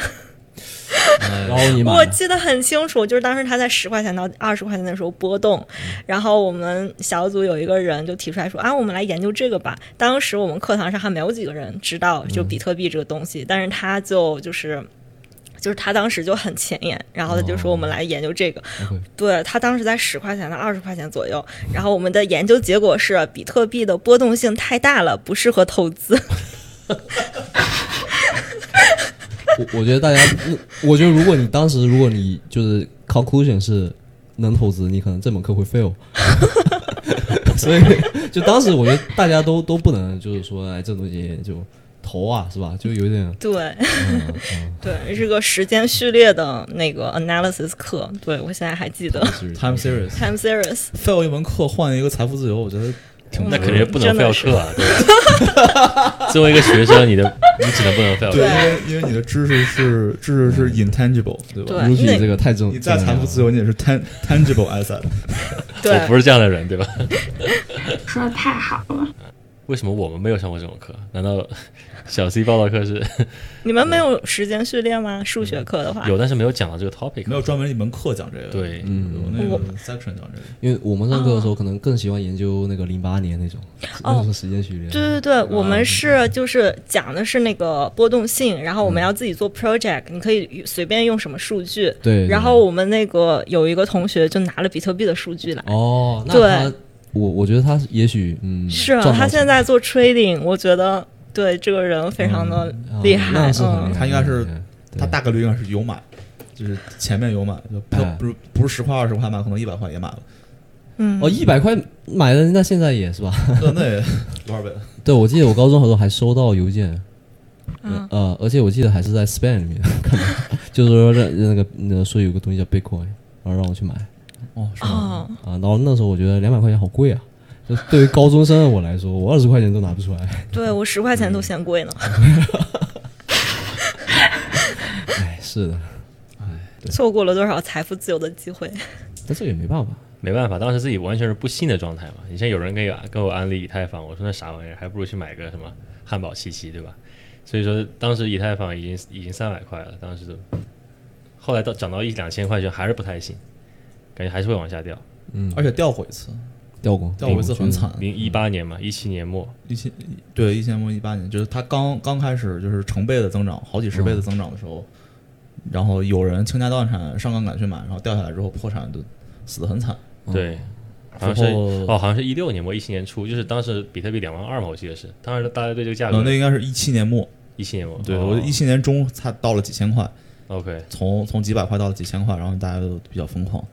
[SPEAKER 5] 然后你买
[SPEAKER 2] 我
[SPEAKER 5] 了，
[SPEAKER 2] 记得很清楚，就是当时它在十块钱到二十块钱的时候波动，然后我们小组有一个人就提出来说啊，我们来研究这个吧。当时我们课堂上还没有几个人知道就比特币这个东西，但是他就就是。就是他当时就很前沿，然后他就说我们来研究这个。
[SPEAKER 5] OK
[SPEAKER 2] 对他当时在十块钱到二十块钱左右，然后我们的研究结果是比特币的波动性太大了，不适合投资。 <laughs>
[SPEAKER 5] 我我觉得大家，我觉得如果你当时如果你就是 conclusion 是能投资，你可能这门课会 fail。所以就当时我觉得大家都都不能就是说哎这东西就投啊是吧？就有点
[SPEAKER 2] 对，
[SPEAKER 5] 嗯
[SPEAKER 2] 对，是个时间序列的那个 analysis 课，对我现在还记得
[SPEAKER 5] 嗯
[SPEAKER 3] ，time series
[SPEAKER 2] time series。
[SPEAKER 3] fail 一门课换一个财富自由，我觉得挺
[SPEAKER 4] 那
[SPEAKER 3] 值
[SPEAKER 4] 肯
[SPEAKER 3] 得
[SPEAKER 4] 定不能
[SPEAKER 2] 真的
[SPEAKER 4] fail
[SPEAKER 2] 是
[SPEAKER 4] 课啊，对吧？ <laughs> 作为一个学生，你的你只能不能 fail
[SPEAKER 3] 对，
[SPEAKER 4] 课。
[SPEAKER 3] 因为因为你的知识是知识是 intangible，对吧？
[SPEAKER 2] 对
[SPEAKER 5] r u
[SPEAKER 2] 那
[SPEAKER 5] i 这个太重，
[SPEAKER 3] 你在财富自由，你也是 tan tangible asset。
[SPEAKER 2] 对
[SPEAKER 4] 我不是这样的人，对吧？
[SPEAKER 1] 说的太好了。
[SPEAKER 4] 为什么我们没有上过这种课？难道小 C 报道课是 <laughs>
[SPEAKER 2] 你们没有时间序列吗？数学课的话，
[SPEAKER 4] 有，但是没有讲到这个 topic？
[SPEAKER 3] 没有专门一门课讲这个，，
[SPEAKER 4] 对，
[SPEAKER 5] 嗯，
[SPEAKER 3] 有那
[SPEAKER 2] 我
[SPEAKER 3] 个 section 讲这个。
[SPEAKER 5] 因为我们上课的时候可能更喜欢研究那个零八年那种，
[SPEAKER 2] 哦
[SPEAKER 5] 那种时间序列。
[SPEAKER 2] 对对对，我们是就是讲的是那个波动性，然后我们要自己做 project，你可以随便用什么数据。
[SPEAKER 5] 对，
[SPEAKER 2] 然
[SPEAKER 5] 对
[SPEAKER 2] 后我们那个有一个同学就拿了比特币的数据来，
[SPEAKER 5] 哦，那
[SPEAKER 2] 对
[SPEAKER 5] 他我我觉得他也许嗯，
[SPEAKER 2] 是啊，
[SPEAKER 5] 赚到
[SPEAKER 2] 他
[SPEAKER 5] 钱
[SPEAKER 2] 现在做 trading，我觉得对这个人非常的
[SPEAKER 5] 啊
[SPEAKER 2] 厉害，
[SPEAKER 5] 那是很厉害
[SPEAKER 2] 嗯，
[SPEAKER 3] 他应该是
[SPEAKER 5] 对
[SPEAKER 3] 它大概率应该是有买，就是前面有买，就不
[SPEAKER 5] 哎
[SPEAKER 3] 不是不是十块二十块买，可能一百块也买了，
[SPEAKER 2] 嗯
[SPEAKER 5] 哦，一百块买的，那现在也是吧？ <laughs>
[SPEAKER 3] 那那也多少倍？
[SPEAKER 5] 对，我记得我高中的时候还收到邮件，
[SPEAKER 2] 嗯
[SPEAKER 5] 呃，而且我记得还是在 spam 里面看到，就是说让那个那说有个东西叫 Bitcoin，然后让我去买
[SPEAKER 3] 哦，是吗？
[SPEAKER 2] 哦，
[SPEAKER 5] 啊，然后那时候我觉得两百块钱好贵啊，就对于高中生的我来说，我二十块钱都拿不出来，
[SPEAKER 2] 对我十块钱都嫌贵呢。
[SPEAKER 5] 哎，是的，
[SPEAKER 2] 错过了多少财富自由的机会？
[SPEAKER 5] 但这个也没办法，
[SPEAKER 4] 没办法，当时自己完全是不信的状态嘛。你像有人给跟我安利以太坊，我说那啥玩意儿，还不如去买个什么汉堡七七，对吧？所以说当时以太坊已经已经三百块了，当时后来到涨到一两千块钱还是不太行，感觉还是会往下掉。
[SPEAKER 5] 嗯，
[SPEAKER 3] 而且掉过一次，
[SPEAKER 5] 掉过，
[SPEAKER 3] 哎掉过一次很惨。
[SPEAKER 4] 零一八年嘛，一七年末，
[SPEAKER 3] 一七对一七年末一八年，就是它刚刚开始就是成倍的增长，好几十倍的增长的时候，然后有人倾家荡产上杠杆去买，然后掉下来之后破产，就死得很惨。
[SPEAKER 5] 嗯
[SPEAKER 4] 对，好像是
[SPEAKER 3] 然后
[SPEAKER 4] 哦，好像是一六年末一七年初，就是当时比特币两万二嘛，我记得是，当时大家对这个价
[SPEAKER 3] 呃，
[SPEAKER 4] 格
[SPEAKER 3] 那应该是一七年末，
[SPEAKER 4] 一七年末，
[SPEAKER 3] 对
[SPEAKER 4] 哦
[SPEAKER 3] 我一七年中才到了几千块，
[SPEAKER 4] OK
[SPEAKER 3] 从从几百块到了几千块，然后大家都比较疯狂。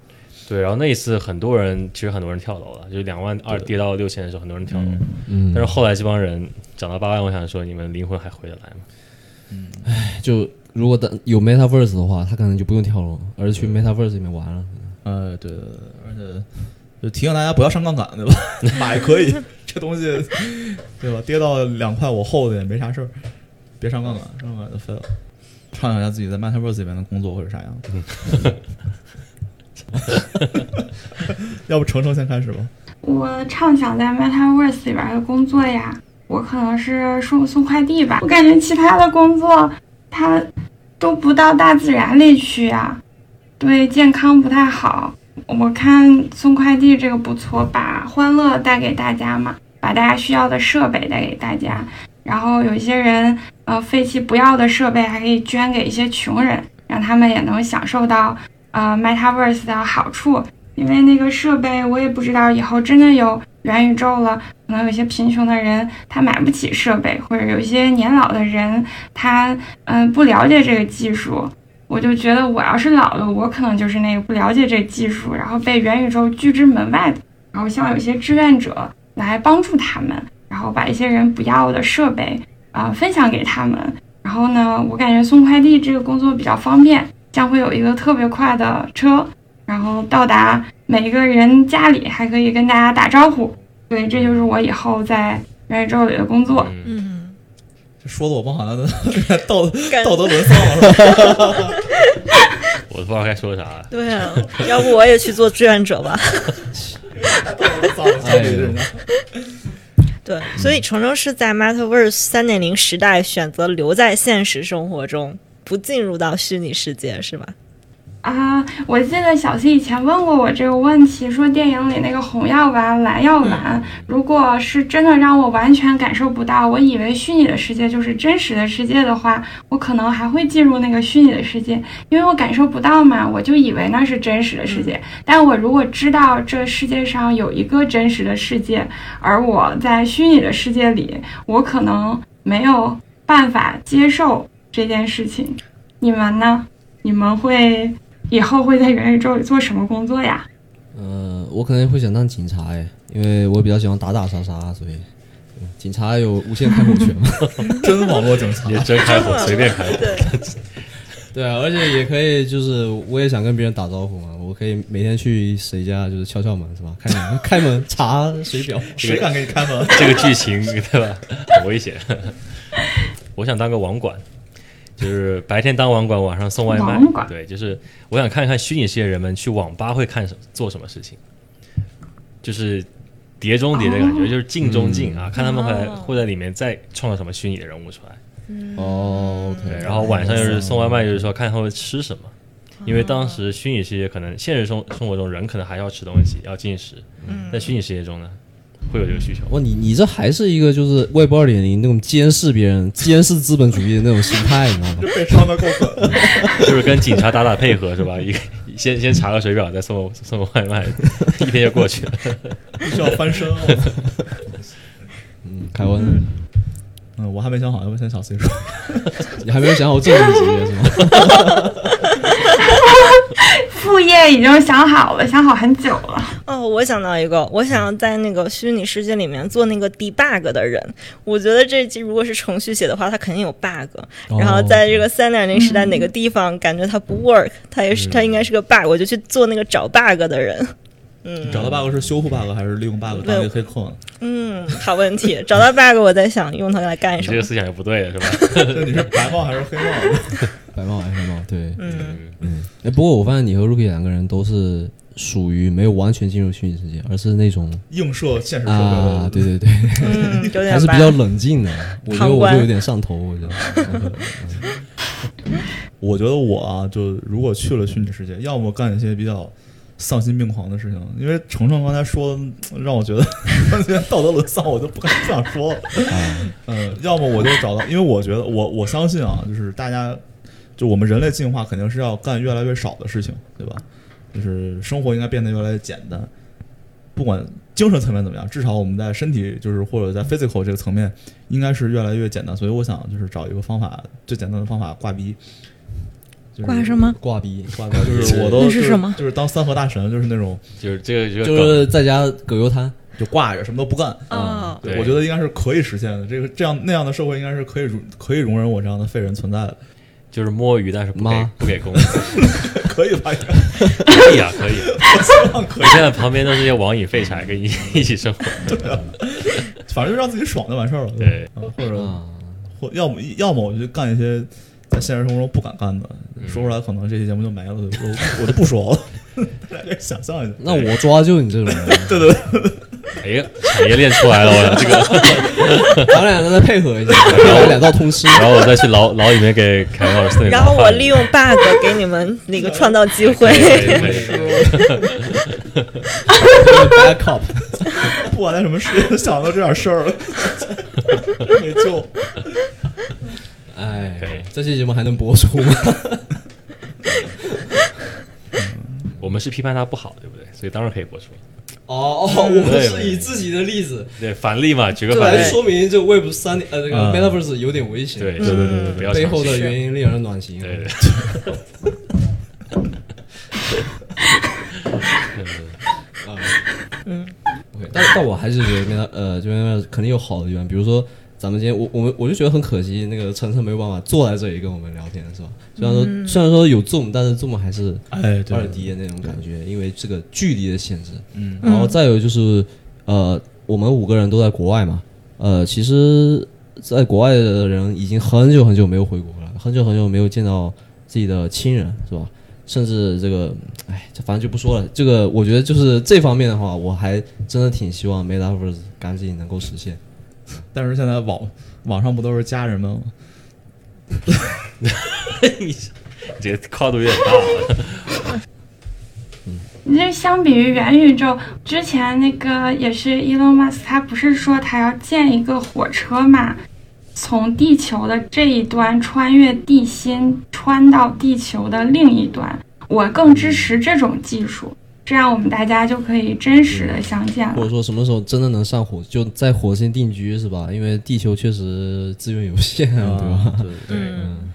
[SPEAKER 4] 对，然后那一次很多人其实很多人跳楼了，就是两万二跌到六千的时候，很多人跳楼，
[SPEAKER 5] 嗯，
[SPEAKER 4] 但是后来这帮人涨到八万，我想说你们灵魂还回得来吗？
[SPEAKER 5] 就如果当有 MetaVerse 的话，他可能就不用跳楼，而是去 MetaVerse 里面玩了。
[SPEAKER 3] 呃，对对对，而且就提醒大家不要上杠杆，
[SPEAKER 5] <laughs>
[SPEAKER 3] 对吧？买可以，这东西对吧？跌到两块我厚的也没啥事儿，别上杠杆，上杠杆就废了。畅想一下自己在 MetaVerse 里面的工作会是啥样子？
[SPEAKER 5] <laughs>
[SPEAKER 3] 要不程程先开始吧。
[SPEAKER 1] 我畅想在 MetaVerse 里边的工作呀，我可能是送送快递吧。我感觉其他的工作，它都不到大自然里去呀，对健康不太好。我看送快递这个不错，把欢乐带给大家嘛，把大家需要的设备带给大家。然后有一些人，呃，废弃不要的设备还可以捐给一些穷人，让他们也能享受到呃 MetaVerse 的好处。因为那个设备，我也不知道以后真的有元宇宙了，可能有些贫穷的人他买不起设备，或者有一些年老的人他嗯不了解这个技术。我就觉得我要是老了，我可能就是那个不了解这技术，然后被元宇宙拒之门外的。然后希望有些志愿者来帮助他们，然后把一些人不要的设备啊、呃分享给他们。然后呢，我感觉送快递这个工作比较方便，将会有一个特别快的车，然后到达每个人家里，还可以跟大家打招呼。对，这就是我以后在元宇宙里的工作。
[SPEAKER 4] 嗯，
[SPEAKER 2] 嗯，
[SPEAKER 3] 这说的我们好像在道
[SPEAKER 2] 感
[SPEAKER 3] 道德沦丧了，是吧
[SPEAKER 4] 我都不知道该说啥了。
[SPEAKER 2] 对啊，要不我也去做志愿者吧。
[SPEAKER 3] 道德沦丧了
[SPEAKER 5] 哎呦
[SPEAKER 3] 人家
[SPEAKER 2] 对，所以程程是在 MetaVerse 三点零时代选择留在现实生活中，不进入到虚拟世界，是吧？
[SPEAKER 1] 啊，我记得小 C 以前问过我这个问题，说电影里那个红药丸、蓝药丸，如果是真的让我完全感受不到，我以为虚拟的世界就是真实的世界的话，我可能还会进入那个虚拟的世界，因为我感受不到嘛，我就以为那是真实的世界。但我如果知道这世界上有一个真实的世界，而我在虚拟的世界里，我可能没有办法接受这件事情。你们呢？你们会以后会在元宇宙里做什么工作呀？
[SPEAKER 5] 呃，我可能会想当警察哎，因为我比较喜欢打打杀杀，所以嗯警察有无限开火
[SPEAKER 4] <laughs>
[SPEAKER 5] 权嘛。
[SPEAKER 3] 真网络警察
[SPEAKER 4] 你。 <laughs> 真开火，哎随便开火。
[SPEAKER 2] 对，
[SPEAKER 5] 对啊，而且也可以，就是我也想跟别人打招呼嘛，我可以每天去谁家就是敲敲门是吧？开门 <laughs> 开门查水
[SPEAKER 4] <laughs>
[SPEAKER 5] 表。
[SPEAKER 3] 谁敢给你开
[SPEAKER 5] <laughs>
[SPEAKER 3] 门？
[SPEAKER 4] 这个剧情，对吧？很危险。 <laughs> 我想当个网管，就是白天当网管，晚上送外卖
[SPEAKER 1] 网。管
[SPEAKER 4] 对，就是我想看看虚拟世界人们去网吧会看什做什么事情，就是碟中谍的感觉，
[SPEAKER 1] 哦
[SPEAKER 4] 就是镜中镜
[SPEAKER 1] 嗯
[SPEAKER 4] 啊，看他们会来会在里面再创造什么虚拟的人物出来。
[SPEAKER 5] 哦，OK，
[SPEAKER 4] 对，然后晚上就是送外卖，就是说看他会吃什么。
[SPEAKER 1] 哦
[SPEAKER 4] 因为当时虚拟世界可能现实生生活中人可能还要吃东西，要进食，
[SPEAKER 1] 嗯
[SPEAKER 4] 在虚拟世界中呢，会有这个需求。
[SPEAKER 5] 哇，你你这还是一个就是外部二点零那种监视别人、监视资本主义的那种心态，你知道
[SPEAKER 4] <laughs>
[SPEAKER 5] 吗？
[SPEAKER 3] 被伤的够狠。
[SPEAKER 4] 就是跟警察打打配合是吧？一个先 <laughs> 先查个水表，再送送个外卖，一天就过
[SPEAKER 2] <laughs>
[SPEAKER 4] 去了。
[SPEAKER 3] 需要翻身哦。
[SPEAKER 5] 嗯，凯文，
[SPEAKER 3] 嗯，我还没想好，要不先小 C 说。
[SPEAKER 5] 你还没有想好正经职业是吗？
[SPEAKER 1] 副业已经想好了，想好很久了。
[SPEAKER 2] 哦，我想到一个，我想要在那个虚拟世界里面做那个 debug 的人。我觉得这集如果是程序写的话，它肯定有 bug。然
[SPEAKER 5] 哦
[SPEAKER 2] 后在这个三点零时代，哪个地方感觉它不 work，它也是它应该是个 bug，我就去做那个找 bug 的人。
[SPEAKER 3] 找
[SPEAKER 5] 嗯
[SPEAKER 3] 到 bug 是修复 bug 还是利用 bug 当一个黑客呢？ <laughs>
[SPEAKER 2] 嗯，好问题。找到 bug，我在想用它来干
[SPEAKER 4] 你
[SPEAKER 2] 什
[SPEAKER 4] 这个
[SPEAKER 2] 么。
[SPEAKER 4] 思想就不对了是吧？
[SPEAKER 3] 这你是白帽还是黑帽？
[SPEAKER 5] 白帽白帽，对，
[SPEAKER 2] <laughs> 嗯
[SPEAKER 5] 哎，不过我发现你和 Rookie 两个人都是属于没有完全进入虚拟世界，而是那种
[SPEAKER 3] <laughs> 映射现实社会的，
[SPEAKER 5] 啊，对对对，
[SPEAKER 2] 嗯，有点
[SPEAKER 5] 还是
[SPEAKER 2] 吧
[SPEAKER 5] 比较冷静的。
[SPEAKER 2] <laughs>
[SPEAKER 5] 我觉得
[SPEAKER 2] 旁
[SPEAKER 5] 我
[SPEAKER 2] 观
[SPEAKER 5] 就有点上头，我
[SPEAKER 2] <laughs>
[SPEAKER 5] 觉得。
[SPEAKER 3] 我觉得我啊，就如果去了虚拟世界，要么干一些比较丧心病狂的事情，因为程程刚才说的嗯让我觉得 <laughs> 完全道德沦丧，我就不敢不想说了。嗯，要么我就找到，因为我觉得我我相信啊，就是大家就我们人类进化肯定是要干越来越少的事情，对吧？就是生活应该变得越来越简单，不管精神层面怎么样，至少我们在身体就是或者在 physical 这个层面，应该是越来越简单。所以我想就是找一个方法，最简单的方法挂逼。就是
[SPEAKER 2] 挂什么？
[SPEAKER 5] 嗯挂逼，
[SPEAKER 3] 挂掉，就是我都
[SPEAKER 2] 那是
[SPEAKER 3] 就
[SPEAKER 2] 什么
[SPEAKER 3] 就是当三和大神，就是那种
[SPEAKER 4] 就是这 <laughs> 个这个
[SPEAKER 5] 就
[SPEAKER 4] 梗
[SPEAKER 5] 是在家葛优瘫。
[SPEAKER 3] 就挂着什么都不干。
[SPEAKER 2] 哦，
[SPEAKER 3] 对，
[SPEAKER 4] 对
[SPEAKER 3] 我觉得应该是可以实现的。这个这样那样的社会应该是可以容可以容忍我这样的废人存在的， <laughs>
[SPEAKER 4] 就是摸鱼，但是不给
[SPEAKER 5] 妈
[SPEAKER 4] 不给工资，
[SPEAKER 3] 可以吧？ <laughs>
[SPEAKER 4] 可以啊，可以。
[SPEAKER 3] 希望可以，
[SPEAKER 4] 我现在旁边都是些网瘾废柴跟你一起生活，
[SPEAKER 3] 反正就让自己爽就完事儿了。
[SPEAKER 4] 对
[SPEAKER 3] 嗯，或者
[SPEAKER 5] 啊，
[SPEAKER 3] 或要么要么我就干一些在现实生活中不敢干的，
[SPEAKER 4] 嗯
[SPEAKER 3] 说出来可能这期节目就没了，我就我就不说了。 <laughs> 大家可以想象一下，
[SPEAKER 5] 那我抓就是你这种
[SPEAKER 4] <laughs>
[SPEAKER 5] 人，
[SPEAKER 4] 哎呀，产业链出来了，我这个，
[SPEAKER 5] 咱俩再配合
[SPEAKER 4] <laughs>
[SPEAKER 5] 一下，然后两道通吃。
[SPEAKER 4] 然后我再去牢牢里面给凯文老师送点
[SPEAKER 2] 然后
[SPEAKER 4] 早
[SPEAKER 2] 我
[SPEAKER 4] 饭
[SPEAKER 2] 利用 bug 给你们那个创造机会
[SPEAKER 4] 可
[SPEAKER 2] <laughs>
[SPEAKER 4] 以，可以可以
[SPEAKER 5] ，bad cop，
[SPEAKER 3] 不管在什么事情想到这点事儿了， <laughs> 没救。
[SPEAKER 4] 可以
[SPEAKER 5] 哎，这期节目还能播出
[SPEAKER 4] <laughs>
[SPEAKER 5] 吗？
[SPEAKER 4] 我们是批判他不好，对不对？所以当然可以播出。
[SPEAKER 5] 哦哦，我们是以自己的例子
[SPEAKER 4] 对，反例嘛，举个
[SPEAKER 5] 这
[SPEAKER 4] 反
[SPEAKER 5] 来
[SPEAKER 4] 例。
[SPEAKER 5] 说明这 Web 三呃这个
[SPEAKER 3] 嗯
[SPEAKER 5] Metaverse 有点危险，
[SPEAKER 4] 对，对对对，不要
[SPEAKER 5] 嗯背
[SPEAKER 4] 尝
[SPEAKER 5] 后
[SPEAKER 4] 试
[SPEAKER 5] 的原因令人暖心。
[SPEAKER 4] 对对。对
[SPEAKER 5] OK，但但我还是觉得 Meta 呃这边肯定有好的地方，比如说咱们今天我我们我就觉得很可惜，那个晨晨没有办法坐在这里跟我们聊天，是吧？虽然说、虽然说有 Zoom，但是 Zoom 还是
[SPEAKER 3] 哎，对
[SPEAKER 5] 二 D 的那种感觉，因为这个距离的限制。
[SPEAKER 3] 嗯，
[SPEAKER 5] 然后再有就是，呃，我们五个人都在国外嘛，呃，其实在国外的人已经很久很久没有回国了，很久很久没有见到自己的亲人，是吧？甚至这个，哎，这反正就不说了。这个我觉得就是这方面的话，我还真的挺希望 MetaVerse 赶紧能够实现。
[SPEAKER 3] 但是现在网网上不都是家人们吗？
[SPEAKER 4] 你这个跨度有点大了。
[SPEAKER 1] 你这相比于元宇宙之前那个，也是 Elon Musk，他不是说他要建一个火车嘛，从地球的这一端穿越地心，穿到地球的另一端。我更支持这种技术，这样我们大家就可以真实的相见
[SPEAKER 5] 或者
[SPEAKER 1] 了。
[SPEAKER 5] 说什么时候真的能上火，就在火星定居是吧？因为地球确实资源有限啊，对吧？
[SPEAKER 3] 对对
[SPEAKER 5] 嗯，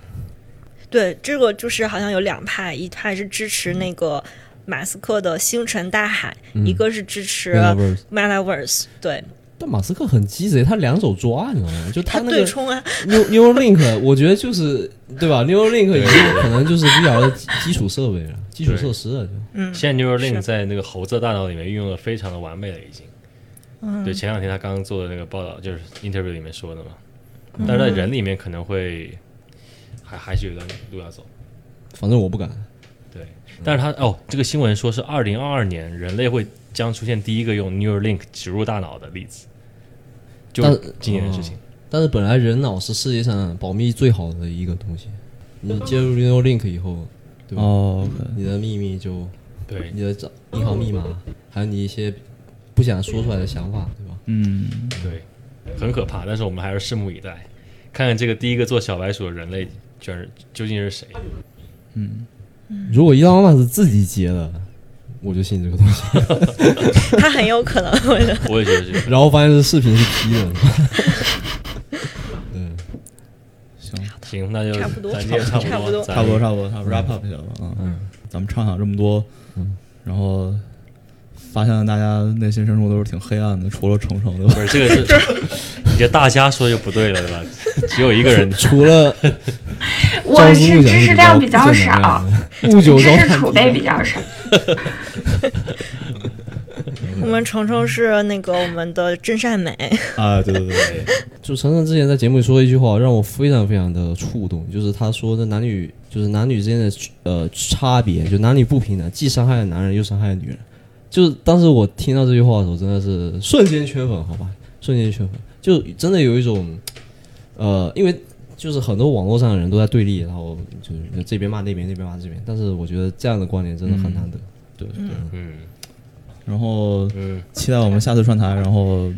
[SPEAKER 2] 对，这个就是好像有两派，一派是支持那个马斯克的星辰大海，一个是支持
[SPEAKER 5] MetaVerse
[SPEAKER 2] Metaverse，对
[SPEAKER 5] 但马斯克很鸡贼，他两手抓，你知道吗？就
[SPEAKER 2] 他
[SPEAKER 5] 他那
[SPEAKER 2] 对
[SPEAKER 5] 个
[SPEAKER 2] 冲啊，
[SPEAKER 5] New <laughs> New Link，我觉得就是对吧？New Link 已经可能就是 VR 的基基础设备了，基础设施了就。
[SPEAKER 2] 嗯，
[SPEAKER 4] 现在 Neuralink
[SPEAKER 2] 是
[SPEAKER 4] 在那个猴子的大脑里面运用的非常的完美了，已经。
[SPEAKER 2] 嗯
[SPEAKER 4] 对，前两天他刚刚做的那个报道，就是 interview 里面说的嘛。
[SPEAKER 2] 嗯
[SPEAKER 4] 但是在人里面可能会还还是有段路要走。
[SPEAKER 5] 反正我不敢。
[SPEAKER 4] 对，但是他哦，这个新闻说是二零二二年人类会将出现第一个用 Neuralink 植入大脑的例子，就
[SPEAKER 5] 但哦
[SPEAKER 4] 是今年的事情。
[SPEAKER 5] 但是本来人脑是世界上保密最好的一个东西，你接入 New Link 以后，对吧？
[SPEAKER 3] 哦，OK，
[SPEAKER 5] 你的秘密就
[SPEAKER 2] 哦
[SPEAKER 4] 对，
[SPEAKER 5] 你的账银行密码，还有你一些不想说出来的想法，对吧？
[SPEAKER 3] 嗯，
[SPEAKER 4] 对，很可怕，但是我们还是拭目以待，看看这个第一个做小白鼠的人类居然究竟是谁。
[SPEAKER 5] 如果伊朗马是自己接的，我就信这个东西。
[SPEAKER 2] 他很有可能会的。
[SPEAKER 4] 我也觉得是。
[SPEAKER 5] 然后发现这视频是 <laughs> P 的。对，
[SPEAKER 3] 行，
[SPEAKER 4] 行，那就
[SPEAKER 2] 差不多
[SPEAKER 4] 咱今天差不
[SPEAKER 2] 差不多
[SPEAKER 4] 咱
[SPEAKER 3] 差不多，差不多，差不多，wrap up 就行了啊。
[SPEAKER 5] 嗯，
[SPEAKER 3] 嗯咱们畅想这么多，然后发现大家内心深处都是挺黑暗的，除了程程对吧
[SPEAKER 4] 不？是这个是，你这大家说就不对了，对吧？只有一个人，
[SPEAKER 5] 除了
[SPEAKER 1] 我是知识量比较少，，
[SPEAKER 5] 物九
[SPEAKER 1] 知
[SPEAKER 5] 招
[SPEAKER 1] 识储备比较少。
[SPEAKER 2] 我们程程是那个我们的真善美，
[SPEAKER 3] 啊，对对对对，
[SPEAKER 5] 就晨晨之前在节目里说了一句话，让我非常非常的触动，就是他说的男女就是男女之间的呃差别，就男女不平等，既伤害了男人又伤害了女人。就是当时我听到这句话的时候，真的是瞬间圈粉，好吧，瞬间圈粉，就真的有一种呃，因为就是很多网络上的人都在对立，然后就是这边骂那边，那边骂这边，但是我觉得这样的观点真的很难得。对，对
[SPEAKER 4] 嗯
[SPEAKER 3] <laughs> 然后
[SPEAKER 4] 嗯，
[SPEAKER 3] 期待我们下次串台。然后，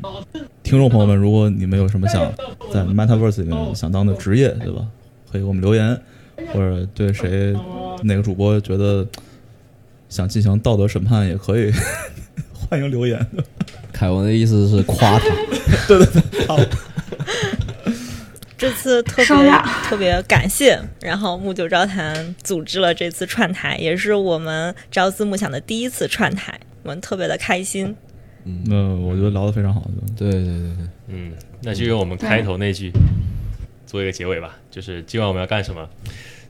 [SPEAKER 3] 听众朋友们，如果你们有什么想在 Metaverse 里面想当的职业，对吧？可以给我们留言，或者对谁哪个主播觉得想进行道德审判，也可以 <laughs> 欢迎留言。
[SPEAKER 5] 凯文的意思是夸他，
[SPEAKER 2] 这次特
[SPEAKER 1] 收
[SPEAKER 2] 别
[SPEAKER 1] 到
[SPEAKER 2] 特别感谢，然后木九招谈组织了这次串台，也是我们朝思暮想的第一次串台，我们特别的开心。
[SPEAKER 3] 那我觉得聊得非常好，
[SPEAKER 5] 对对对对。
[SPEAKER 4] 嗯，那就用我们开头那句做一个结尾吧，就是今晚我们要干什么？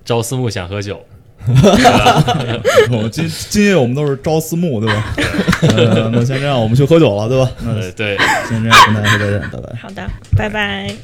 [SPEAKER 4] 朝思暮想喝酒，
[SPEAKER 3] <laughs> 我们哦今今夜我们都是朝思暮，对 <laughs> 吧？嗯呃，那先这样，我们去喝酒了，对吧？那
[SPEAKER 4] 呃，对。
[SPEAKER 3] 先这样，跟大家说再见，拜拜。
[SPEAKER 2] 好的，拜拜